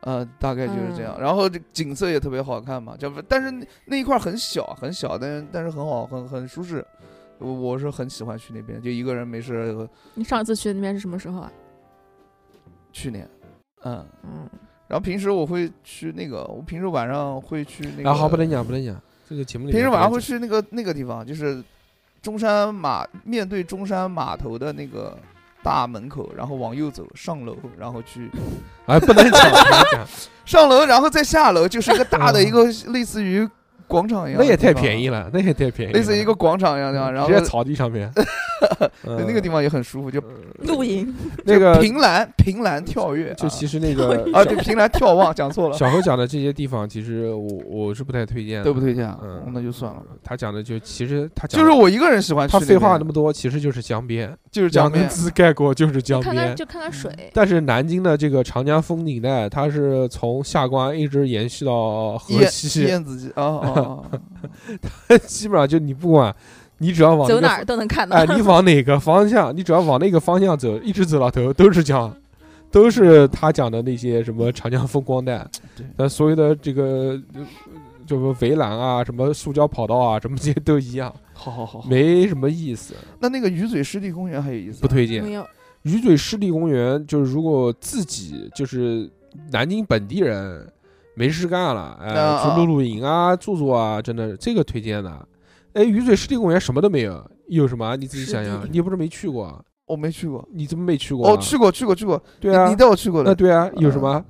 Speaker 3: 呃，大概就是这样。
Speaker 4: 嗯
Speaker 3: 然后这景色也特别好看嘛，这不，但是那那一块儿很小很小，但是但是很好，很很舒适。我我是很喜欢去那边，就一个人没事儿。
Speaker 4: 你上次去那边是什么时候啊？
Speaker 3: 去年，嗯，
Speaker 4: 嗯，
Speaker 3: 然后平时我会去那个，我平时晚上会去那个。
Speaker 2: 啊，好，不能讲，不能讲，这个节目里
Speaker 3: 平时
Speaker 2: 面
Speaker 3: 晚上
Speaker 2: 不
Speaker 3: 会
Speaker 2: 能
Speaker 3: 去那个那个地方，就是中山码面对中山码头的那个大门口，然后往右走上楼，然后去
Speaker 2: 讲，哎，不能 讲，不能讲，
Speaker 3: 上楼，然后再下楼，就是一个大的一个类似于广场一样，
Speaker 2: 那也太便宜，了，那也太便宜了，嗯
Speaker 3: 类似于一个广场一样的地方，然后
Speaker 2: 直接草地上 面，
Speaker 3: 对
Speaker 2: 那
Speaker 3: 那个地方也很舒服，就
Speaker 4: 露营，
Speaker 2: 那个
Speaker 3: 凭栏凭栏跳跃啊，
Speaker 2: 就其实那个
Speaker 3: 啊对凭栏眺望，讲错了，
Speaker 2: 小何讲的这些地方，其实我我是不太推荐的，
Speaker 3: 对不推荐啊
Speaker 2: 嗯，
Speaker 3: 那就算了。
Speaker 2: 他讲的就其实他讲
Speaker 3: 就
Speaker 2: 的
Speaker 3: 是我一个人喜欢去
Speaker 2: 他
Speaker 3: 那边，
Speaker 2: 废话那么多，其实就是江边，
Speaker 3: 就是
Speaker 2: 两
Speaker 3: 江
Speaker 2: 个
Speaker 3: 边，
Speaker 2: 字概括就是江
Speaker 4: 看看
Speaker 2: 边。
Speaker 4: 就看看水，
Speaker 3: 嗯
Speaker 2: 但是南京的这个长江风景带，它是从下关一直延续到河
Speaker 3: 燕
Speaker 2: 西，
Speaker 3: 燕子鸡 啊哦，哦
Speaker 2: 基本上就你不管，你只要往
Speaker 4: 走
Speaker 2: 那个
Speaker 4: 哪儿都能 看到
Speaker 2: 哎，，你往哪个方向，你只要往那个方向走，一直走到头都是江，都是他讲的那些什么长江风光带
Speaker 3: 对，
Speaker 2: 那所有的这个呃就是围栏啊、什么塑胶跑道啊、什么这些都一样，
Speaker 3: 好好好，好
Speaker 2: 没什么意思，
Speaker 3: 那那个鱼嘴湿地公园还有意思啊，
Speaker 2: 不推荐。
Speaker 4: 没有，
Speaker 2: 鱼嘴湿地公园就是如果自己就是南京本地人没事干了，哎、
Speaker 3: 啊
Speaker 2: 去露露营啊、住住啊，真的这个推荐的。哎，鱼嘴湿地公园什么都没有，有什么啊？你自己想
Speaker 4: 湿
Speaker 2: 想，
Speaker 4: 地
Speaker 2: 你又不是没去过，啊
Speaker 3: 我没去过，
Speaker 2: 你怎么没去过啊？
Speaker 3: 哦，去过去过去过，
Speaker 2: 对啊
Speaker 3: 你你，带我去过嗯
Speaker 2: 那
Speaker 3: 的，
Speaker 2: 对啊，有什 么？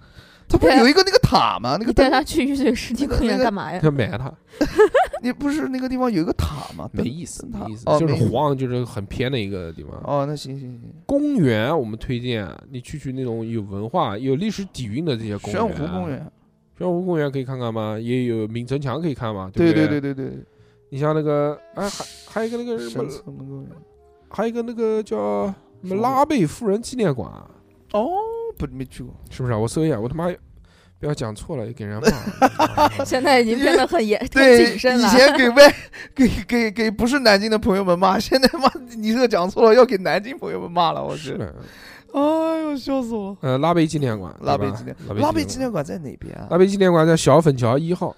Speaker 3: 它
Speaker 4: 啊
Speaker 3: 不是有一个那个塔吗？那个
Speaker 4: 你带他去雨水湿地公
Speaker 3: 那
Speaker 4: 园
Speaker 3: 个
Speaker 4: 干嘛呀？
Speaker 2: 要买它
Speaker 3: 你不是那个地方有一个塔吗？
Speaker 2: 啊没啊
Speaker 3: 灯
Speaker 2: 意思，
Speaker 3: 灯塔
Speaker 2: 没意思，
Speaker 3: 哦
Speaker 2: 就是
Speaker 3: 没意思
Speaker 2: 黄，就是很偏的一个地方。
Speaker 3: 哦，那行行行，
Speaker 2: 公园我们推荐啊你去去那种有文化、有历史底蕴的这些公园。啊
Speaker 3: 玄武湖公，园，
Speaker 2: 玄武湖公园可以看看吗？也有明城墙可以看嘛，
Speaker 3: 对
Speaker 2: 不对
Speaker 3: 对对对，
Speaker 2: 你像那个，哎，还还有一个那个什
Speaker 3: 神
Speaker 2: 么，
Speaker 3: 策门 公园。
Speaker 2: 还有一个那个叫什
Speaker 3: 什
Speaker 2: 么
Speaker 3: 么
Speaker 2: 拉贝夫人纪念馆，啊
Speaker 3: 哦，不没去过，
Speaker 2: 是不是啊？我搜一下，我他妈不要讲错了，给人 家骂了。
Speaker 4: 现在已经变得很严、很
Speaker 3: 对，
Speaker 4: 谨
Speaker 3: 以
Speaker 4: 慎了。
Speaker 3: 前给外给给给不是南京的朋友们骂，现在骂你这个讲错了，要给南京朋友们骂了，我
Speaker 2: 哦是
Speaker 3: 去，
Speaker 2: 的，
Speaker 3: 哎呦，笑死我了。
Speaker 2: 呃，拉贝纪念馆，
Speaker 3: 拉
Speaker 2: 对
Speaker 3: 贝
Speaker 2: 吧
Speaker 3: 纪念
Speaker 2: 拉
Speaker 3: 拉
Speaker 2: 贝
Speaker 3: 贝纪念馆在哪边啊？
Speaker 2: 拉贝纪念馆在小粉桥一号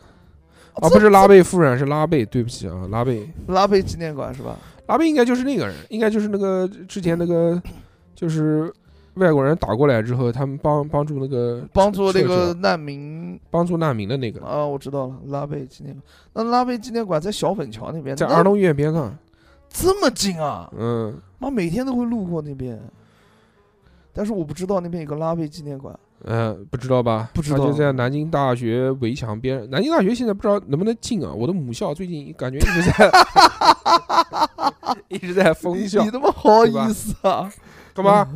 Speaker 2: 啊，
Speaker 3: 哦这
Speaker 2: 不是拉贝夫人，是拉贝，对不起啊，拉贝，
Speaker 3: 拉贝纪念馆是吧？
Speaker 2: 拉贝应该就是那个人，应该就是那个之前那个，就是外国人打过来之后，他们帮帮助那个
Speaker 3: 帮助那
Speaker 2: 撤撤
Speaker 3: 个难民
Speaker 2: 帮助难民的那个，
Speaker 3: 啊，我知道了，拉贝纪念馆。那拉贝纪念馆在小粉桥那边，
Speaker 2: 在
Speaker 3: 那
Speaker 2: 儿童医院边上，
Speaker 3: 这么近啊？
Speaker 2: 嗯
Speaker 3: 妈，每天都会路过那边，但是我不知道那边有个拉贝纪念馆。
Speaker 2: 呃，不知道吧？
Speaker 3: 不知道
Speaker 2: 他就在南京大学围墙边。南京大学现在不知道能不能进啊？我的母校最近感觉一直在 一直在封
Speaker 3: 你
Speaker 2: 校
Speaker 3: 你，他妈好
Speaker 2: 对吧
Speaker 3: 意思 啊！
Speaker 2: 干嘛？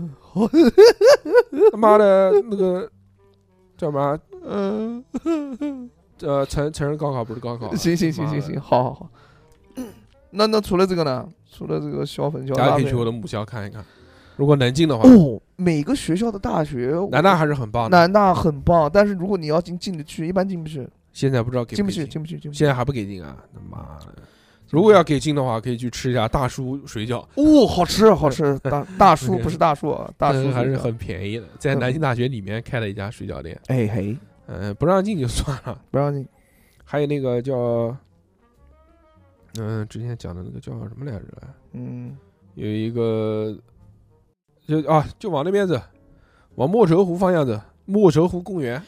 Speaker 2: 他妈的那个叫什么？啊
Speaker 3: 嗯，
Speaker 2: 呃，成成人高考不是高考啊，
Speaker 3: 行行行行行，好好好。那那除了这个呢？除了这个小粉桥，
Speaker 2: 大家
Speaker 3: 拉
Speaker 2: 可以
Speaker 3: 贝
Speaker 2: 去我的母校看一看，如果能进的话。
Speaker 3: 哦，每个学校的大学，我
Speaker 2: 南大还是很棒的，
Speaker 3: 南大很棒，但是如果你要进进得去，一般进不去，
Speaker 2: 现在不知道给
Speaker 3: 进不
Speaker 2: 给
Speaker 3: 去，
Speaker 2: 进
Speaker 3: 进不去，进不去
Speaker 2: 现。在还不给进啊！他妈的，如果要给进的话，可以去吃一下大叔水饺，
Speaker 3: 哦，好吃，好吃，大大叔
Speaker 2: 对
Speaker 3: 不是大叔啊，大
Speaker 2: 但
Speaker 3: 叔
Speaker 2: 是还
Speaker 3: 水
Speaker 2: 是
Speaker 3: 饺
Speaker 2: 很便宜的，在
Speaker 3: 嗯
Speaker 2: 南京大学里面开了一家水饺店，
Speaker 3: 哎嘿，
Speaker 2: 嗯，不让进就算了，
Speaker 3: 不让进，
Speaker 2: 还有那个叫，嗯，之前讲的那个叫什么来着？
Speaker 3: 嗯，
Speaker 2: 有一个，就啊，就往那边走，往莫愁湖方向走，莫愁湖公园，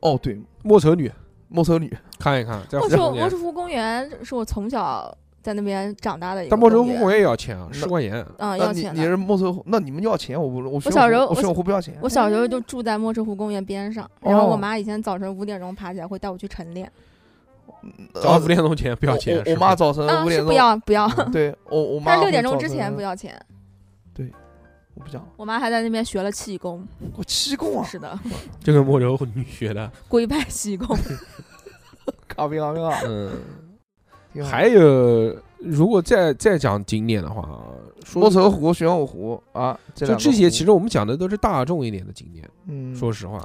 Speaker 3: 哦对，
Speaker 2: 莫愁女
Speaker 3: 莫愁
Speaker 4: 啊
Speaker 3: 女，
Speaker 2: 看一看，在
Speaker 4: 莫
Speaker 2: 湖
Speaker 4: 愁
Speaker 2: 公
Speaker 4: 莫
Speaker 2: 园
Speaker 4: 愁，湖公园是我从小在那边长大的一个
Speaker 2: 但莫愁
Speaker 4: 公
Speaker 2: 湖
Speaker 4: 园
Speaker 2: 公园也要钱啊，
Speaker 3: 那
Speaker 2: 十块钱。
Speaker 4: 嗯，
Speaker 3: 那
Speaker 4: 要
Speaker 3: 你
Speaker 4: 钱
Speaker 3: 你
Speaker 4: 的。
Speaker 3: 是莫愁湖，那你们要钱，我不，我我
Speaker 4: 小时候
Speaker 3: 我
Speaker 4: 我
Speaker 3: 炫我湖不要钱，
Speaker 4: 我小时候就住在莫愁湖公园边上，然后
Speaker 3: 哦
Speaker 4: 我妈以前早晨五点钟爬起来会带我去晨练，
Speaker 2: 早
Speaker 3: 呃
Speaker 2: 上五点钟前不要钱
Speaker 3: 我，我我妈早晨
Speaker 4: 啊
Speaker 3: 呃五
Speaker 4: 是
Speaker 3: 点
Speaker 4: 不
Speaker 3: 钟，
Speaker 4: 要不要，
Speaker 3: 对我我妈
Speaker 4: 但是六点钟
Speaker 3: 会早
Speaker 4: 之前
Speaker 3: 晨
Speaker 4: 不，要钱。
Speaker 3: 我不讲了，
Speaker 4: 我妈还在那边学了气功，
Speaker 3: 我七公啊，
Speaker 4: 是的，
Speaker 2: 就跟莫愁湖女学 的，
Speaker 4: 龟派气功。
Speaker 3: 卡宾卡宾啊，
Speaker 2: 嗯。
Speaker 3: 挺好
Speaker 2: 还有，如果再再讲景点的话啊，
Speaker 3: 莫
Speaker 2: 说
Speaker 3: 愁湖、玄武湖啊，
Speaker 2: 就这些，其实我们讲的都是大众一点的景点，
Speaker 3: 实
Speaker 2: 说实话。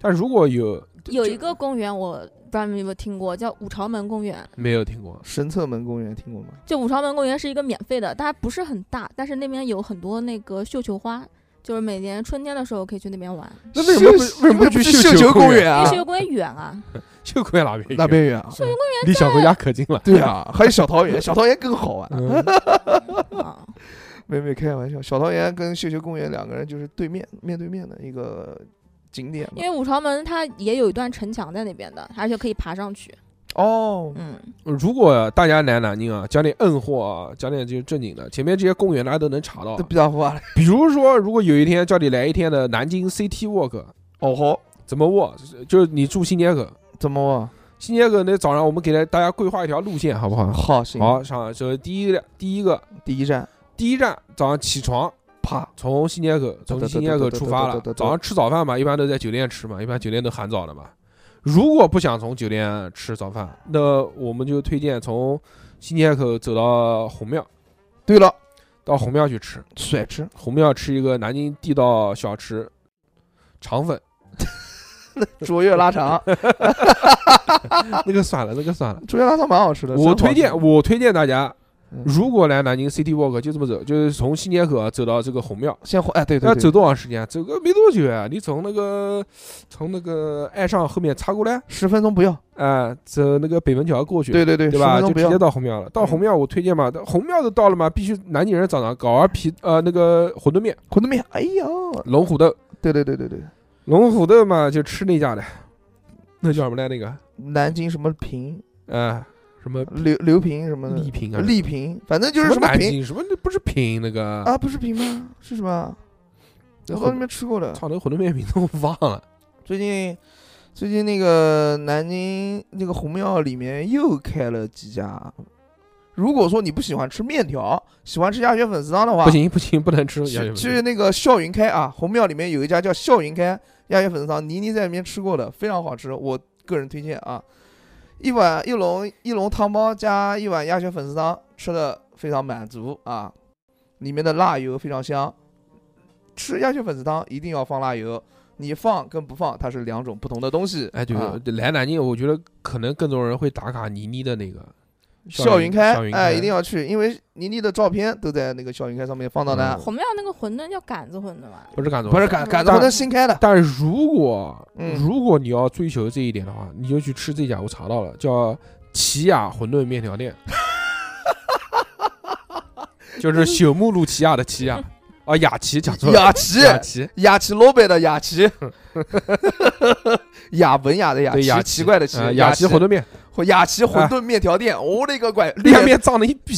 Speaker 2: 但如果有
Speaker 4: 有一个公园，我不知道你们有没有听过，叫五朝门公园。
Speaker 2: 没有听过，
Speaker 3: 神策门公园听过吗？
Speaker 4: 就五朝门公园是一个免费的，它不是很大，但是那边有很多那个绣球花，就是每年春天的时候可以去那边玩。
Speaker 2: 那为什么不为什么不去
Speaker 3: 绣
Speaker 2: 球园？
Speaker 3: 公园
Speaker 4: 因
Speaker 3: 啊
Speaker 4: 为？绣球公园远啊，
Speaker 2: 绣球公园哪边？
Speaker 3: 那边远啊？
Speaker 2: 离小回家可近了。
Speaker 3: 对啊，还有小桃园，小桃园更好玩。
Speaker 2: 嗯，
Speaker 4: 啊，
Speaker 3: 没没开玩笑，小桃园跟绣球公园两个人就是对面面对面的一个景点嘛
Speaker 4: 因。为五朝门它也有一段城墙在那边的，而且可以爬上去。
Speaker 3: 哦，
Speaker 4: 嗯，
Speaker 2: 如果大家来南京啊，讲点硬货啊，讲点就是正经的，前面这些公园大家都能查到啊
Speaker 3: 都。比较花了。
Speaker 2: 比如说，如果有一天叫你来一天的南京 City Walk，
Speaker 3: 哦吼，
Speaker 2: 怎么 walk？就是你住新街口，
Speaker 3: 怎么啊？
Speaker 2: 新街口那早上我们给大家规划一条路线，好不好？
Speaker 3: 好行，
Speaker 2: 好，上首第一个第一个
Speaker 3: 第一站
Speaker 2: 第一站早上起床，
Speaker 3: 啪，
Speaker 2: 从新街口从新街口出发了
Speaker 3: 对对对对对对。
Speaker 2: 早上吃早饭嘛，一般都在酒店吃嘛，一般酒店都含早的嘛。如果不想从酒店吃早饭，那我们就推荐从新街口走到红庙，
Speaker 3: 对了，
Speaker 2: 到红庙去吃。
Speaker 3: 甩吃，
Speaker 2: 红庙吃一个南京地道小吃，肠粉。
Speaker 3: 卓越拉 肠，啊
Speaker 2: 那个算了，那个算了。
Speaker 3: 卓越拉肠蛮好吃的。
Speaker 2: 我
Speaker 3: 真好
Speaker 2: 推
Speaker 3: 吃
Speaker 2: 荐，我推荐大家
Speaker 3: 嗯，
Speaker 2: 如果来南京 City Walk 就这么走，就是从新街口啊走到这个红庙。
Speaker 3: 先换哎，对对
Speaker 2: 那走
Speaker 3: 对，
Speaker 2: 多长时间啊？走个没多久啊！你从那个从那个爱上后面插过来，
Speaker 3: 十分钟不要，
Speaker 2: 啊、走那个北门桥过去，
Speaker 3: 对对对，十
Speaker 2: 对吧？
Speaker 3: 分
Speaker 2: 就
Speaker 3: 钟不嗯
Speaker 2: 直
Speaker 3: 要
Speaker 2: 接，到红庙了。到红庙我推荐嘛，到红庙都到了嘛，必须南京人早上搞儿皮呃那个馄饨面，
Speaker 3: 馄饨面，哎呦，
Speaker 2: 龙虎斗，
Speaker 3: 对对对对对，
Speaker 2: 龙虎斗嘛就吃那家的，那叫什么来那个？
Speaker 3: 南京什么平
Speaker 2: 呃，什么
Speaker 3: 刘刘平什么的
Speaker 2: 丽萍啊？
Speaker 3: 丽平，反正就是
Speaker 2: 什
Speaker 3: 什么
Speaker 2: 南
Speaker 3: 平
Speaker 2: 京什么那不是平那个？
Speaker 3: 啊，不是平吗？是什么啊？
Speaker 2: 那
Speaker 3: 我
Speaker 2: 馄
Speaker 3: 到那边吃过的。
Speaker 2: 操，那馄饨面名字我忘了。
Speaker 3: 最近最近那个南京那个红庙里面又开了几家。如果说你不喜欢吃面条，喜欢吃鸭血粉丝汤的话，
Speaker 2: 不行不行，不能吃
Speaker 3: 去，
Speaker 2: 鸭血粉
Speaker 3: 去
Speaker 2: 丝。
Speaker 3: 那个笑云开啊，红庙里面有一家叫笑云开鸭血粉丝汤，倪妮在里面吃过的，非常好吃，我个人推荐啊。一碗一笼一笼汤包加一碗鸭血粉丝汤，吃的非常满足啊，里面的辣油非常香。吃鸭血粉丝汤一定要放辣油，你放跟不放它是两种不同的东西。
Speaker 2: 哎，对
Speaker 3: 啊，
Speaker 2: 来南京，我觉得可能更多人会打卡倪妮的那个，
Speaker 3: 笑云开
Speaker 2: 笑云，开
Speaker 3: 哎，一定要去，因为倪妮的照片都在那个笑云开上面放到
Speaker 2: 嗯
Speaker 3: 呢，
Speaker 4: 红庙那个馄饨叫擀子馄饨吧？
Speaker 2: 不是甘总，
Speaker 3: 不是赶赶着
Speaker 2: 但
Speaker 3: 我们新开的，
Speaker 2: 但如果、
Speaker 3: 嗯
Speaker 2: 如果你要追求这一点的话，你就去吃这家，我查到了，叫奇雅馄饨面条 店，就是朽木路奇雅的奇雅，啊雅琪讲错了，
Speaker 3: 雅琪，
Speaker 2: 雅琪，
Speaker 3: 雅琪老板的雅 琪，雅文雅的雅，
Speaker 2: 对雅
Speaker 3: 奇
Speaker 2: 琪
Speaker 3: 奇怪的奇
Speaker 2: 呃，
Speaker 3: 雅
Speaker 2: 雅琪馄饨 面，
Speaker 3: 饨，雅琪馄饨面条店，
Speaker 2: 哦
Speaker 3: 我勒个乖，
Speaker 2: 亮面脏的一 逼，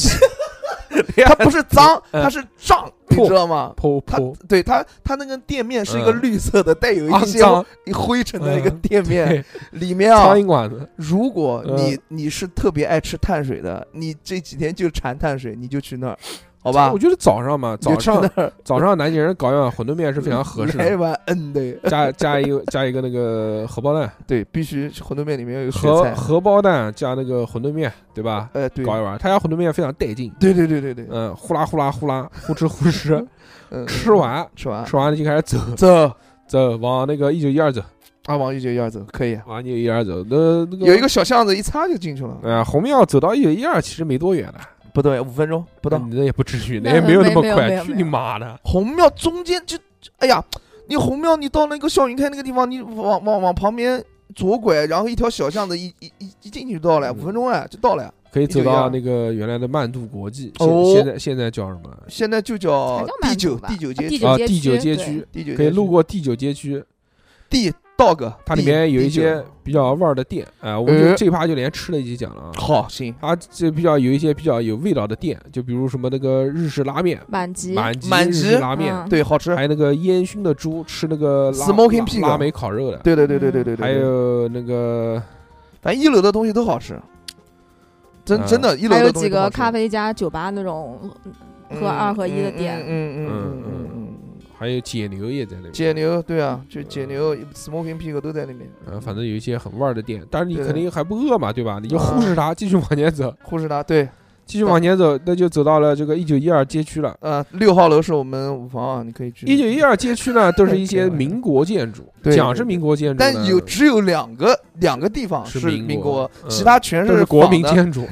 Speaker 3: 它不是脏，
Speaker 2: 嗯
Speaker 3: 它是胀，
Speaker 2: 破
Speaker 3: 你知道吗？
Speaker 2: 泼
Speaker 3: 它
Speaker 2: 泼
Speaker 3: 对它，它那个店面是一个
Speaker 2: 嗯
Speaker 3: 绿色的，带有一
Speaker 2: 肮
Speaker 3: 些
Speaker 2: 脏，
Speaker 3: 灰尘的一个
Speaker 2: 嗯
Speaker 3: 店面，
Speaker 2: 对，
Speaker 3: 里面啊
Speaker 2: 苍，蝇馆子，
Speaker 3: 如果
Speaker 2: 嗯
Speaker 3: 你你是特别爱吃碳水的，你这几天就馋碳水，你就去那儿，好吧
Speaker 2: 我？觉得早上嘛，
Speaker 3: 你就
Speaker 2: 早上
Speaker 3: 去那儿
Speaker 2: 早上南京人搞一碗馄饨面是非常合适
Speaker 3: 来一
Speaker 2: 的，
Speaker 3: 碗，嗯，对
Speaker 2: 加加一个加一个那个荷包蛋，
Speaker 3: 对，必须馄饨面里面有雪
Speaker 2: 荷
Speaker 3: 菜，
Speaker 2: 荷包蛋加那个馄饨面，对吧？
Speaker 3: 哎，对，
Speaker 2: 搞一碗，他家馄饨面非常带劲，
Speaker 3: 对对对对对，
Speaker 2: 嗯，呼啦呼啦呼啦，呼哧呼哧，
Speaker 3: 嗯，
Speaker 2: 吃完
Speaker 3: 吃完
Speaker 2: 吃完了就开始走
Speaker 3: 走
Speaker 2: 走，往那个一九一二走，
Speaker 3: 啊，往一九一二走，可以啊，
Speaker 2: 往一九一二走，那那个
Speaker 3: 有一个小巷子一擦就进去了，
Speaker 2: 呃，红庙走到一九一二其实没多远了，
Speaker 3: 不对，五分钟不到。
Speaker 2: 嗯那也不至于，
Speaker 4: 那
Speaker 2: 也没有那么
Speaker 4: 没有没
Speaker 2: 快，
Speaker 4: 有
Speaker 2: 去
Speaker 4: 没
Speaker 2: 你
Speaker 4: 有
Speaker 2: 妈的！
Speaker 3: 嗯红庙中间就，哎呀，你红庙你到那个校云开那个地方，你往往往旁边左拐，然后一条小巷子一一一一进去就到了，
Speaker 2: 嗯
Speaker 3: 五分钟哎就到了，
Speaker 2: 可以走到
Speaker 3: 1912
Speaker 2: 那个原来的曼渡国际，
Speaker 3: 哦
Speaker 2: 现现在现在叫什么？
Speaker 3: 现在就
Speaker 4: 才
Speaker 3: 叫
Speaker 4: 叫
Speaker 3: 哦第
Speaker 4: 满
Speaker 3: 九
Speaker 4: 足吧
Speaker 3: 第九街
Speaker 4: 啊第
Speaker 3: 区
Speaker 4: 九
Speaker 2: 啊，
Speaker 4: 街
Speaker 2: 第九
Speaker 4: 区
Speaker 2: 街
Speaker 4: 对
Speaker 2: 区
Speaker 3: 第九街
Speaker 2: 可以路
Speaker 3: 区
Speaker 2: 过第九街区，
Speaker 3: 第 dog，
Speaker 2: 它里面有一些比较好玩的店，哎、我们就
Speaker 3: 呃
Speaker 2: 这趴就连吃的一起讲了啊。
Speaker 3: 好行
Speaker 2: 它这比较有一些比较有味道的店，就比如什么那个日式拉面、
Speaker 4: 满级，
Speaker 2: 满级
Speaker 3: 满
Speaker 2: 日
Speaker 3: 级
Speaker 2: 式拉面，
Speaker 4: 嗯
Speaker 3: 对好吃，
Speaker 2: 还有那个烟熏的猪，吃那个拉
Speaker 3: Smoking
Speaker 2: 拉
Speaker 3: pig 啊
Speaker 2: 拉美烤肉的，
Speaker 3: 对对对对对对对，
Speaker 2: 还有那个
Speaker 3: 反正一楼的东西都好吃，真
Speaker 2: 嗯
Speaker 3: 真的，一楼
Speaker 4: 还有
Speaker 3: 的东
Speaker 4: 几
Speaker 3: 西都好
Speaker 4: 个
Speaker 3: 吃
Speaker 4: 咖啡加酒吧那种，和二合一的店
Speaker 3: 嗯嗯嗯
Speaker 2: 嗯
Speaker 3: 嗯
Speaker 2: 嗯
Speaker 3: 嗯嗯，
Speaker 2: 还有解牛也在那边，
Speaker 3: 解牛对啊，就解牛，smoking pig 都在里面，
Speaker 2: 呃，反正有一些很味儿的店，但是你
Speaker 3: 嗯对啊
Speaker 2: 肯定还不饿嘛，对吧？你就忽视它，继续往前走，
Speaker 3: 护士达对。
Speaker 2: 继续往前走，那就走到了这个一九一二街区了。
Speaker 3: 呃，六号楼是我们五房啊，你可以去。
Speaker 2: 一九一，二街区呢，都是一
Speaker 3: 这
Speaker 2: 些
Speaker 3: 玩意儿
Speaker 2: 民国建筑，
Speaker 3: 对
Speaker 2: 讲是民国建筑呢，
Speaker 3: 但有只有两个两个地方
Speaker 2: 是
Speaker 3: 是
Speaker 2: 民
Speaker 3: 民
Speaker 2: 国
Speaker 3: 国，
Speaker 2: 嗯
Speaker 3: 其他全
Speaker 2: 都是
Speaker 3: 是
Speaker 2: 国
Speaker 3: 仿
Speaker 2: 民
Speaker 3: 的，
Speaker 2: 建 筑，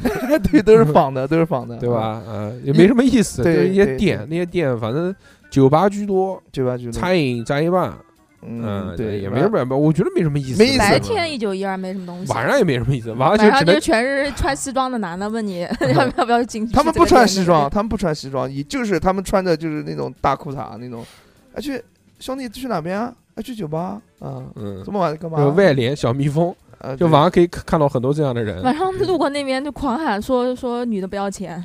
Speaker 3: 对，都是仿的，都是仿的，
Speaker 2: 对
Speaker 3: 啊？
Speaker 2: 吧？呃，也没什么意思，
Speaker 3: 对
Speaker 2: 就是一些
Speaker 3: 对
Speaker 2: 店，那些店反正酒吧居多，
Speaker 3: 酒吧居多，
Speaker 2: 餐饮占一半，
Speaker 3: 嗯，
Speaker 2: 嗯，
Speaker 3: 对，
Speaker 2: 也没什么，我觉得没什么意思，
Speaker 3: 没意思
Speaker 4: 白
Speaker 3: 白
Speaker 4: 天一九一二没什么东西，
Speaker 2: 晚上也没什么意思，晚
Speaker 4: 晚
Speaker 2: 上就
Speaker 4: 上
Speaker 2: 只
Speaker 4: 就
Speaker 2: 能
Speaker 4: 全是穿西装的男的问你要不要不要进去，
Speaker 3: 他们不穿西装，，他们不穿西装，也就是他们穿的就是那种大裤衩那种。哎，去兄弟去哪边啊？哎，去酒吧啊？
Speaker 2: 嗯
Speaker 3: 这，么晚干嘛
Speaker 2: 就？外联小蜜蜂，
Speaker 3: 啊
Speaker 2: 就
Speaker 3: 对
Speaker 2: 晚上可以看到很多这样的
Speaker 4: 晚
Speaker 2: 人，
Speaker 4: 上路过那边就狂喊说说女的不要钱，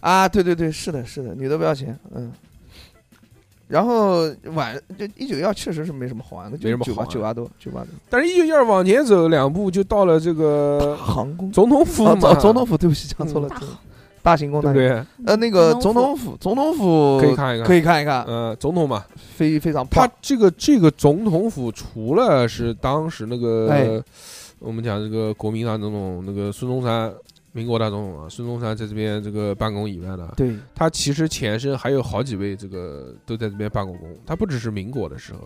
Speaker 3: 啊，对对对，是的，是的，女的不要钱，嗯。然后晚就一九幺确实是没什么好玩的，就
Speaker 2: 没什么
Speaker 3: 酒
Speaker 2: 好
Speaker 3: 吧
Speaker 2: 玩
Speaker 3: 酒吧多酒吧多。
Speaker 2: 但是一九一二往前走两步就到了这个
Speaker 3: 航空
Speaker 2: 呃总统府
Speaker 3: 啊，
Speaker 2: 嘛，
Speaker 3: 总总统府，对不起，讲错了
Speaker 4: 大，
Speaker 3: 对
Speaker 4: 好
Speaker 3: 大行宫
Speaker 2: 对
Speaker 3: 大
Speaker 2: 不
Speaker 3: 行宫。
Speaker 2: 对？
Speaker 3: 呃，那个总
Speaker 4: 总统
Speaker 3: 统府，总统府
Speaker 2: 可以看一看，
Speaker 3: 可以看一看，
Speaker 2: 呃，总统嘛，
Speaker 3: 非非常
Speaker 2: 他
Speaker 3: 棒。
Speaker 2: 这个这个总统府除了是当时那个
Speaker 3: 哎
Speaker 2: 我们讲这个国民大总统那个孙中山。民国大总统啊，孙中山在这边这个办公以外呢，
Speaker 3: 对，
Speaker 2: 他其实前身还有好几位这个都在这边办过工，他不只是民国的时候，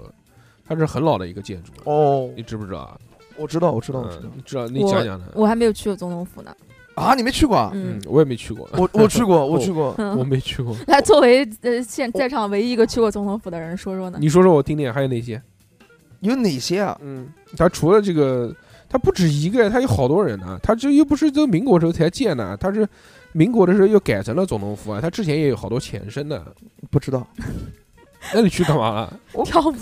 Speaker 2: 他是很老的一个建筑，
Speaker 3: 哦
Speaker 2: 你，知不知道啊？
Speaker 3: 我知道，我知道，我知道
Speaker 2: 嗯，你知道，你讲讲他。
Speaker 4: 我还没有去过总统府呢，
Speaker 3: 啊，你没去过啊？
Speaker 2: 嗯
Speaker 4: 嗯，，，
Speaker 2: 我也没去过，
Speaker 3: 我我 去过，我去过
Speaker 2: 我
Speaker 4: 嗯，
Speaker 2: 没去过。
Speaker 4: 来作为呃现在场唯一一个去过总统府的人说说呢，
Speaker 2: 你说说我听听，还有哪些？
Speaker 3: 有哪些啊？
Speaker 2: 嗯，他除了这个，他不止一个，他有好多人啊呢。他这又不是这民国时候才建的，他是民国的时候又改成了总统府啊。他之前也有好多前身的，
Speaker 3: 不知道，
Speaker 2: 那你去干嘛 了？
Speaker 4: 跳舞，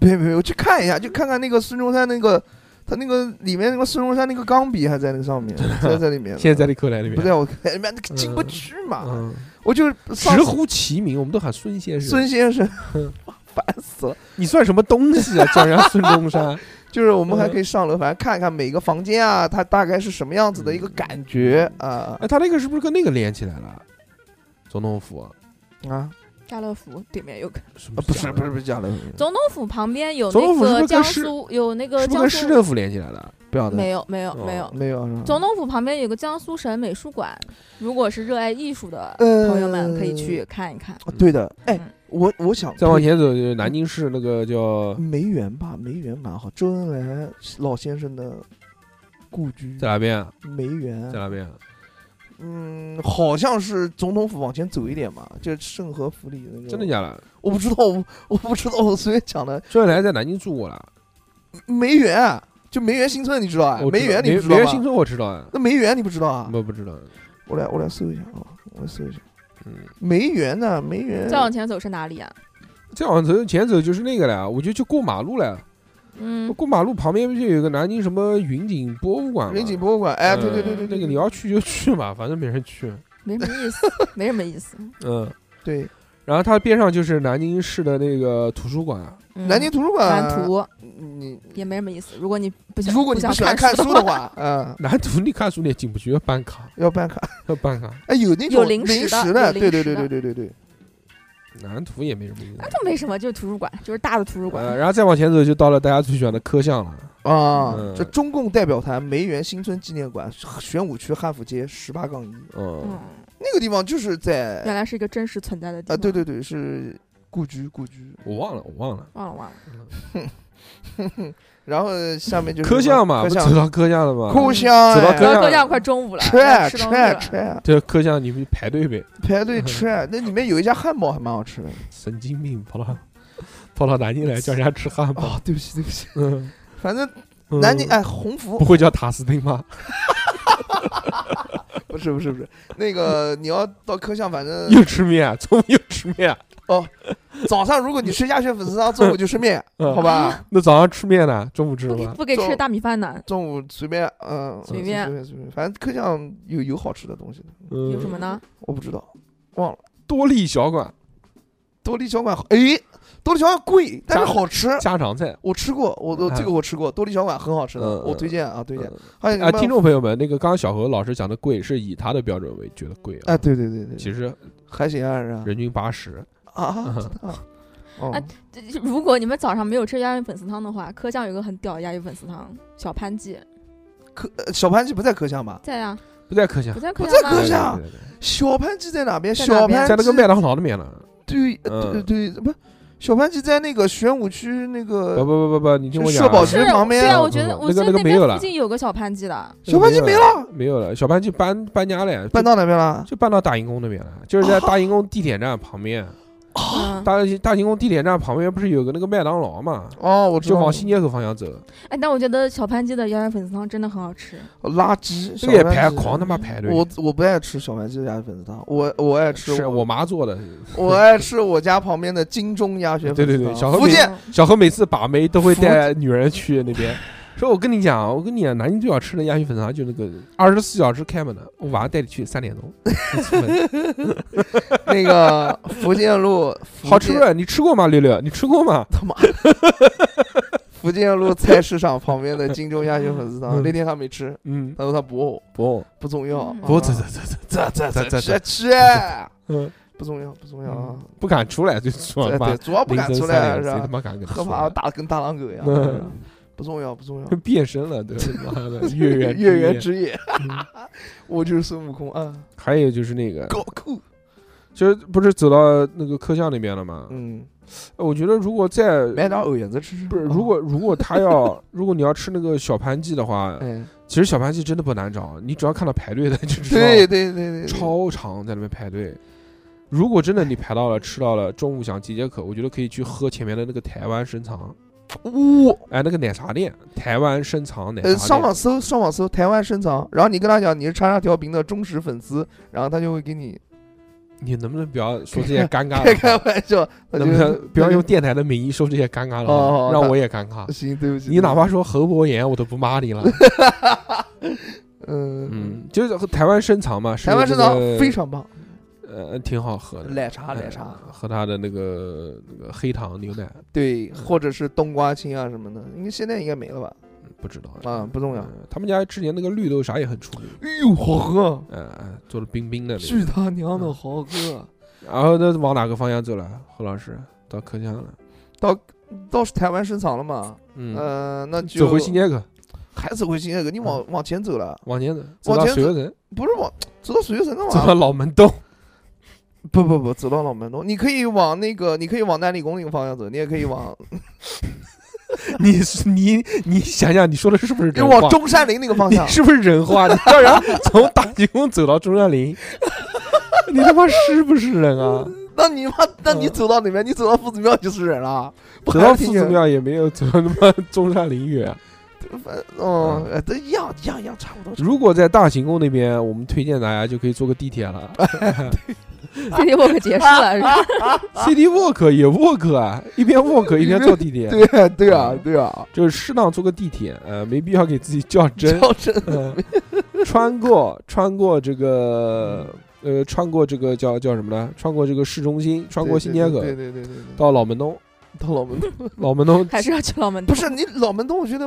Speaker 3: 没没，我去看一下，就看看那个孙中山那个，他那个里面那个孙中山那个钢笔还在那个上面，在在里面呢。
Speaker 2: 现在的口袋里面
Speaker 3: 不，在我看， 妈那个进不去嘛，
Speaker 2: 嗯，
Speaker 3: 我就上
Speaker 2: 直呼其名，我们都喊孙先生。
Speaker 3: 孙先生， 烦死了。
Speaker 2: 你算什么东西啊？叫人 家孙中山，
Speaker 3: 就是我们还可以上楼，反正看一看每个房间啊，它大概是什么样子的一个感觉啊
Speaker 2: 哎，他那个是不是跟那个连起来了？总统府
Speaker 3: 啊！
Speaker 4: 家乐福对面有个
Speaker 2: 什么
Speaker 3: 啊，不是不是不
Speaker 2: 是，
Speaker 3: 是家楼，
Speaker 4: 总统府旁边有
Speaker 2: 总统
Speaker 4: 那
Speaker 2: 府是不
Speaker 4: 个
Speaker 2: 是
Speaker 4: 江
Speaker 2: 跟市
Speaker 4: 苏有那个
Speaker 2: 是不是
Speaker 4: 江
Speaker 2: 跟市
Speaker 4: 苏
Speaker 2: 政府连起来了？
Speaker 3: 不要的，
Speaker 4: 没有没有
Speaker 2: 哦
Speaker 4: 没有，啊
Speaker 3: 没有是吧？
Speaker 4: 总统府旁边有个江苏省美术馆，如果是热爱艺术的
Speaker 3: 呃
Speaker 4: 朋友们可以去看一看。
Speaker 3: 哦对的，哎
Speaker 4: 嗯，
Speaker 3: 我我想
Speaker 2: 再往前走，就是南京市那个叫
Speaker 3: 梅园吧，梅园蛮好，周恩来老先生的故居
Speaker 2: 在哪边啊？
Speaker 3: 梅园
Speaker 2: 在，哪边啊？
Speaker 3: 嗯，好像是总统府往前走一点嘛，就是盛和府里那个，
Speaker 2: 真的？假的？
Speaker 3: 我不知道，我我不知道，我随便讲的。
Speaker 2: 周恩来在南京住过了，
Speaker 3: 梅园啊，就梅园新村，你知道啊？
Speaker 2: 我知道
Speaker 3: 梅园你
Speaker 2: 梅
Speaker 3: 不知道
Speaker 2: 梅园新
Speaker 3: 吗？
Speaker 2: 村我知道啊，
Speaker 3: 那梅园你不知道啊？
Speaker 2: 我不知道。
Speaker 3: 我来我来搜一下啊，我来搜一下
Speaker 2: 嗯，
Speaker 3: 梅园呢？梅
Speaker 2: 呃
Speaker 3: 园
Speaker 4: 再往前走是哪里啊？
Speaker 2: 再往走前走就是那个了，我就去过马路了。
Speaker 4: 嗯，
Speaker 2: 过马路旁边不就有个南京什么云景博物馆吗？
Speaker 3: 云景博物馆，哎，
Speaker 2: 嗯
Speaker 3: 对对对对，对
Speaker 2: 那个你要去就去嘛，反正没人去。
Speaker 4: 没什么意思，没什么意思。
Speaker 2: 嗯，
Speaker 3: 对，
Speaker 2: 然后它边上就是南京市的那个图书馆啊，
Speaker 4: 嗯
Speaker 3: 南京图书馆，
Speaker 4: 蓝图
Speaker 3: 你
Speaker 4: 也没什么意思。如果你不想，
Speaker 3: 如果你
Speaker 4: 不
Speaker 3: 不喜
Speaker 4: 想
Speaker 3: 欢看
Speaker 4: 书
Speaker 3: 书的，话，嗯，
Speaker 2: 南图你看书你也进不去，要办卡，
Speaker 3: 要办卡。
Speaker 2: 要办卡。
Speaker 3: 哎，有那
Speaker 4: 有
Speaker 3: 种
Speaker 4: 零食
Speaker 3: 临
Speaker 4: 的
Speaker 3: 时
Speaker 4: 有
Speaker 3: 的，
Speaker 4: 零
Speaker 3: 对对
Speaker 4: 食
Speaker 3: 对
Speaker 4: 的
Speaker 3: 对对对对，
Speaker 2: 南图也没什么意思。
Speaker 4: 那就没什么，就是图书馆，就是大的图书馆。
Speaker 2: 呃，然后再往前走就到了大家最喜欢的科巷了。
Speaker 3: 啊
Speaker 2: 嗯，
Speaker 3: 这中共代表团梅园新村纪念馆玄武区汉府街十八杠一，
Speaker 2: 嗯，
Speaker 4: 嗯，
Speaker 3: 那个地方就是在
Speaker 4: 原来是一个真实存在的地
Speaker 3: 啊，
Speaker 4: 方。
Speaker 3: 对，对对，是故居故居。
Speaker 2: 我忘了，我忘了。
Speaker 4: 忘了忘了。
Speaker 3: 然后下面就是
Speaker 2: 科巷嘛，
Speaker 3: 科
Speaker 2: 不
Speaker 3: 巷，
Speaker 2: 走到科巷了吗？
Speaker 3: 科巷，
Speaker 2: 啊走到
Speaker 3: 哎
Speaker 2: 科巷
Speaker 4: 哥酱快中午了，
Speaker 3: 吃啊
Speaker 4: 吃
Speaker 3: 吃
Speaker 4: 东西
Speaker 3: 啊
Speaker 4: 了
Speaker 3: 吃。啊，
Speaker 2: 对，科巷你们排队呗。
Speaker 3: 排队吃啊，那里面有一家汉堡还蛮好吃的。
Speaker 2: 神经病，跑到跑到南京来叫人家吃汉堡
Speaker 3: 哦，。对不起对不起，
Speaker 2: 嗯，
Speaker 3: 反正
Speaker 2: 嗯
Speaker 3: 南京哎鸿福
Speaker 2: 不会叫塔斯汀吗？
Speaker 3: 不是不是不是，那个你要到科巷，反正
Speaker 2: 又吃面， 中午又吃面，
Speaker 3: 早上如果你吃鸭血粉丝汤，中午就吃面，
Speaker 2: 嗯
Speaker 3: 好吧？
Speaker 2: 那早上吃面呢，中午吃什
Speaker 4: 不给
Speaker 2: 么？
Speaker 4: 不给吃
Speaker 3: 中
Speaker 4: 大米饭呢？
Speaker 3: 中午随便，嗯，
Speaker 4: 随
Speaker 3: 嗯
Speaker 4: 便
Speaker 3: 随便随便，反正科巷有有好吃的东西的，
Speaker 4: 有什
Speaker 2: 嗯，
Speaker 4: 么呢？
Speaker 3: 我不知道，忘了。
Speaker 2: 多利小馆
Speaker 3: 多利小馆好，哎，多利小馆贵，但是
Speaker 2: 家
Speaker 3: 好吃。
Speaker 2: 家常菜。
Speaker 3: 我吃过，我我这个我吃过，多利小馆很好吃的，
Speaker 2: 嗯
Speaker 3: 我
Speaker 2: 嗯
Speaker 3: 推荐啊，推荐
Speaker 2: 嗯。
Speaker 3: 还有你
Speaker 2: 啊，
Speaker 3: 们
Speaker 2: 听众朋友们，那个刚刚小何老师讲的贵，是以他的标准为觉得贵啊
Speaker 3: 哎，，对对对对，
Speaker 2: 其实
Speaker 3: 还行啊，是吧
Speaker 2: 人均八十。
Speaker 3: 啊真 的啊，哦
Speaker 4: 哎，这如果你们早上没有吃鸭血粉丝汤的话，科酱有个很屌的鸭血粉丝汤，小潘记
Speaker 3: 科呃小潘记不在科巷吧？
Speaker 4: 在呀，
Speaker 2: 不在科巷
Speaker 4: 不，在科
Speaker 3: 不在
Speaker 4: 酱
Speaker 3: 科
Speaker 4: 吗
Speaker 2: 对？
Speaker 3: 巷啊
Speaker 2: 对对对对
Speaker 3: 小潘记在哪边？
Speaker 4: 在哪
Speaker 3: 小
Speaker 4: 边
Speaker 3: 潘
Speaker 2: 在那个
Speaker 3: 记
Speaker 2: 麦当劳那边呢。
Speaker 3: 对呃对
Speaker 2: 嗯
Speaker 3: 对，不是小潘记在那个玄武区那
Speaker 2: 不
Speaker 3: 个
Speaker 2: 不不不不，你听我讲啊，
Speaker 3: 社保局
Speaker 4: 是
Speaker 3: 旁边
Speaker 4: 对啊，
Speaker 3: 啊
Speaker 4: 我觉
Speaker 2: 那
Speaker 4: 得
Speaker 2: 个
Speaker 4: 我记得
Speaker 2: 嗯那个没
Speaker 4: 边
Speaker 2: 有了
Speaker 4: 附近有个小潘记的，
Speaker 3: 小潘记没了，
Speaker 2: 没有了，小潘就搬搬家了，
Speaker 3: 搬
Speaker 2: 到
Speaker 3: 到哪边了？
Speaker 2: 就搬到大营宫那边了，就是在大营宫地铁站旁边。
Speaker 4: 嗯，
Speaker 2: 大大行宫地铁站旁边不是有个那个麦当劳嘛？
Speaker 3: 哦，我知
Speaker 2: 就
Speaker 3: 道
Speaker 2: 往
Speaker 3: 了，
Speaker 2: 新街口方向走，
Speaker 4: 哎，但我觉得小潘记的鸭血粉丝汤真的很好吃，
Speaker 3: 垃圾，
Speaker 2: 这个也
Speaker 3: 小潘
Speaker 2: 排
Speaker 3: 记
Speaker 2: 狂他妈排队。
Speaker 3: 我我不爱吃小白鸡鸭血粉丝汤，我我爱吃
Speaker 2: 是我妈做的，
Speaker 3: 我爱吃我家旁边的金钟鸭血粉丝
Speaker 2: 对
Speaker 3: 汤。
Speaker 2: 对对小河
Speaker 3: 福
Speaker 2: 北
Speaker 4: 嗯
Speaker 3: 建
Speaker 2: 小何每次把妹都会带女人去那边，说我跟你讲，我跟你讲，南京最好吃的鸭血粉丝汤就那个二十四小时开门的，我晚上带你去三 点钟，你出门
Speaker 3: 那个福建路，福建
Speaker 2: 好吃不？你吃过吗？六六，你吃过吗？
Speaker 3: 他妈的！福建路菜市场旁边的金钟鸭血粉丝汤，
Speaker 2: 嗯
Speaker 3: 那天他没吃，
Speaker 2: 嗯，
Speaker 3: 他说他不饿，
Speaker 2: 不
Speaker 3: 不重要，
Speaker 4: 嗯
Speaker 2: 不，
Speaker 3: 啊
Speaker 2: 走走走走
Speaker 3: 这这
Speaker 2: 走走
Speaker 3: 这
Speaker 2: 走
Speaker 3: 这吃，
Speaker 2: 嗯，
Speaker 3: 不重要不重要啊！
Speaker 2: 不敢出来就说
Speaker 3: 对
Speaker 2: 妈
Speaker 3: 对，主要不
Speaker 2: 凌
Speaker 3: 敢
Speaker 2: 晨
Speaker 3: 出
Speaker 2: 三
Speaker 3: 来
Speaker 2: 点，
Speaker 3: 是
Speaker 2: 谁他
Speaker 3: 吧？
Speaker 2: 妈敢跟他啊
Speaker 3: 喝
Speaker 2: 说
Speaker 3: 怕打跟大狼狗一样，
Speaker 2: 嗯
Speaker 3: 是吧不重要不重要。
Speaker 2: 变身了， 对，妈的， 月圆
Speaker 3: 月
Speaker 2: 圆
Speaker 3: 圆之夜， 我就是孙悟空啊，
Speaker 2: 还有就是那个，
Speaker 3: 高酷。
Speaker 2: 就是不是走到那个科巷那边了吗？
Speaker 3: 嗯，
Speaker 2: 呃我觉得如果在
Speaker 3: 买点藕叶子吃吃。
Speaker 2: 不是，
Speaker 3: 啊
Speaker 2: 如果如果他要， 如果你要吃那个小盘鸡的话，
Speaker 3: 哎，
Speaker 2: 其实小盘鸡真的不难找，你只要看到排队的 就知道，
Speaker 3: 对对对对，对
Speaker 2: 超长在那边排队。如果真的你排到了，吃到了，中午想解解渴，我觉得可以去喝前面的那个台湾深藏，
Speaker 3: 呜，
Speaker 2: 哎，那个奶茶店，台湾深藏奶
Speaker 3: 呃，
Speaker 2: 茶
Speaker 3: 上
Speaker 2: 店
Speaker 3: 网。搜上网搜台湾深藏，然后你跟他讲你是叉叉调频的忠实粉丝，然后他就会给你
Speaker 2: 你能不能不要说这些尴尬
Speaker 3: 开开
Speaker 2: 的话？
Speaker 3: 玩笑，他就
Speaker 2: 能不能不要用
Speaker 3: 他
Speaker 2: 电台的名义说这些尴尬的
Speaker 3: 哦哦
Speaker 2: 话，
Speaker 3: 哦
Speaker 2: 让
Speaker 3: 那
Speaker 2: 我也尴尬
Speaker 3: 就？。 行，对不起，
Speaker 2: 你哪怕说侯伯言，我都不骂你了。
Speaker 3: 嗯嗯，
Speaker 2: 嗯，就是台湾深藏嘛，是
Speaker 3: 台湾
Speaker 2: 那
Speaker 3: 深藏
Speaker 2: 个
Speaker 3: 非常棒，
Speaker 2: 呃，挺好喝的，
Speaker 3: 奶茶奶茶，
Speaker 2: 呃和它的那个那个黑糖牛奶，
Speaker 3: 对，或者是冬瓜青啊什么的，应该现在应该没了吧？
Speaker 2: 嗯不知道
Speaker 3: 啊不重要
Speaker 2: 嗯他们家之前那个绿豆啥也很出名，
Speaker 3: 哎呦，好喝，
Speaker 2: 嗯嗯，做的冰冰的那
Speaker 3: 去
Speaker 2: 个。
Speaker 3: 他娘的好喝！
Speaker 2: 然后那往哪个方向走了？何老师到客家了，
Speaker 3: 到台湾深藏了嘛？
Speaker 2: 嗯，
Speaker 3: 嗯，那就
Speaker 2: 走回新街嗯口，
Speaker 3: 还走回新街口，你往往前走了，
Speaker 2: 往前走，走到
Speaker 3: 前
Speaker 2: 水游城，
Speaker 3: 不是往走到水月城干
Speaker 2: 走
Speaker 3: 嘛
Speaker 2: 到？老门洞，
Speaker 3: 不不不，走到老门东，你可以往那个，你可以往南理工那个方向走，你也可以往，
Speaker 2: 你是你你想想，你说的是不是
Speaker 3: 你
Speaker 2: 人话
Speaker 3: 往？中山陵那个方
Speaker 2: 你
Speaker 3: 向。
Speaker 2: 是不是人话？ 你当然从大吉宫走到中山陵，你他妈是不是人啊？
Speaker 3: 那你妈，那你走到哪边？你走到夫子庙就是人了，不
Speaker 2: 走
Speaker 3: 还
Speaker 2: 到
Speaker 3: 是
Speaker 2: 夫
Speaker 3: 挺
Speaker 2: 子
Speaker 3: 远，
Speaker 2: 庙也没有走到他妈中山陵啊远。
Speaker 3: 反嗯，哎都一样一样一样，差不多。
Speaker 2: 如果在大行宫那边，我们推荐大家就可以坐个地铁了。
Speaker 3: 啊
Speaker 4: 这节我可结束了，是吧
Speaker 2: City Walk 也 Walk 啊，一边 Walk 一边坐地铁，
Speaker 3: 对啊对啊对啊，
Speaker 2: 就是适当坐个地铁，呃，没必要给自己较真。
Speaker 3: 叫真
Speaker 2: 嗯穿过穿过这个呃，穿过这个叫叫什么呢？穿过这个市中心，穿过
Speaker 3: 对
Speaker 2: 新
Speaker 3: 对
Speaker 2: 街
Speaker 3: 对
Speaker 2: 口，
Speaker 3: 对对对对，对
Speaker 2: 到老门东，
Speaker 3: 到老门东，
Speaker 2: 老门东
Speaker 4: 还是要去老门
Speaker 3: 不
Speaker 4: 洞。
Speaker 3: 是你老门东，我觉得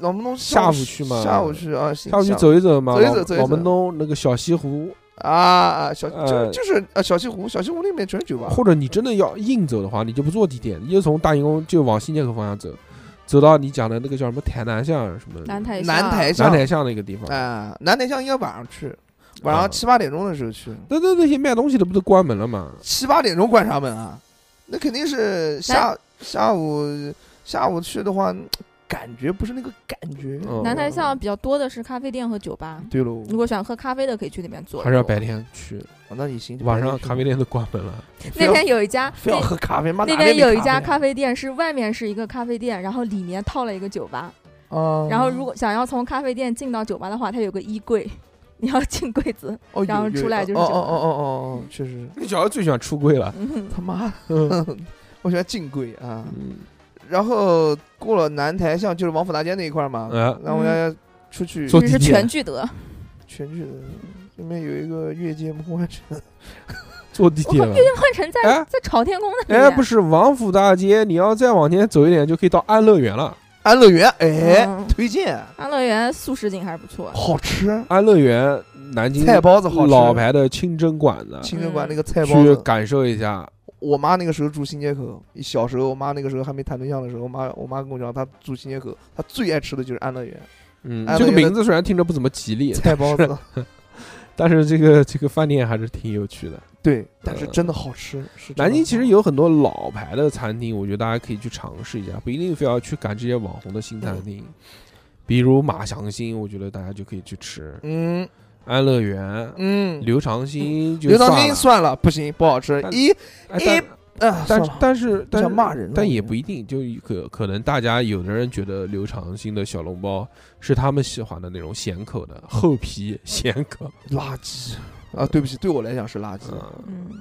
Speaker 3: 老门东
Speaker 2: 下午
Speaker 3: 午
Speaker 2: 去嘛
Speaker 3: 下午去啊，行
Speaker 2: 下午去走一走嘛，
Speaker 3: 走一
Speaker 2: 老
Speaker 3: 走走一
Speaker 2: 老门
Speaker 3: 走
Speaker 2: 东那个小西湖，
Speaker 3: 啊啊，小
Speaker 2: 呃
Speaker 3: 就就是啊小西湖，小西湖那边全是酒吧，
Speaker 2: 或者你真的要硬走的话，你就不坐地铁，你就从大营宫就往新街口方向走，走到你讲的那个叫什么台南巷什么
Speaker 4: 南台
Speaker 3: 南
Speaker 4: 巷
Speaker 3: 台
Speaker 2: 南
Speaker 3: 巷
Speaker 2: 台巷那个地方，
Speaker 3: 啊，南台巷应该晚上去，晚
Speaker 2: 啊
Speaker 3: 上七八点钟的时候去，
Speaker 2: 那那那些卖东西的不都关门了吗？
Speaker 3: 七八点钟关啥门啊？那肯定是下下午下午去的话，感觉不是那个感觉。
Speaker 2: 嗯
Speaker 4: 南台巷比较多的是咖啡店和酒吧。
Speaker 3: 对喽，
Speaker 4: 如果想喝咖啡的，可以去那边坐一坐。
Speaker 2: 还是要白天去，
Speaker 3: 哦那你行，
Speaker 2: 晚上咖啡店都关门了。
Speaker 4: 那边有一家，
Speaker 3: 非要
Speaker 4: 那
Speaker 3: 喝咖啡吗？
Speaker 4: 那边有一家咖
Speaker 3: 啡啊
Speaker 4: 啡店是外面是一个咖啡店，然后里面套了一个酒吧。
Speaker 3: 啊
Speaker 4: 然后如果想要从咖啡店进到酒吧的话，它有个衣柜， 你要进柜子。
Speaker 3: 哦
Speaker 4: 然后
Speaker 3: 有有
Speaker 4: 出来就是
Speaker 3: 哦
Speaker 4: 酒
Speaker 3: 哦哦哦哦哦，确实
Speaker 2: 那小孩最喜欢出柜
Speaker 3: 啊
Speaker 2: 了，
Speaker 4: 嗯，
Speaker 3: 他妈， 我喜欢进柜啊。
Speaker 2: 嗯，
Speaker 3: 然后过了南台巷就是王府大街那一块儿嘛，
Speaker 2: 啊
Speaker 3: 然后我
Speaker 4: 嗯
Speaker 3: 要出去
Speaker 2: 坐
Speaker 4: 这是
Speaker 2: 地铁
Speaker 4: 全聚德。
Speaker 3: 全聚德那边有一个越界梦幻城，
Speaker 2: 坐地
Speaker 4: 我
Speaker 2: 铁
Speaker 4: 靠，
Speaker 2: 了
Speaker 4: 岳。云幻城在
Speaker 2: 哎
Speaker 4: 在朝天宫那
Speaker 2: 哎，
Speaker 4: 边。
Speaker 2: 不是王府大街，你要再往前走一点，就可以到安乐园了。
Speaker 3: 安乐园，哎，
Speaker 4: 嗯
Speaker 3: 推荐，
Speaker 4: 安乐园素食景还是不错。
Speaker 3: 好吃，
Speaker 2: 安乐园南京
Speaker 3: 菜包子好吃，
Speaker 2: 老牌的清真馆子，
Speaker 3: 清真馆
Speaker 4: 嗯
Speaker 3: 那个菜包
Speaker 2: 去
Speaker 3: 子。
Speaker 2: 感受一下。
Speaker 3: 我妈那个时候住新街口，小时候我妈那个时候还没谈对象的时候，我妈我妈跟我讲，她住新街口，她最爱吃的就是安乐园
Speaker 2: 嗯，
Speaker 3: 安
Speaker 2: 这
Speaker 3: 乐
Speaker 2: 个
Speaker 3: 园的
Speaker 2: 名字虽然听着不怎么吉利，
Speaker 3: 菜包 子。
Speaker 2: 但是这个这个饭店还是挺有趣的。
Speaker 3: 对，但是真的好吃，是真的
Speaker 2: 呃南京其实
Speaker 3: 好
Speaker 2: 有很多老牌的餐厅，我觉得大家可以去尝试一下，不一定非要去赶这些网红的新餐
Speaker 3: 嗯
Speaker 2: 厅。比如马祥兴，我觉得大家就可以去吃
Speaker 3: 嗯
Speaker 2: 安乐园。
Speaker 3: 嗯，
Speaker 2: 刘长兴就
Speaker 3: 刘长
Speaker 2: 算
Speaker 3: 兴
Speaker 2: 了
Speaker 3: 算了，不行，不好吃
Speaker 2: 但。
Speaker 3: 一
Speaker 2: 哎
Speaker 3: 一
Speaker 2: 但
Speaker 3: 啊，
Speaker 2: 但
Speaker 3: 算了
Speaker 2: 但是但是
Speaker 3: 想骂人了
Speaker 2: 但
Speaker 3: 我
Speaker 2: 也
Speaker 3: 觉得
Speaker 2: 不一定，就可可能大家有的人觉得刘长兴的小笼包是他们喜欢的那种咸口的厚皮 咸口，
Speaker 3: 垃圾啊！对不起，对我来讲是垃圾，
Speaker 2: 嗯，
Speaker 4: 嗯，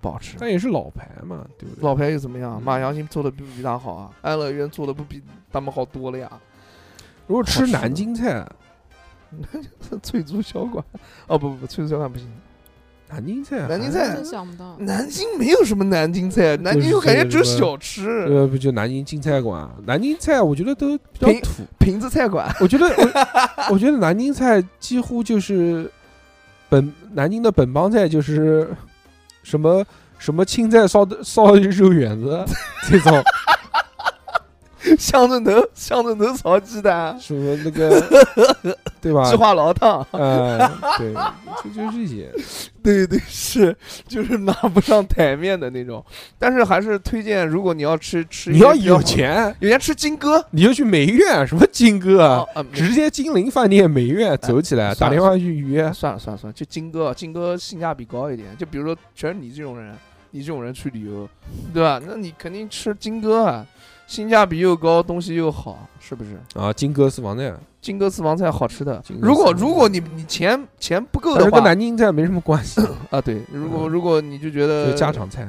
Speaker 3: 不好吃。
Speaker 2: 但也是老牌嘛，对不对？
Speaker 3: 老牌又怎么样？
Speaker 2: 嗯
Speaker 3: 马扬兴做的不比他好啊，安乐园做的不比他们好多了呀。
Speaker 2: 如果吃
Speaker 3: 好吃
Speaker 2: 南
Speaker 3: 的
Speaker 2: 京菜，
Speaker 3: 翠竹小馆，哦不不不，翠竹小馆不行。
Speaker 2: 南京菜，啊
Speaker 3: 南京菜
Speaker 4: 真想不到。
Speaker 3: 南京没有什么南京菜，南京我感觉只有小吃，
Speaker 2: 呃，不就南京京菜馆？南京菜我觉得都比较
Speaker 3: 平
Speaker 2: 土，
Speaker 3: 瓶子菜馆。
Speaker 2: 我觉得我 我觉得南京菜几乎就是本南京的本帮菜，就是什么什么青菜烧的烧肉圆子 这种，
Speaker 3: 乡镇头，乡镇头炒鸡蛋，
Speaker 2: 什么那个 对吧
Speaker 3: 鸡？花劳烫，
Speaker 2: 哎，对，就就这些。
Speaker 3: 对对是，就是拿不上台面的那种。但是还是推荐，如果你要吃吃，
Speaker 2: 你要有，钱，
Speaker 3: 有钱吃金哥
Speaker 2: 你就去美院，什么金哥啊
Speaker 3: 哦，啊，没
Speaker 2: 直接金陵饭店美院走起来，
Speaker 3: 哎
Speaker 2: 打
Speaker 3: 算了
Speaker 2: 电话去预约。
Speaker 3: 算了算了算了，就金哥，金哥性价比高一点。就比如说，全是你这种人，你这种人去旅游，对吧？那你肯定吃金哥啊，性价比又高，东西又好，是不是？
Speaker 2: 啊，金哥私房菜，
Speaker 3: 金哥私房菜好吃的
Speaker 2: 金。哥
Speaker 3: 如果
Speaker 2: 私房菜
Speaker 3: 如果你你钱钱不够
Speaker 2: 但
Speaker 3: 的
Speaker 2: 是跟
Speaker 3: 话
Speaker 2: 南京菜没什么关系，
Speaker 3: 啊，对，如果
Speaker 2: 嗯
Speaker 3: 如果你就觉
Speaker 2: 就
Speaker 3: 得
Speaker 2: 家，常菜。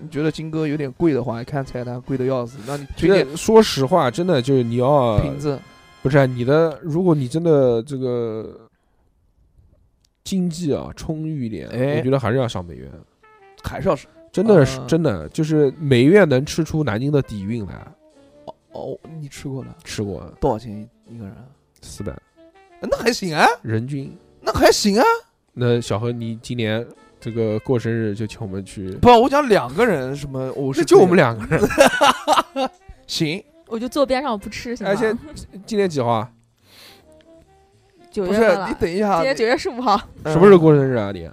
Speaker 3: 你觉得金哥有点贵的话，看菜单贵的要死，那你推
Speaker 2: 觉
Speaker 3: 荐
Speaker 2: 得说实话，真的就是你要
Speaker 3: 瓶子
Speaker 2: 不是啊你的，如果你真的这个经济啊充裕一点，
Speaker 3: 哎
Speaker 2: 我觉得还是要上美院，
Speaker 3: 还是要吃
Speaker 2: 真的是
Speaker 3: 啊
Speaker 2: 真的就是美院能吃出南京的底蕴来。
Speaker 3: 哦，你吃过了
Speaker 2: 吃过
Speaker 3: 多少钱一一个人啊？
Speaker 2: 四百
Speaker 3: 那还行啊，
Speaker 2: 人均，
Speaker 3: 那还行啊。
Speaker 2: 那小何你今年这个过生日就请我们去，
Speaker 3: 不，我讲两个人什么，我是
Speaker 2: 那就我们
Speaker 3: 俩
Speaker 2: 两个人。
Speaker 3: 行，
Speaker 4: 我就坐边上，我不吃行吗
Speaker 2: 而？且今年几号
Speaker 3: 嗯
Speaker 2: 啊？
Speaker 4: 九
Speaker 3: 不
Speaker 4: 月
Speaker 3: 是
Speaker 4: 份了，
Speaker 3: 你
Speaker 4: 今
Speaker 3: 等一下，
Speaker 4: 天九月十五号。
Speaker 3: 嗯
Speaker 2: 什么时候？过生日啊你？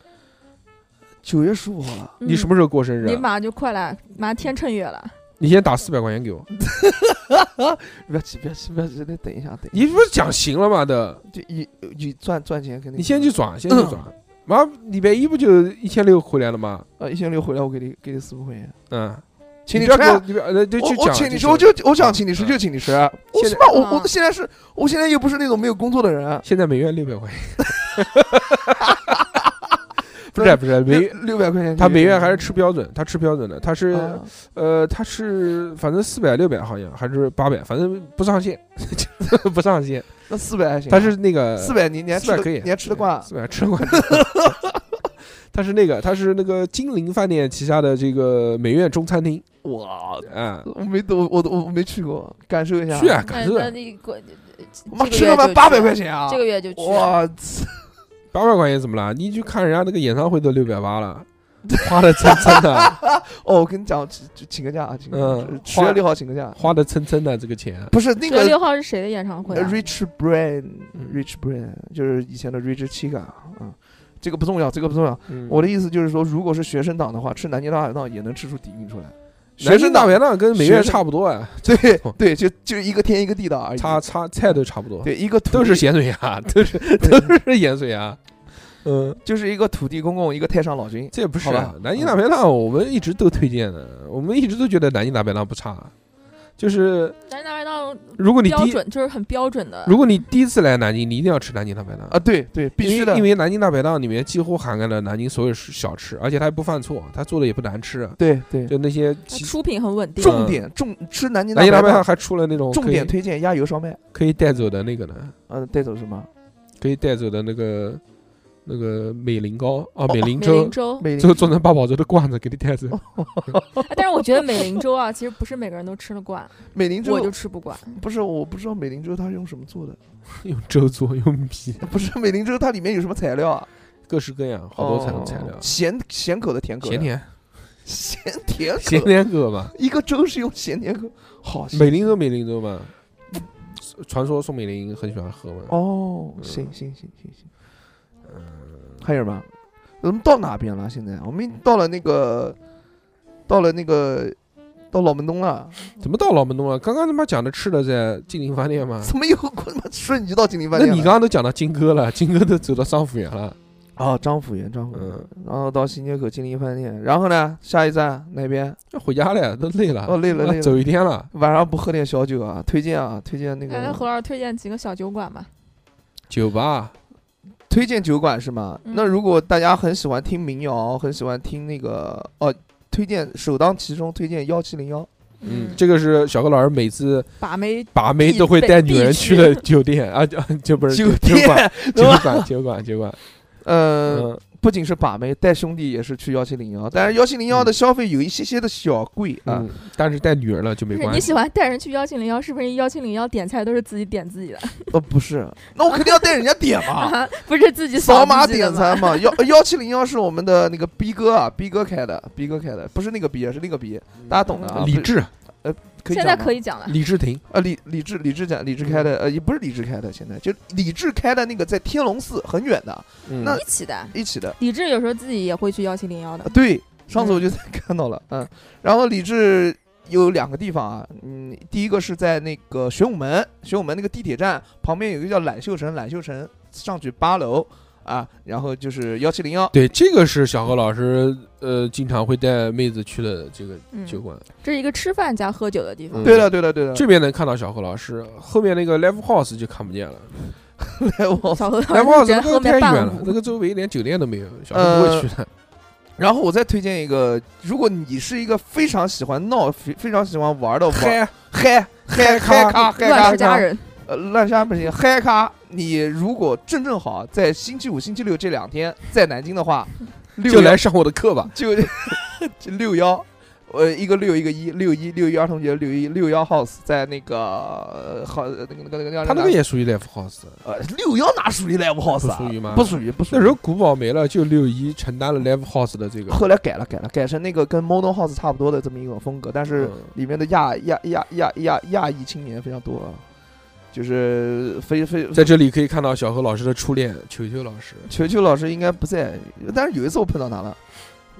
Speaker 3: 九月十五号了。
Speaker 2: 你什
Speaker 4: 嗯
Speaker 2: 么时候过生日
Speaker 4: 你
Speaker 2: 啊？
Speaker 4: 马上就快了，马上天秤月了。
Speaker 2: 你先打四百块钱给我。
Speaker 3: 嗯不要急，不要急，不要急，那等一下，等一下，
Speaker 2: 你不是讲行了吗的？
Speaker 3: 就一一赚赚钱肯定。
Speaker 2: 你先去
Speaker 3: 嗯
Speaker 2: 转，先去转。妈，礼拜一不就一千六回来了吗？
Speaker 3: 啊，一千六回来，我给你给你四百块钱，
Speaker 2: 嗯，
Speaker 3: 请你
Speaker 2: 不
Speaker 3: 吃
Speaker 2: 要给我
Speaker 3: 啊。
Speaker 2: 你不要呃，就
Speaker 3: 我
Speaker 2: 就
Speaker 3: 我
Speaker 2: 讲，
Speaker 3: 请你吃，
Speaker 2: 是
Speaker 3: 我就我想请你吃
Speaker 2: 嗯
Speaker 3: 就请你吃。我
Speaker 2: 现
Speaker 3: 他妈我
Speaker 4: 嗯
Speaker 3: 我现在是，我现在又不是那种没有工作的 人，
Speaker 2: 现在每月六百 块钱。不是不是，每
Speaker 3: 六百块钱。
Speaker 2: 他每月还是吃标准，他吃标准的，他是
Speaker 3: 啊
Speaker 2: 呃他是反正四百六百好像还是八百，反正不上限， 不上限。
Speaker 3: 那四百还行啊。
Speaker 2: 他是那个
Speaker 3: 四百，你你还
Speaker 2: 四百
Speaker 3: 吃啊
Speaker 2: 可以
Speaker 3: 得，你还吃得惯啊？
Speaker 2: 四百吃得惯。它是那个，它是那个金陵饭店旗下的这个美苑中餐厅，
Speaker 3: 哇，
Speaker 2: 啊、
Speaker 3: 我没我我我我没去过，感受一下。
Speaker 2: 去啊，
Speaker 4: 那
Speaker 2: 感受
Speaker 4: 那你过，
Speaker 3: 妈
Speaker 4: 这个
Speaker 3: 去
Speaker 4: 月
Speaker 3: 他妈
Speaker 4: 就
Speaker 3: 八
Speaker 4: 去
Speaker 3: 百块钱啊！
Speaker 4: 这个月就去。
Speaker 3: 哇操！
Speaker 2: 八百块钱怎么了？你去看人家那个演唱会都六百八了， 花的蹭蹭的，
Speaker 3: 哦，我跟你讲，请请请个假，啊，请个
Speaker 2: 嗯
Speaker 3: 假，十月六号请个假。
Speaker 2: 花的蹭蹭的这个钱，
Speaker 3: 不是那
Speaker 4: 九月
Speaker 3: 个
Speaker 4: 六号是谁的演唱会、
Speaker 3: 呃
Speaker 4: 啊？
Speaker 3: Rich Brian
Speaker 2: 嗯
Speaker 3: Rich Brian，就是以前的 Rich Chiga 啊，这个不重要，这个不重要。
Speaker 2: 嗯
Speaker 3: 我的意思就是说，如果是学生党的话，吃南京大排档也能吃出底蕴出来。
Speaker 2: 学
Speaker 3: 学
Speaker 2: 生
Speaker 3: 生
Speaker 2: 大
Speaker 3: 党
Speaker 2: 排档跟美
Speaker 3: 学
Speaker 2: 院
Speaker 3: 生
Speaker 2: 差不多啊，
Speaker 3: 对对，就就一个天一个地的而已。
Speaker 2: 差差菜都差不多，
Speaker 3: 对一个土
Speaker 2: 都
Speaker 3: 地
Speaker 2: 是咸水 鸭，都是都是盐水鸭。嗯，
Speaker 3: 就是一个土地公公，一个太上老君。
Speaker 2: 这也不是
Speaker 3: 好吧
Speaker 2: 啊南京大排档，我们一直都推荐的，我们一直都觉得南京大排档不差。就是
Speaker 4: 咱大排档
Speaker 2: 如果你
Speaker 4: 标
Speaker 2: 第一
Speaker 4: 准就是很标准的。
Speaker 2: 如果你第一次来南京，你一定要吃南京大排档
Speaker 3: 啊，，对对，必
Speaker 2: 因
Speaker 3: 须
Speaker 2: 为
Speaker 3: 的
Speaker 2: 因，为南京大排档里面几乎涵盖了南京所有小吃，而且它也不犯错，它做的也不难吃，啊
Speaker 3: 对对。
Speaker 2: 就那些
Speaker 4: 它
Speaker 2: 其
Speaker 4: 出品很稳定，
Speaker 3: 重点重吃南京
Speaker 2: 嗯南京大
Speaker 3: 排
Speaker 2: 排档，还出了那种
Speaker 3: 重
Speaker 2: 可以
Speaker 3: 点推荐鸭油烧麦。
Speaker 2: 可以带走的那个呢，
Speaker 3: 嗯，带走什么？
Speaker 2: 可以带走的那个那个美林糕啊，美林
Speaker 4: 美
Speaker 2: 粥
Speaker 4: 林，粥、
Speaker 3: 哦美哦
Speaker 2: 最后做成八宝粥的罐子给你带走。
Speaker 4: 哎但是我觉得美林粥啊， 其实不是每个人都吃得惯，
Speaker 3: 美林
Speaker 4: 我就
Speaker 3: 粥
Speaker 4: 吃不惯。
Speaker 3: 不是，我不知道美林粥它是用什么做的，
Speaker 2: 用粥做，用米，
Speaker 3: 不是美林粥它里面有什么材料啊？
Speaker 2: 各式各样，好多材
Speaker 3: 哦
Speaker 2: 材料，
Speaker 3: 咸咸口的甜口的，
Speaker 2: 咸甜
Speaker 3: 咸甜
Speaker 2: 咸
Speaker 3: 口，
Speaker 2: 甜口嘛，
Speaker 3: 一个粥是用咸甜口，好
Speaker 2: 美林粥美林粥嘛，传说宋美龄很喜欢喝嘛，
Speaker 3: 哦，行行行行行，
Speaker 2: 嗯
Speaker 3: 还有吗？我们到哪边了？现在我们已经到了那个，到了那个，到老门东了，
Speaker 2: 怎么到老门东啊了？刚刚他妈讲的吃的在金陵饭店嘛，
Speaker 3: 怎么又我他妈瞬移到金陵饭
Speaker 2: 那
Speaker 3: 店
Speaker 2: 你刚刚都讲到金哥了，金哥都走到商府园了，
Speaker 3: 哦，张府园，张府园，
Speaker 2: 嗯，
Speaker 3: 然后到新街口金陵饭店，然后呢，下一站哪边？
Speaker 2: 那回家了呀，都累了，
Speaker 3: 哦累了
Speaker 2: 啊
Speaker 3: 累了
Speaker 2: 走一天了，
Speaker 3: 晚上不喝点小酒啊？推荐啊，推荐那
Speaker 4: 来，
Speaker 3: 个，
Speaker 4: 何哎老师推荐几个小酒馆吧。
Speaker 2: 酒吧
Speaker 3: 推荐酒馆是吗？
Speaker 4: 嗯
Speaker 3: 那如果大家很喜欢听民谣，很喜欢听那个，哦，推荐首当其冲，推荐幺七零幺。
Speaker 2: 嗯，这个是小高老师每次
Speaker 4: 把妹
Speaker 2: 把妹都会带女人去的酒店啊，就就不是
Speaker 3: 酒
Speaker 2: 酒馆
Speaker 3: 店，
Speaker 2: 酒
Speaker 3: 对吧
Speaker 2: 馆酒馆酒馆，
Speaker 3: 呃，
Speaker 2: 嗯，
Speaker 3: 不仅是把妹，带兄弟也是去幺七零幺，但是幺七零幺的消费有一些些的小贵啊。
Speaker 2: 嗯，但是带女儿了就没
Speaker 4: 不是
Speaker 2: 关
Speaker 4: 你
Speaker 2: 系。
Speaker 4: 喜欢带人去幺七零幺，是不是幺七零幺点菜都是自己点自己的，
Speaker 3: 呃，不是，那我肯定要带人家点 嘛，
Speaker 4: 不是自己
Speaker 3: 啊扫码
Speaker 4: 码
Speaker 3: 点啊餐嘛。幺幺七零幺是我们的那个逼哥啊，逼哥开的，逼哥开的，不是那个逼，是那个逼，大家懂的啊。
Speaker 2: 嗯李志，
Speaker 3: 可以
Speaker 4: 现在
Speaker 3: 讲吗
Speaker 4: 可以讲了，
Speaker 2: 李志廷，
Speaker 3: 啊，李李志李志讲李志开
Speaker 2: 嗯
Speaker 3: 的，呃，也不是李志开的，现在就李志开的那个在天龙寺很远的嗯那
Speaker 4: 一起的。
Speaker 3: 一起的，
Speaker 4: 李志有时候自己也会去幺七零幺的
Speaker 3: 啊，，对，上次我就在看到了，嗯，然后李志有两个地方啊，嗯，第一个是在那个玄武门，玄武门那个地铁站旁边有一个叫揽秀城，揽秀城上去八楼啊，然后就是幺七零幺，
Speaker 2: 对，这个是小何老师呃经常会带妹子去的这个
Speaker 4: 嗯，
Speaker 2: 酒馆。
Speaker 4: 这是一个吃饭加喝酒的地方。
Speaker 2: 嗯
Speaker 3: 对了对了对了，
Speaker 2: 这边能看到小何老师，后面那个 Live House 就看不见了。
Speaker 3: 来 我，
Speaker 4: 小何老
Speaker 2: Live
Speaker 4: 师
Speaker 2: House
Speaker 4: 在
Speaker 2: 那个
Speaker 4: 后
Speaker 2: 太
Speaker 4: 面
Speaker 2: 远
Speaker 4: 伴
Speaker 2: 了，那
Speaker 4: 舞，
Speaker 2: 个周围连酒店都没有，小何不会去
Speaker 3: 呃
Speaker 2: 的。
Speaker 3: 然后我再推荐一个，如果你是一个非常喜欢闹、非非常喜欢玩的玩
Speaker 2: 嗨，
Speaker 3: 嗨嗨
Speaker 2: 嗨
Speaker 3: 嗨咖嗨
Speaker 4: 乱世佳
Speaker 3: 咖，
Speaker 4: 人，
Speaker 3: 呃，烂沙不行，嗨咖！你如果正正好在星期五、星期六这两天在南京的 话，六
Speaker 2: 就
Speaker 3: 幺
Speaker 2: 来上我的课吧。
Speaker 3: 就 就六幺，呃，一个六一个一，六一六一儿童节六一六幺 house 在那个呃好那个那个那个叫
Speaker 2: 他那个也属于 Live House，
Speaker 3: 呃六幺哪属于 live house 啊？
Speaker 2: 不属于吗
Speaker 3: 不属于不属于。
Speaker 2: 那时候古堡没了，就六一承担了
Speaker 3: 嗯
Speaker 2: Live House 的这个。
Speaker 3: 后来改了改了，改成那个跟 modern house 差不多的这么一种风格，但是
Speaker 2: 嗯
Speaker 3: 里面的亚亚亚亚亚亚裔青年非常多，啊，就是非非
Speaker 2: 在这里可以看到小何老师的初恋球球老师，
Speaker 3: 球球老师应该不在，但是有一次我碰到他了，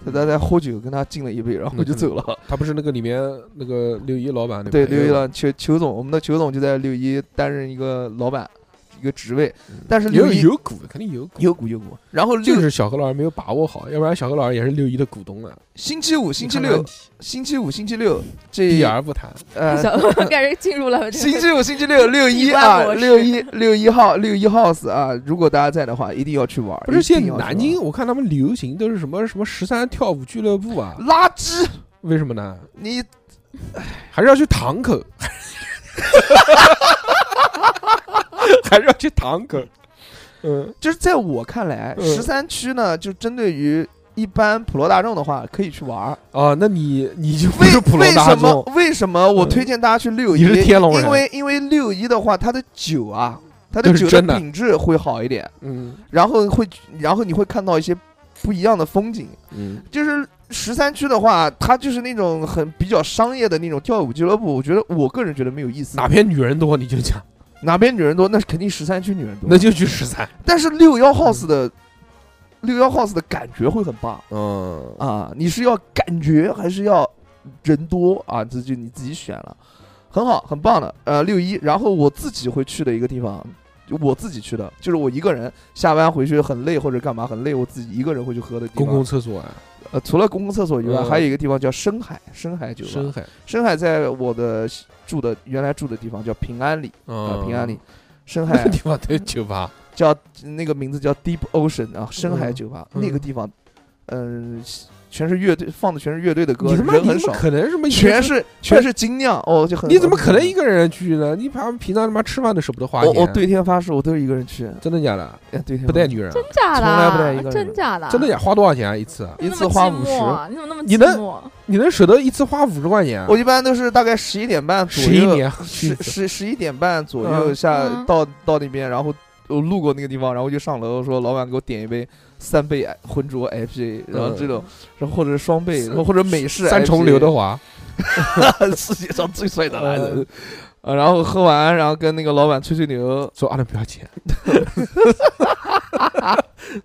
Speaker 3: 他在在喝酒，跟他敬了一杯，然后我就
Speaker 2: 嗯
Speaker 3: 走了。
Speaker 2: 他不是那个里面那个六一老板那
Speaker 3: 对，
Speaker 2: 朋友
Speaker 3: 六一
Speaker 2: 吗
Speaker 3: 了，球球总，我们的球总就在六一担任一个老板一个职位，
Speaker 2: 嗯
Speaker 3: 但是六
Speaker 2: 有
Speaker 3: 一
Speaker 2: 有股，肯定有股。
Speaker 3: 有股有股。然后
Speaker 2: 就
Speaker 3: 六
Speaker 2: 是小何老师没有把握好，要不然小何老师也是六一的股东了。
Speaker 3: 星期五、星期
Speaker 2: 你看
Speaker 3: 六
Speaker 2: 看、
Speaker 3: 星期五、星期六这
Speaker 2: 避而不谈。
Speaker 3: 呃
Speaker 4: 小 何开始进入了这
Speaker 3: 星
Speaker 4: 个
Speaker 3: 期五、星期六、六一啊，
Speaker 4: 一般模式
Speaker 3: 六一六一号六一 house 啊，如果大家在的话，一定要去玩。
Speaker 2: 不是
Speaker 3: 一
Speaker 2: 现
Speaker 3: 定
Speaker 2: 在
Speaker 3: 要去玩
Speaker 2: 南京，我看他们流行都是什么什么十三跳舞俱乐部啊？
Speaker 3: 垃圾，
Speaker 2: 为什么呢？
Speaker 3: 你
Speaker 2: 还是要去堂口， 还是要去堂口。嗯，
Speaker 3: 就是在我看来，
Speaker 2: 嗯
Speaker 3: 十三区呢，就针对于一般普罗大众的话可以去玩儿。
Speaker 2: 啊，那你你就不
Speaker 3: 为
Speaker 2: 是普罗
Speaker 3: 为
Speaker 2: 大
Speaker 3: 什
Speaker 2: 众
Speaker 3: 么，为什么我
Speaker 2: 嗯
Speaker 3: 推荐大家去六一？
Speaker 2: 你是天龙人
Speaker 3: 因为因为六一的话，它的酒啊，它的
Speaker 2: 都是
Speaker 3: 酒
Speaker 2: 真的
Speaker 3: 品质会好一点，
Speaker 2: 嗯
Speaker 3: 然后会然后你会看到一些不一样的风景。
Speaker 2: 嗯
Speaker 3: 就是十三区的话，它就是那种很比较商业的那种跳舞俱乐部，我觉得我个人觉得没有意思。
Speaker 2: 哪边女人多你就讲，
Speaker 3: 哪边女人多，那肯定十三区女人多。
Speaker 2: 那就嗯去十三。
Speaker 3: 但是六幺 house 的六幺 house 的感觉会很棒
Speaker 2: 嗯
Speaker 3: 啊！你是要感觉还是要人多啊？这就你自己选了，很好，很棒的。呃，六一，然后我自己会去的一个地方，就我自己去的，就是我一个人下班回去很累或者干嘛很累，我自己一个人会去喝的地
Speaker 2: 公
Speaker 3: 方。
Speaker 2: 共厕所啊，
Speaker 3: 呃，除了公共厕所以外，
Speaker 2: 嗯
Speaker 3: 还有一个地方叫深海，深海酒
Speaker 2: 深
Speaker 3: 吧。
Speaker 2: 海
Speaker 3: 深海在我的住的原来住的地方叫平安里啊、
Speaker 2: 啊
Speaker 3: 平 安里，深
Speaker 2: 那
Speaker 3: 海
Speaker 2: 个地方对酒吧，
Speaker 3: 叫那个名字叫 Deep Ocean 啊，深海酒吧、
Speaker 2: 嗯
Speaker 3: 那个地方，嗯、全是乐队放的全是乐队的歌，
Speaker 2: 你他妈
Speaker 3: 人
Speaker 2: 你
Speaker 3: 很
Speaker 2: 怎
Speaker 3: 少
Speaker 2: 么，可能什么一个
Speaker 3: 全是全是精酿哦，就很
Speaker 2: 你怎么可能一个人去呢？你怕平常他妈吃饭都舍不得花
Speaker 3: 我
Speaker 2: 钱。
Speaker 3: 我哦对天发誓，我都是一个人去，
Speaker 2: 真的假的？
Speaker 3: 哎，对天
Speaker 2: 不带
Speaker 3: 你
Speaker 2: 女人啊，
Speaker 4: 真假的
Speaker 3: 从来不带一
Speaker 4: 啊？
Speaker 3: 个人
Speaker 4: 真假的？
Speaker 2: 真的？假？花多少钱啊一次？
Speaker 3: 一次花五十，
Speaker 4: 啊你怎么那么
Speaker 2: 你
Speaker 4: 寂
Speaker 2: 能
Speaker 4: 寞？
Speaker 2: 你能舍得一次花五十块钱啊？
Speaker 3: 我一般都是大概十一点半左
Speaker 2: 十一
Speaker 3: 右，
Speaker 2: 年去一
Speaker 3: 十
Speaker 2: 次
Speaker 3: 十十一点半左右
Speaker 2: 嗯
Speaker 3: 下、
Speaker 4: 嗯
Speaker 3: 到到那边，然后我路过那个地方，然后就上楼说老板给我点一杯三倍浑浊 IPA，然后这种，然后或者是双倍，然后或者美式
Speaker 2: 嗯三重
Speaker 3: IPA
Speaker 2: 刘德华，
Speaker 3: 世界上最帅的男
Speaker 2: 嗯
Speaker 3: 人。呃，然后喝完，然后跟那个老板吹吹牛，
Speaker 2: 说阿伦不要 钱，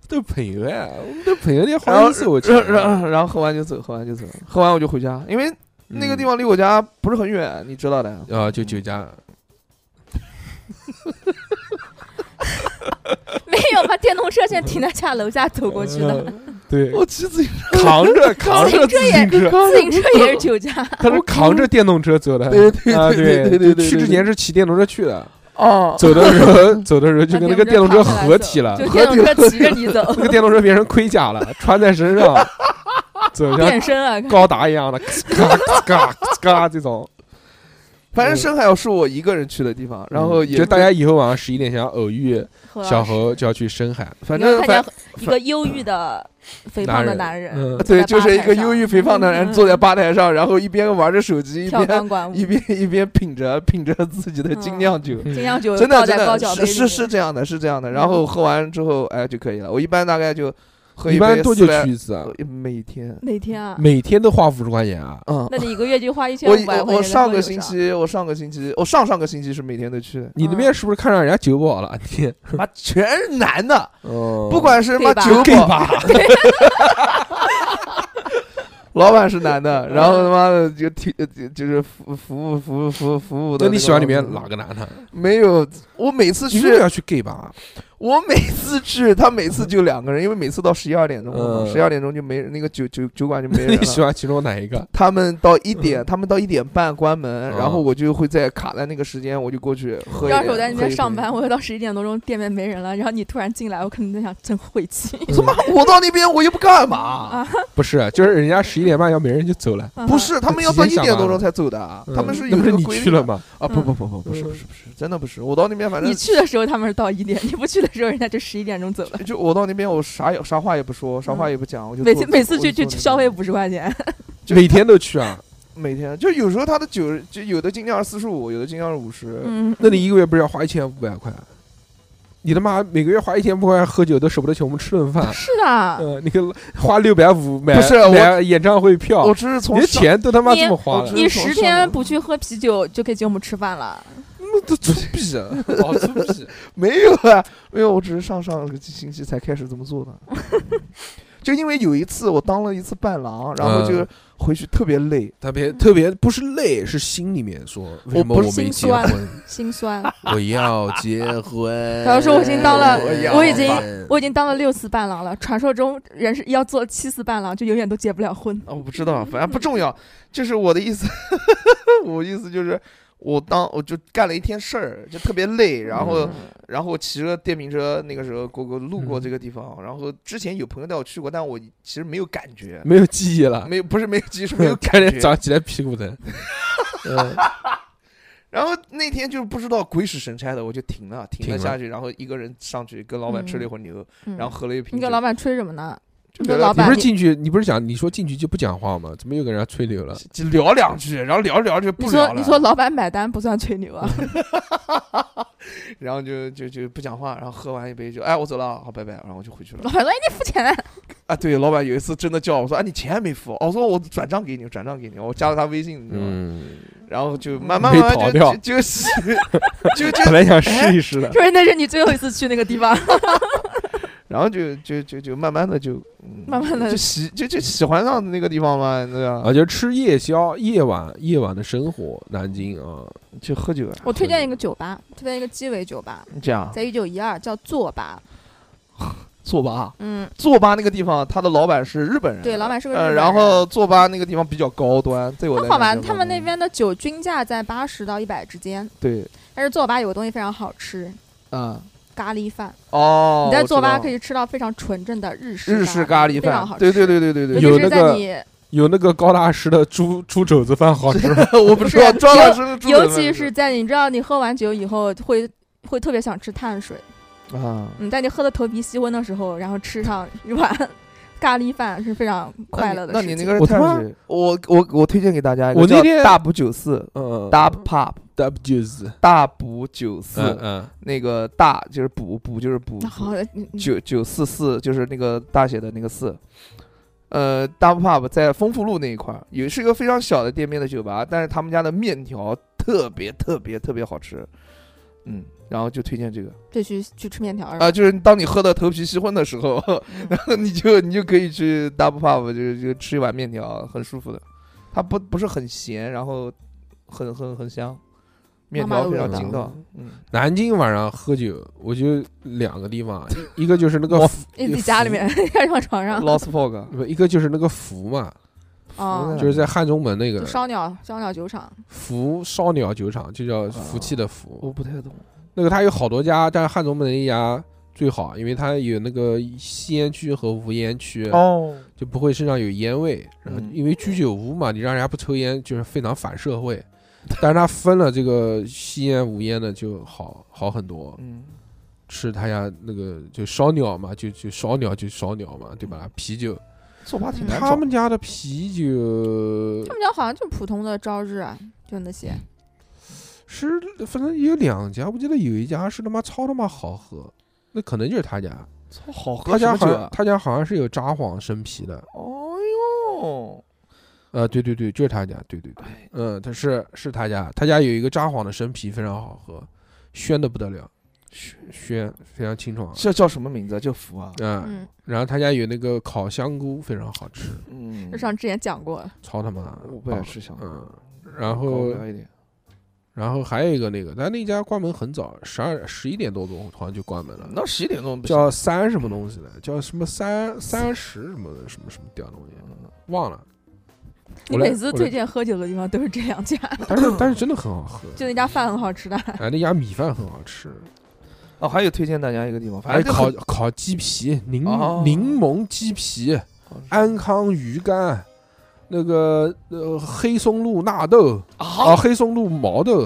Speaker 2: 都朋友哎，我们都朋友，你
Speaker 3: 然
Speaker 2: 好
Speaker 3: 后
Speaker 2: 意思我去？啊
Speaker 3: 然然后然后喝完就走，喝完就走，喝完我就回家，因为那个地方离我家不是很远，你知道的。
Speaker 2: 嗯啊，就酒家，
Speaker 4: 没有吧？电动车现在停在家楼下走过去
Speaker 3: 嗯
Speaker 4: 的，
Speaker 2: 对，
Speaker 3: 我骑自行
Speaker 2: 扛着扛
Speaker 4: 自
Speaker 2: 着自
Speaker 4: 行车也
Speaker 2: 行
Speaker 3: 嗯
Speaker 2: 车，
Speaker 4: 自行车也是酒驾。
Speaker 2: 他是扛着电动车走的，
Speaker 3: 对对
Speaker 2: 啊
Speaker 3: 对对对对，
Speaker 2: 去之前是骑电动车去的，
Speaker 3: 哦，
Speaker 2: 走的时候走的时候就跟那个电动车合体了，
Speaker 4: 就电动车骑着你 走，
Speaker 2: 那个电动车变成盔甲了，穿在身上，走像
Speaker 4: 变身啊！
Speaker 2: 高达一样的，嘎嘎嘎这种。
Speaker 3: 反正深海要是我一个人去的地方，然后嗯也
Speaker 2: 嗯就大家以后晚上十一点想偶遇
Speaker 4: 何老师
Speaker 2: 小猴，就要去深海。
Speaker 3: 反
Speaker 4: 你有没有
Speaker 3: 正
Speaker 4: 看
Speaker 3: 反
Speaker 4: 见一个忧郁的肥胖的男人，
Speaker 2: 嗯，
Speaker 3: 对，就是一个忧郁肥胖的人坐在吧台上，然后一边玩着手机，一
Speaker 4: 嗯跳
Speaker 3: 边
Speaker 4: 钢嗯管舞，
Speaker 3: 一边一边品着品着自己的精酿酒，
Speaker 2: 嗯
Speaker 4: 尽量就
Speaker 3: 真
Speaker 4: 呃倒
Speaker 3: 的
Speaker 4: 在
Speaker 3: 真
Speaker 4: 高
Speaker 3: 的
Speaker 4: 脚杯
Speaker 3: 是
Speaker 4: 里
Speaker 3: 是
Speaker 4: 面嗯
Speaker 3: 是这样的，是这样的。然后喝完之后，哎就可以了。我一般大概就喝
Speaker 2: 一
Speaker 3: 杯
Speaker 2: 般多久
Speaker 3: 四百
Speaker 2: 去一次啊？
Speaker 3: 呃每天，
Speaker 4: 哪天啊？
Speaker 2: 每天都花五十块钱啊？
Speaker 3: 嗯，
Speaker 4: 那你一个月就花一千
Speaker 3: 我
Speaker 4: 五百块
Speaker 3: 我
Speaker 4: 钱
Speaker 3: 我
Speaker 4: 在
Speaker 3: 上
Speaker 4: 喝
Speaker 3: 个
Speaker 4: 酒
Speaker 3: 星
Speaker 4: 上，
Speaker 3: 期，我上个星期，我上上个星期是每天都去，
Speaker 2: 你那边是不是看上人家酒保了？你
Speaker 3: 妈全是男的，嗯不
Speaker 2: 不
Speaker 3: 管是妈
Speaker 4: 对吧
Speaker 3: 酒
Speaker 2: 给
Speaker 3: 保，
Speaker 2: 吧，
Speaker 3: 老板是男
Speaker 4: 嗯
Speaker 3: 的，然后他妈的就提呃就就是服服务服务服务服务的
Speaker 2: 那
Speaker 3: 个。
Speaker 2: 你喜欢里面哪个男的？
Speaker 3: 没有？我每次
Speaker 2: 你为什么
Speaker 3: 去，
Speaker 2: 要去 gay 吧？
Speaker 3: 我每次去，他每次就两个人，因为每次到十一二点钟
Speaker 2: 嗯，
Speaker 3: 十一二点钟就没人那个酒酒酒馆就没人
Speaker 2: 你喜
Speaker 3: 了。
Speaker 2: 欢其中哪一个？
Speaker 3: 他们到一点，他们到一点半关门，
Speaker 2: 嗯
Speaker 3: 然后我就会在卡在那个时间，我就过去喝一点。
Speaker 4: 要是我在
Speaker 3: 喝一
Speaker 4: 那边
Speaker 3: 杯
Speaker 4: 上班，我到十一点多钟店面没人了，然后你突然进来，我可能在想真晦气。
Speaker 3: 他妈我到那边我又不干嘛？
Speaker 4: 啊
Speaker 2: 不是，啊就是人家十一点半要没人就走了。
Speaker 3: 不是，他们要到一
Speaker 2: 提前下
Speaker 3: 点多
Speaker 2: 班
Speaker 3: 钟才走的，啊他们是
Speaker 2: 那
Speaker 3: 有
Speaker 2: 不是
Speaker 3: 这个
Speaker 2: 你
Speaker 3: 规
Speaker 2: 去
Speaker 3: 定
Speaker 2: 了
Speaker 3: 的。
Speaker 2: 吗？
Speaker 3: 啊，不不不不不是不是不是，真的不是，我到那边反正
Speaker 4: 你去的时候他们是到一点，你不去的时候人家就十一点钟走了。
Speaker 3: 就我到那边，我啥也啥话也不说，啥话
Speaker 4: 嗯
Speaker 3: 也不讲，我就
Speaker 4: 每
Speaker 3: 坐
Speaker 4: 次每次
Speaker 3: 我
Speaker 4: 去
Speaker 3: 就
Speaker 4: 就
Speaker 3: 坐那
Speaker 4: 消费
Speaker 3: 边
Speaker 4: 五十块钱，
Speaker 3: 就
Speaker 2: 每天都去啊？
Speaker 3: 每天就有时候他的酒就有的精酿四十五，有的精酿是五十，
Speaker 4: 嗯，。
Speaker 2: 那你一个月不是要花一千五百块？你他妈每个月花一千五百块喝酒都舍不得请我们吃顿饭
Speaker 4: 是的，
Speaker 2: 嗯，你个花六百五买
Speaker 3: 不是我
Speaker 2: 买演唱会票
Speaker 3: 我，只是从
Speaker 2: 你的
Speaker 3: 上
Speaker 2: 钱都他妈这么花了
Speaker 3: 我，
Speaker 4: 你
Speaker 3: 是从
Speaker 4: 十
Speaker 3: 上
Speaker 4: 天
Speaker 3: 午
Speaker 4: 不去喝啤酒就可以请我们吃饭了。
Speaker 2: 这这 逼啊！
Speaker 4: 哦
Speaker 2: 老粗鄙，
Speaker 3: 没有啊，没有，我只是上上个星期才开始这么 做的。就因为有一次我当了一次伴郎，然后就
Speaker 2: 嗯
Speaker 3: 回去特别累，
Speaker 2: 特别特别不是累，是心里面说，为什么
Speaker 3: 不
Speaker 4: 是
Speaker 2: 我没
Speaker 4: 心
Speaker 2: 结
Speaker 4: 酸
Speaker 2: 婚？
Speaker 4: 心酸。
Speaker 2: 我要结婚。
Speaker 4: 他就说我已经当了
Speaker 3: 我
Speaker 4: 我已经我已经当了六次伴郎了，传说中人是要做七次伴郎，就永远都结不了婚。
Speaker 3: 啊，我不知道，反正不重要。就是我的意思， 我意思就是，我当我就干了一天事儿，就特别累，然后、然后骑着电瓶车，那个时候过过路过
Speaker 2: 嗯
Speaker 3: 这个地方，然后之前有朋友带我去过，但我其实没有感觉，
Speaker 2: 没有记忆了，
Speaker 3: 没有不是没有记忆，是没有感
Speaker 2: 开始
Speaker 3: 觉。
Speaker 2: 早上起来屁股 疼。嗯
Speaker 3: 然后那天就是不知道鬼使神差的，我就停了，停
Speaker 2: 停
Speaker 3: 了
Speaker 2: 了
Speaker 3: 下去，然后一个人上去跟老板吹了一会儿牛，
Speaker 4: 嗯
Speaker 3: 然后喝了一瓶
Speaker 4: 你
Speaker 3: 酒
Speaker 4: 给老。板吹什么呢？
Speaker 3: 就
Speaker 4: 那
Speaker 3: 聊聊
Speaker 4: 老
Speaker 2: 你
Speaker 4: 板
Speaker 2: 不
Speaker 3: 天
Speaker 2: 是进去，你不是讲你说进去就不讲话吗？怎么又跟人家吹牛了？
Speaker 3: 就聊两句，然后聊着聊着就
Speaker 4: 你
Speaker 3: 不聊
Speaker 4: 说
Speaker 3: 了，
Speaker 4: 你说老板买单不算吹牛啊？
Speaker 3: 然后就就就不讲话，然后喝完一杯就哎我走了啊，好拜拜，然后我就回去了
Speaker 4: 老。板说：“哎，你付钱啊
Speaker 3: 啊，对，老板有一次真的叫我说，啊，你钱还没付，哦我说我转账给你，转账给你，我加了他微信，你知道吗？
Speaker 2: 嗯，
Speaker 3: 然后就慢慢
Speaker 2: 没
Speaker 3: 慢
Speaker 2: 逃
Speaker 3: 慢
Speaker 2: 掉
Speaker 3: 就就就是就就哎
Speaker 2: 本，来想试一试的，
Speaker 4: 说那是你最后一次去那个地方，
Speaker 3: 然后就就就就慢慢的就嗯
Speaker 4: 慢慢地
Speaker 3: 就喜就就喜欢上那个地方嘛，对吧？
Speaker 2: 啊，就是吃夜宵、夜晚、夜晚的生活，南京啊，
Speaker 3: 就喝酒啊，
Speaker 4: 我推荐一个酒吧，推荐一个鸡尾酒吧，
Speaker 3: 这样
Speaker 4: 在一九一二叫坐吧。
Speaker 3: 坐吧，啊
Speaker 4: 嗯，
Speaker 3: 坐吧那个地方，他的老板是日本人，
Speaker 4: 对，老板是个日本
Speaker 3: 呃，
Speaker 4: 人。
Speaker 3: 然后坐吧那个地方比较高端，对我来
Speaker 4: 好吧，
Speaker 3: 讲就
Speaker 4: 他们那边的酒均价在八十到一百之间，
Speaker 3: 对，
Speaker 4: 但是坐吧有个东西非常好吃，
Speaker 3: 嗯，
Speaker 4: 咖喱饭。
Speaker 3: 哦，
Speaker 4: 你在
Speaker 3: 我
Speaker 4: 坐
Speaker 3: 知
Speaker 4: 吧
Speaker 3: 道
Speaker 4: 可以吃到非常纯正的日式
Speaker 3: 日式咖喱
Speaker 4: 非常
Speaker 3: 饭
Speaker 4: 好，吃。
Speaker 3: 对对对对对对，
Speaker 4: 尤
Speaker 2: 有
Speaker 4: 其
Speaker 2: 那
Speaker 4: 是在
Speaker 2: 个
Speaker 4: 你，
Speaker 2: 有那个高大师的猪猪肘子饭好吃吗？
Speaker 3: 我不知道
Speaker 4: 不是
Speaker 3: 庄老师的猪
Speaker 4: 尤
Speaker 3: 肘子
Speaker 4: 其
Speaker 3: 饭
Speaker 4: 是在你知道你喝完酒以后会会特别想吃碳水，
Speaker 3: 啊，
Speaker 4: 嗯，在你喝的头皮吸昏的时候，然后吃上一碗 咖喱饭是非常快乐的
Speaker 3: 那
Speaker 4: 事
Speaker 3: 你
Speaker 4: 情。
Speaker 3: 那个是
Speaker 2: 我他妈
Speaker 3: 碳水，我我我推荐给大家一个
Speaker 2: 我那
Speaker 3: 叫
Speaker 2: 天
Speaker 3: 大补九四
Speaker 2: 嗯
Speaker 3: 大 pub
Speaker 2: ，W
Speaker 3: 大补九
Speaker 2: 嗯
Speaker 3: 四，
Speaker 2: 嗯，
Speaker 3: 那个大就是补补就是补，
Speaker 4: 那好，嗯嗯
Speaker 3: 九九四四就是那个大写的那个四。呃大 pub 在丰富路那一块儿，也是一个非常小的店面的酒吧，但是他们家的面条特别特别特别好吃，嗯，然后就推荐这个
Speaker 4: 就去去吃面条是吧
Speaker 3: 啊、就是当你喝的头皮吸昏的时候，
Speaker 4: 嗯
Speaker 3: 然后你就你就可以去 Double Pub 就就吃一碗面条，很舒服的。它不不是很咸，然后很很很香，面
Speaker 4: 妈妈
Speaker 3: 条
Speaker 4: 的
Speaker 3: 非常
Speaker 2: 味道
Speaker 3: 筋道。嗯，
Speaker 2: 南京晚上喝酒，我就两个地 方，啊一一个就是那个
Speaker 3: 我
Speaker 2: 福
Speaker 4: 你自己家 里面，开上床上
Speaker 3: Lost Fog
Speaker 2: 不，一个就是那个福嘛，
Speaker 4: 啊
Speaker 3: 嗯，
Speaker 2: 就是在汉中门那
Speaker 4: 就
Speaker 2: 个
Speaker 4: 烧鸟烧鸟酒厂，
Speaker 2: 福烧鸟酒厂，就
Speaker 3: 哦
Speaker 2: 叫福气的
Speaker 3: 我
Speaker 2: 福。
Speaker 3: 不太懂。
Speaker 2: 那个它有好多家，但是汉中门那一家最好，因为它有那个吸烟区和无烟区，
Speaker 3: 哦，
Speaker 2: 就不会身上有烟味。然后
Speaker 3: 嗯
Speaker 2: 因为居酒屋嘛，你让人家不抽烟就是非常反社会，但是它分了这个吸烟无烟的就好好很多。
Speaker 3: 嗯，
Speaker 2: 吃他家那个就烧鸟嘛，就就烧鸟就烧鸟嘛，对
Speaker 3: 嗯
Speaker 2: 吧？啤酒，
Speaker 3: 做法挺
Speaker 4: 嗯
Speaker 3: 难
Speaker 2: 他
Speaker 3: 找。
Speaker 2: 们家的啤酒
Speaker 4: 他们家好像就普通的朝日啊，就那些。
Speaker 2: 是反正有两家，我记得有一家是他妈超他妈好喝，那可能就是他家，
Speaker 3: 操好喝
Speaker 2: 他
Speaker 3: 什
Speaker 2: 家
Speaker 3: 么
Speaker 2: 好
Speaker 3: 酒
Speaker 2: 像
Speaker 3: 啊？
Speaker 2: 他家好像是有札幌生啤的，
Speaker 3: 哦呦，
Speaker 2: 呃，对对对，就是他家，对对对，
Speaker 3: 哎
Speaker 2: 嗯，他是是他家，他家有一个札幌的生啤非常好喝，鲜的不得了，鲜非常清爽，
Speaker 3: 这叫什么名字啊？叫福啊？
Speaker 2: 嗯，
Speaker 4: 嗯，
Speaker 2: 然后他家有那个烤香菇非常好吃，
Speaker 3: 嗯
Speaker 4: 就，像之前讲过，
Speaker 2: 超他妈
Speaker 3: 我不
Speaker 2: 棒
Speaker 3: 爱吃香
Speaker 2: 嗯
Speaker 3: 肠。
Speaker 2: 然
Speaker 3: 搞不
Speaker 2: 后
Speaker 3: 了一点。
Speaker 2: 然后还有一个那个，但那家关门很早，十二十一点多钟好像就关门了。
Speaker 3: 那十一点钟不行
Speaker 2: 叫三什么东西的，叫什么三三十什么什么什么屌东西，忘了。
Speaker 4: 你
Speaker 2: 我来
Speaker 4: 每次
Speaker 2: 我来
Speaker 4: 推荐喝酒的地方都是这两家，
Speaker 2: 但是但是真的很好喝，
Speaker 4: 就那家饭很好吃的。
Speaker 2: 哎，那家米饭很好吃，
Speaker 3: 哦，还有推荐大家一个地方，反
Speaker 2: 还
Speaker 3: 正
Speaker 2: 有
Speaker 3: 就
Speaker 2: 烤
Speaker 3: 很
Speaker 2: 烤鸡皮、柠
Speaker 3: 哦
Speaker 2: 柠檬鸡皮、
Speaker 3: 哎
Speaker 2: 安康鱼干，那个呃黑松露纳豆啊，
Speaker 3: 啊
Speaker 2: 黑松露毛豆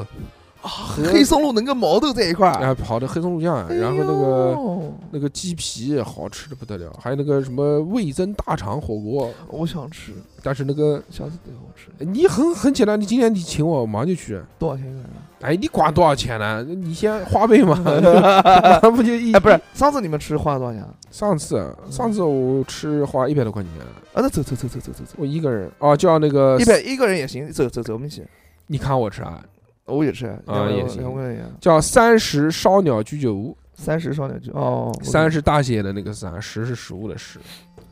Speaker 3: 啊，黑松露能跟毛豆在一块儿。
Speaker 2: 啊，跑的黑松露酱，
Speaker 3: 哎
Speaker 2: 然后那个。
Speaker 3: 个，
Speaker 2: 那个鸡皮好吃的不得了，还有那个什么味增大肠火锅，
Speaker 3: 我想吃，
Speaker 2: 但是那个
Speaker 3: 下次带我吃。
Speaker 2: 你很很简单，你今天你请我，我马上就去。
Speaker 3: 哎多少钱一个人啊？
Speaker 2: 哎，你管多少钱呢？你先花呗 嘛， 那不就一
Speaker 3: 哎，不是，上次你们吃花了多少钱啊？
Speaker 2: 上次上次我吃花一百多块钱，
Speaker 3: 啊，那走走走走走走走，
Speaker 2: 我一个人哦，叫那个
Speaker 3: 一百一个人也行，走走走，我们一起。
Speaker 2: 你看我吃啊，
Speaker 3: 我也是，两
Speaker 2: 也
Speaker 3: 两
Speaker 2: 行
Speaker 3: 两块钱，
Speaker 2: 叫三十烧鸟居酒屋，
Speaker 3: 三十烧鸟居哦，
Speaker 2: 三十大写的那个三，十是食物的十。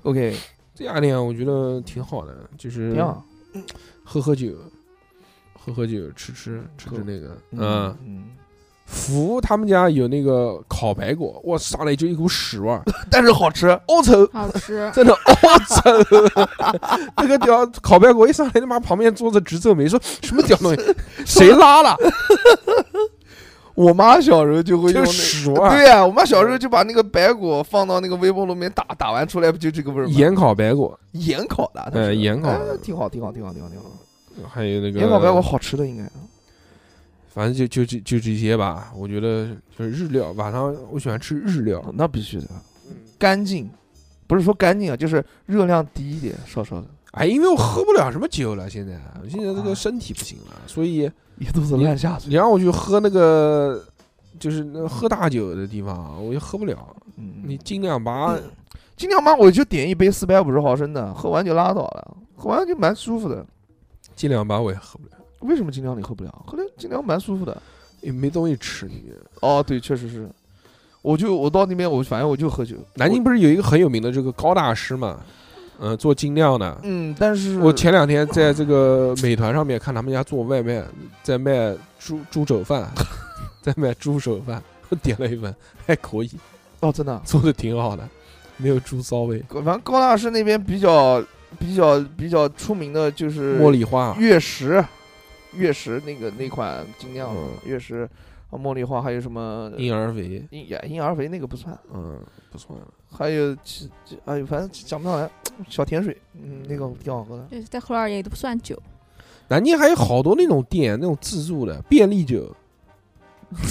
Speaker 3: OK，
Speaker 2: 这家店我觉得挺好的，就是
Speaker 3: 挺好。
Speaker 2: 喝喝酒，喝喝酒，吃吃吃吃那个，嗯
Speaker 3: 嗯，
Speaker 2: 福他们家有那个烤排骨，我上来就一股屎味 儿，
Speaker 3: 但是好吃，
Speaker 2: 龌龊，，
Speaker 4: 好吃
Speaker 2: 真的龌龊。那个屌烤排骨一上来，他妈旁边桌子直皱眉，说什么屌东 西，谁拉了？
Speaker 3: 我妈小时候就会用
Speaker 2: 就
Speaker 3: 那嗯
Speaker 2: 是屎味
Speaker 3: 对啊
Speaker 2: 儿。
Speaker 3: 呀、我妈小时候就把那个白骨放到那个微波炉里面打，打完出来不就这个味儿吗？
Speaker 2: 盐烤排骨，
Speaker 3: 盐烤的，它
Speaker 2: 呃
Speaker 3: 是
Speaker 2: 盐烤
Speaker 3: 哎
Speaker 2: 的
Speaker 3: 挺好，挺好，挺好，挺好，挺好。
Speaker 2: 还有那个
Speaker 3: 盐烤白骨好吃的应该。
Speaker 2: 反正就就就就这些吧。我觉
Speaker 3: 哦
Speaker 2: 得就是日料，晚上我喜欢吃日料，
Speaker 3: 那必须的，干净，不是说干净啊，就是热量低一点，稍稍的。
Speaker 2: 哎，因为我喝不了什么酒了，现在我现在这个身体不行了，所以
Speaker 3: 一肚子烂下
Speaker 2: 你
Speaker 3: 水，
Speaker 2: 让我去喝那个就是那喝大酒的地方，我就喝不了。
Speaker 3: 嗯
Speaker 2: 你尽量把
Speaker 3: 尽量嘛，我就点一杯四百五十毫升的，喝完就拉倒了，喝完就蛮舒服的。
Speaker 2: 尽量把我也喝不了，
Speaker 3: 为什么精酿你喝不了？喝了精酿蛮舒服的。
Speaker 2: 也没东西吃。你
Speaker 3: 哦，对，确实是。我就我到那边，我反正我就喝酒。
Speaker 2: 南京
Speaker 3: 我，
Speaker 2: 不是有一个很有名的这个高大师嘛？嗯，做精酿的。
Speaker 3: 嗯，但是
Speaker 2: 我前两天在这个美团上面看他们家做外卖，在卖猪猪肘饭， 在卖猪手饭，我点了一份，还可以，
Speaker 3: 哦，真的啊，
Speaker 2: 做的挺好的，没有猪骚味。
Speaker 3: 反正高大师那边比较比较比较出名的就是
Speaker 2: 茉莉花，
Speaker 3: 月食，月食那个那款精酿
Speaker 2: 嗯
Speaker 3: 月食，啊茉莉花，还有什么
Speaker 2: 婴儿肥，
Speaker 3: 婴呀婴儿肥那个不算，
Speaker 2: 嗯，不错了。
Speaker 3: 还有其其哎呦，反正想不上来，小甜水，嗯，那个挺好喝的。
Speaker 4: 对，在后二也都不算酒，
Speaker 2: 南京还有好多那种店，那种自助的便利酒。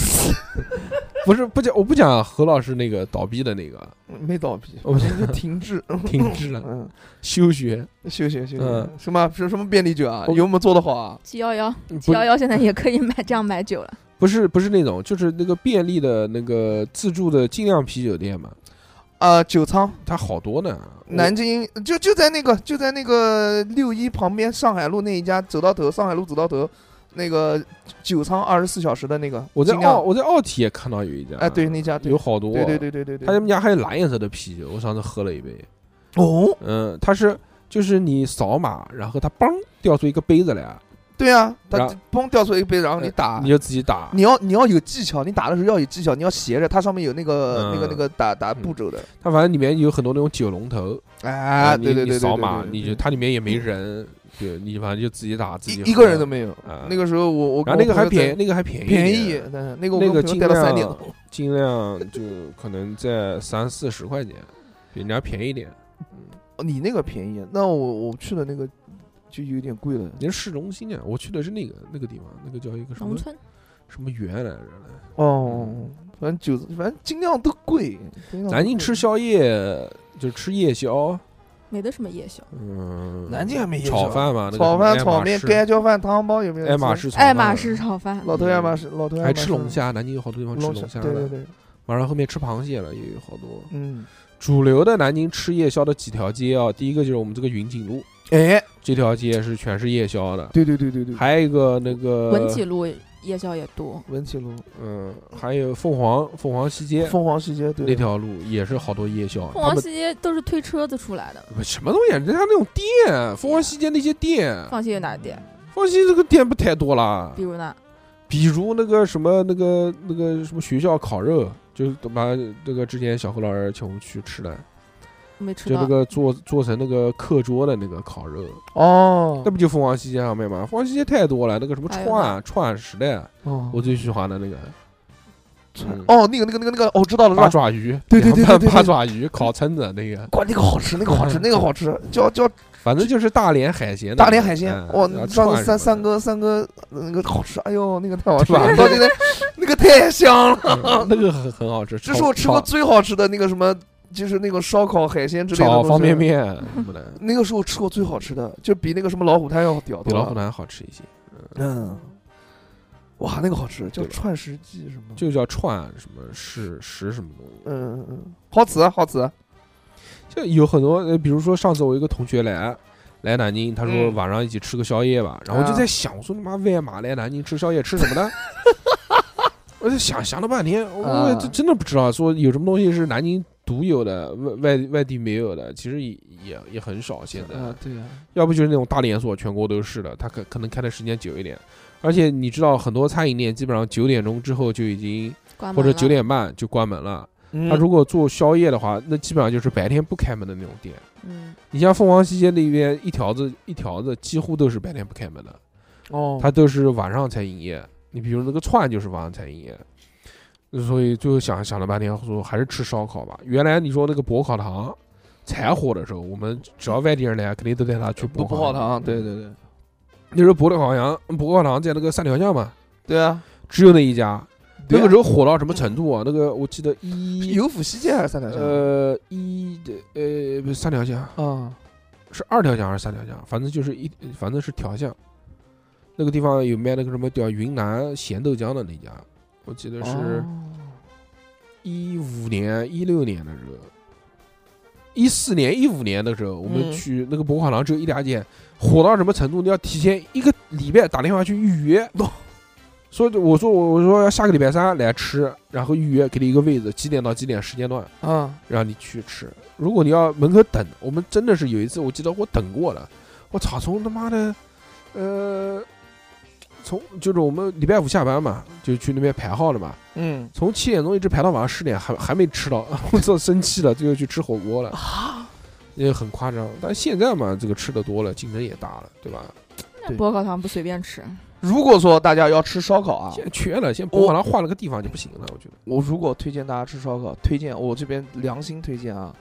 Speaker 2: 不是不讲，我不讲何老师那个倒闭的那个
Speaker 3: 没倒闭，
Speaker 2: 我们
Speaker 3: 就停滞，
Speaker 2: 停滞了，
Speaker 3: 嗯，
Speaker 2: 休学。
Speaker 3: 休息休息
Speaker 2: 嗯。
Speaker 3: 什么什么便利酒啊？
Speaker 2: 我
Speaker 3: 有没有做的好啊？
Speaker 4: 七幺幺，七
Speaker 2: 不
Speaker 4: 幺幺现在也可以买这样买酒了。
Speaker 2: 不是不是那种，就是那个便利的那个自助的精酿啤酒店嘛，
Speaker 3: 啊，酒仓，
Speaker 2: 它好多呢。我
Speaker 3: 南京就就在那个就在那个六一旁边上海路那一家，走到头，上海路走到头，那个酒仓二十四小时的那个，
Speaker 2: 我在
Speaker 3: 尽量
Speaker 2: 奥我在奥体也看到有一家，
Speaker 3: 哎，对那家对
Speaker 2: 有好多，
Speaker 3: 对对对对对对，
Speaker 2: 他们家还有蓝颜色的啤酒，我上次喝了一杯，
Speaker 3: 哦，
Speaker 2: 嗯，它是就是你扫码，然后它嘣掉出一个杯子来，
Speaker 3: 对啊，他
Speaker 2: 然后
Speaker 3: 嘣掉出一个杯，然后你
Speaker 2: 哎
Speaker 3: 打
Speaker 2: 你，就自己打。
Speaker 3: 啊你要你要有技巧，你打的时候要有技巧，你要斜着，它上面有那
Speaker 2: 嗯
Speaker 3: 个那个那个打打步骤的，
Speaker 2: 它反正里面有很多那种酒龙头，
Speaker 3: 哎，
Speaker 2: 嗯啊你
Speaker 3: 对对
Speaker 2: 你
Speaker 3: 对，
Speaker 2: 扫
Speaker 3: 对
Speaker 2: 码，
Speaker 3: 对
Speaker 2: 你
Speaker 3: 对
Speaker 2: 就它里面也没人，对你反正就自己打自己喝，
Speaker 3: 一一个人都没有
Speaker 2: 啊，
Speaker 3: 那个时候我我
Speaker 2: 然后那个还便宜
Speaker 3: 便，
Speaker 2: 那个还便宜
Speaker 3: 便
Speaker 2: 一
Speaker 3: 宜
Speaker 2: 点，，
Speaker 3: 但是那个我
Speaker 2: 那个
Speaker 3: 跟朋友带了三
Speaker 2: 尽
Speaker 3: 年
Speaker 2: 量，尽量就可能在三四十块钱，比人家便宜一点。
Speaker 3: 哦 你那个便宜，那我我去的那个就有点贵了，
Speaker 2: 你是市中心啊，我去的是那个那个地方，那个叫一个什
Speaker 4: 农
Speaker 2: 么
Speaker 4: 村
Speaker 2: 什么园来着
Speaker 3: 哦，反正酒反正尽量都贵，尽量都
Speaker 2: 南京
Speaker 3: 贵
Speaker 2: 吃宵夜就吃夜宵，
Speaker 4: 没得什么夜宵，
Speaker 2: 嗯，
Speaker 3: 南京还没夜宵
Speaker 2: 炒饭嘛，那个
Speaker 3: 炒
Speaker 2: 什
Speaker 3: 饭
Speaker 2: 么
Speaker 3: 炒面、哎盖浇饭、汤包有没有吃？
Speaker 2: 爱马仕，爱马仕炒饭
Speaker 4: 爱马仕炒饭，
Speaker 3: 老头爱马仕，老头爱马
Speaker 2: 还
Speaker 3: 仕
Speaker 2: 吃龙虾，南京有好多地方吃
Speaker 3: 龙
Speaker 2: 龙虾
Speaker 3: 对对
Speaker 2: 的，
Speaker 3: 对，
Speaker 2: 晚上后面吃螃蟹了，也有好多。
Speaker 3: 嗯，
Speaker 2: 主流的南京吃夜宵的几条街啊，第一个就是我们这个云锦路，
Speaker 3: 哎，
Speaker 2: 这条街是全是夜宵的，
Speaker 3: 对对对对对，
Speaker 2: 还有一个那个
Speaker 4: 文起路夜宵也多。
Speaker 3: 文起路、
Speaker 2: 嗯，还有凤凰凤凰西街
Speaker 3: 凤凰西街，对
Speaker 2: 那条路也是好多夜宵，
Speaker 4: 凤
Speaker 2: 他
Speaker 4: 凰
Speaker 2: 们
Speaker 4: 西街都是推车子出来的，
Speaker 2: 不什么东西啊，人家那种店，凤凰西街那些店，
Speaker 4: 放心有哪店？
Speaker 2: 凤凰西街这个店不太多啦
Speaker 4: 比，如呢？
Speaker 2: 比如那个什么那个那个什么学校烤肉，就是把那个之前小何老师请我们去吃的，
Speaker 4: 没吃
Speaker 2: 就那
Speaker 4: 到。
Speaker 2: 个做做成那个课桌的那个烤肉，
Speaker 3: 哦
Speaker 2: 那，不就凤凰西街上面吗？凤凰西街太多了，那个什么
Speaker 4: 哎呦
Speaker 2: 串啊串时代，
Speaker 3: 哦
Speaker 2: 我最喜欢的那个嗯
Speaker 3: 哦，那个那个那个那个，哦，知道了，知道
Speaker 2: 八
Speaker 3: 了，
Speaker 2: 爪鱼，
Speaker 3: 对对对对对对
Speaker 2: 八爪鱼烤蛏子那个。
Speaker 3: 哇，那个好吃，那个好吃，那个 好吃，叫叫
Speaker 2: 反正就是大连海鲜的，
Speaker 3: 大连海鲜
Speaker 2: 嗯，
Speaker 3: 哇，
Speaker 2: 然后
Speaker 3: 上
Speaker 2: 串
Speaker 3: 次
Speaker 2: 什么的
Speaker 3: 三三哥三哥那个好吃，哎呦，那个太好吃
Speaker 2: 是吧
Speaker 3: 了，到现在 那个太香了，
Speaker 2: 嗯 那个很很好吃，
Speaker 3: 这是我吃过
Speaker 2: 炒
Speaker 3: 最好吃的那个什么，就是那个烧烤海鲜之类的
Speaker 2: 炒
Speaker 3: 东西
Speaker 2: 方便。面什么 的，
Speaker 3: 那个是我吃过最好吃的，就比那个什么老虎滩要屌
Speaker 2: 比
Speaker 3: 多了。
Speaker 2: 老虎滩好吃一些，
Speaker 3: 嗯，哇，那个好吃，叫
Speaker 2: 对吧
Speaker 3: 串食记什么？
Speaker 2: 就叫串什么是食什么东西，
Speaker 3: 嗯嗯嗯，好吃好吃。
Speaker 2: 就有很多，呃比如说上次我一个同学来。来南京，他说
Speaker 3: 嗯
Speaker 2: 晚上一起吃个宵夜吧，然后我就
Speaker 3: 啊
Speaker 2: 在想，我说你妈外马来南京吃宵夜吃什么呢？ 我就想想了半天，我
Speaker 3: 啊
Speaker 2: 这真的不知道，说有什么东西是南京独有的，外外外地没有的，其实也也也很少现在。
Speaker 3: 啊，对呀、
Speaker 2: 要不就是那种大连锁，全国都是的，它可可能开的时间久一点。而且你知道，很多餐饮店基本上九点钟之后就已经，
Speaker 4: 关
Speaker 2: 或
Speaker 4: 门
Speaker 2: 者
Speaker 4: 了
Speaker 2: 九点半就关门了。
Speaker 3: 嗯
Speaker 2: 他如果做宵夜的话，那基本上就是白天不开门的那种店。
Speaker 4: 嗯，
Speaker 2: 你像凤凰西街那边一条子一条子，几乎都是白天不开门的，
Speaker 3: 哦，
Speaker 2: 它都是晚上才营业。你比如那个串就是晚上才营业，所以最后想想了半天，说还是吃烧烤吧。原来你说那个博烤堂才火的时候，我们只要外地人来，肯定都带他去
Speaker 3: 不
Speaker 2: 博
Speaker 3: 不
Speaker 2: 烤
Speaker 3: 好糖，对对对，
Speaker 2: 那时候博乐烤羊，博乐烤堂在那个三条巷嘛，
Speaker 3: 对啊，
Speaker 2: 只有那一家，那
Speaker 3: 对啊
Speaker 2: 个时候火到什么程度啊？那个我记得一
Speaker 3: 有府西街还是三条线？
Speaker 2: 呃一的呃不是三条线啊，
Speaker 3: 啊，
Speaker 2: 是二条巷还是三条巷？反正就是一反正是条巷。那个地方有卖那个什么叫云南咸豆浆的那家，我记得
Speaker 3: 哦
Speaker 2: 是一五年、一六年的时候，一四年、一五年的时候，我们
Speaker 3: 嗯
Speaker 2: 去那个博物馆廊只有一两间，火到什么程度？你要提前一个礼拜打电话去预约。说我说我我说要下个礼拜三来吃，然后预约给你一个位置，几点到几点时间段
Speaker 3: 啊，
Speaker 2: 让你去吃。如果你要门口等，我们真的是有一次，我记得我等过了，我操，从他妈的，呃，从就是我们礼拜五下班嘛，就去那边排号了嘛，
Speaker 3: 嗯
Speaker 2: 从七点钟一直排到晚上十点，还还没吃到， 我操，生气了，最后去吃火锅了，因为很夸张。但现在嘛，这个吃的多了，竞争也大了，对吧？
Speaker 3: 对
Speaker 4: 博烤肠不随便吃，
Speaker 3: 如果说大家要吃烧烤啊，
Speaker 2: 现在缺了，现在博物馆换了个地方就不行了，我觉得。
Speaker 3: 我如果推荐大家吃烧烤，推荐我这边良心推荐啊，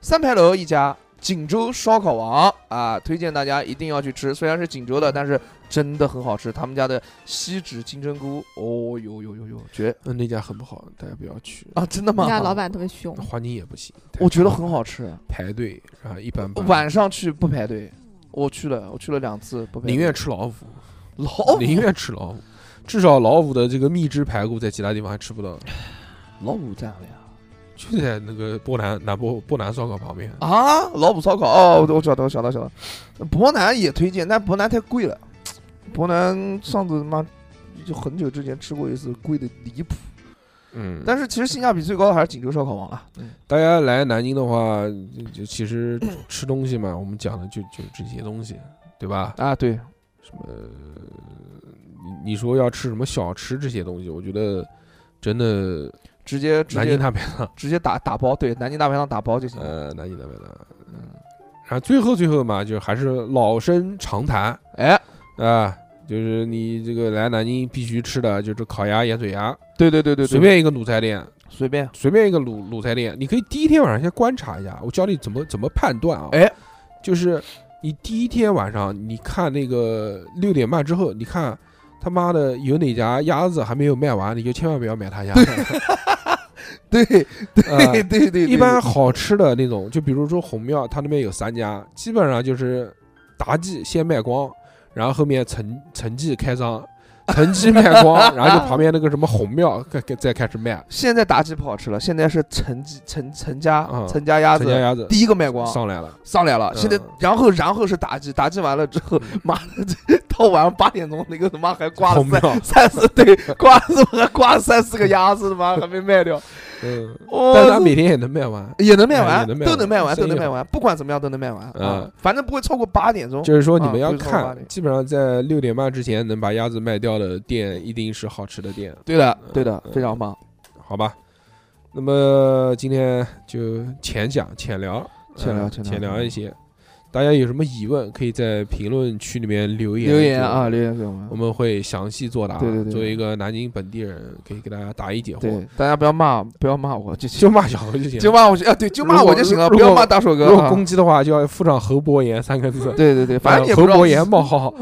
Speaker 3: 三牌楼一家锦州烧烤王啊，推荐大家一定要去吃。虽然是锦州
Speaker 4: 嗯
Speaker 3: 的，但是真的很好吃。他们家的锡纸金针菇，哦呦呦呦呦，绝
Speaker 2: 嗯，那家很不好，大家不要去，
Speaker 3: 啊！真的
Speaker 4: 人
Speaker 3: 吗？
Speaker 4: 家老板特别凶，
Speaker 2: 环境也不行。
Speaker 3: 我觉得很好吃，
Speaker 2: 排队啊，一般般，
Speaker 4: 嗯
Speaker 3: 晚上去不排队。我去了，我去了两次，不排队
Speaker 2: 宁愿吃老虎。
Speaker 3: 老虎
Speaker 2: 宁愿吃老虎，至少老虎的这个蜜汁排骨在其他地方还吃不到，
Speaker 3: 老虎在哪里啊？
Speaker 2: 就在那个波南南波波南烧烤旁边。
Speaker 3: 啊，老虎烧烤哦，我晓得，我晓得，我晓得。博南也推荐，但博南太贵了。博南上次他妈就很久之前吃过一次，贵的离谱。
Speaker 2: 嗯，
Speaker 3: 但是其实性价比最高的还是锦州烧烤王了。嗯，
Speaker 2: 大家来南京的话，就就其实吃东西嘛，我们讲的就就这些东西，对吧？
Speaker 3: 啊，对，
Speaker 2: 什么，你你说要吃什么小吃这些东西，我觉得真的
Speaker 3: 直接嗯直
Speaker 2: 南京
Speaker 3: 接
Speaker 2: 大排档，
Speaker 3: 直接打打包，对，南京大排档打包就行了。
Speaker 2: 呃，南京大排档。嗯然后最后最后嘛，就还是老生常谈啊、
Speaker 3: 哎，
Speaker 2: 就是你这个来南京必须吃的就是烤鸭、盐水鸭，
Speaker 3: 对对对对，对
Speaker 2: 随便一个卤菜店，
Speaker 3: 随便，
Speaker 2: 随便一个卤卤菜店，你可以第一天晚上先观察一下，我教你怎么怎么判断啊。
Speaker 3: 哎，
Speaker 2: 就是你第一天晚上，你看那个六点半之后，你看他妈的有哪家鸭子还没有卖完，你就千万不要买他家。
Speaker 3: 对对对
Speaker 2: 呃
Speaker 3: 对对，
Speaker 2: 一般好吃的那种，就比如说红庙，它那边有三家，基本上就是达记先卖光，然后后面陈陈记开 张，陈记卖光，然后就旁边那个什么红庙再再开始卖
Speaker 3: 现在妲己不好吃了，现在是陈记陈陈家
Speaker 2: 嗯
Speaker 3: 陈家鸭
Speaker 2: 陈家
Speaker 3: 子
Speaker 2: 鸭子
Speaker 3: 第一个卖光，
Speaker 2: 上来了。
Speaker 3: 上来了，
Speaker 2: 嗯
Speaker 3: 现在然后然后是打击，打击完了之后，妈的，这到晚上八点钟，那个他妈还挂了
Speaker 2: 红
Speaker 3: 三
Speaker 2: 庙，
Speaker 3: 三四对，挂了还挂了三四个鸭子，他妈还没卖掉，
Speaker 2: 嗯，
Speaker 3: 哦
Speaker 2: 但是他每天也能卖完。
Speaker 3: 也能卖
Speaker 2: 哎也
Speaker 3: 完，
Speaker 2: 能卖完
Speaker 3: 都能卖完，
Speaker 2: 生意
Speaker 3: 都能卖完，不管怎么样都能卖完啊
Speaker 2: 嗯，
Speaker 3: 反正不会超过八点钟。
Speaker 2: 就是说，你们
Speaker 3: 啊
Speaker 2: 要
Speaker 3: 不是说八
Speaker 2: 看
Speaker 3: 点，
Speaker 2: 基本上在六点半之前能把鸭子卖掉的店，一定是好吃的店，
Speaker 3: 对的，对的
Speaker 2: 嗯，
Speaker 3: 非常棒。
Speaker 2: 好吧？那么今天就浅讲、浅聊、
Speaker 3: 浅聊
Speaker 2: 嗯
Speaker 3: 浅聊
Speaker 2: 浅聊一些。大家有什么疑问，可以在评论区里面留言，
Speaker 3: 留言啊，，留言给我
Speaker 2: 我
Speaker 3: 们。
Speaker 2: 们会详细作答。
Speaker 3: 对对对
Speaker 2: 作为一个南京本地人，可以给大家答疑解惑。
Speaker 3: 对，大家不要骂，不要骂我，就
Speaker 2: 就骂小何就行。
Speaker 3: 就骂我就啊，对，就骂
Speaker 2: 如果
Speaker 3: 我就行了，
Speaker 2: 如
Speaker 3: 不
Speaker 2: 果
Speaker 3: 要骂大硕哥
Speaker 2: 如果
Speaker 3: 啊。
Speaker 2: 攻击的话，就要附上“侯伯言”三个字。
Speaker 3: 对对对，反正你也不
Speaker 2: 侯
Speaker 3: 知道
Speaker 2: 伯言冒号，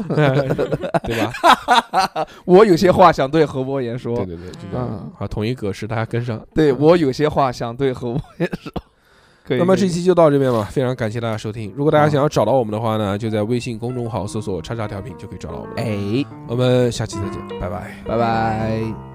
Speaker 2: 对吧？
Speaker 3: 我有些话想对何伯言说
Speaker 2: 对。对对，就这样
Speaker 3: 嗯
Speaker 2: 啊，统一格式，大家跟上。
Speaker 3: 对我有些话想对何伯言说。可以
Speaker 2: 那么
Speaker 3: 可
Speaker 2: 这
Speaker 3: 以
Speaker 2: 期就到这边吧，非常感谢大家收听。如果大家
Speaker 3: 嗯
Speaker 2: 想要找到我们的话呢，就在微信公众号搜索“叉叉调频”就可以找到我们。
Speaker 3: 哎，
Speaker 2: 我们下期再见，拜拜。
Speaker 3: 拜拜。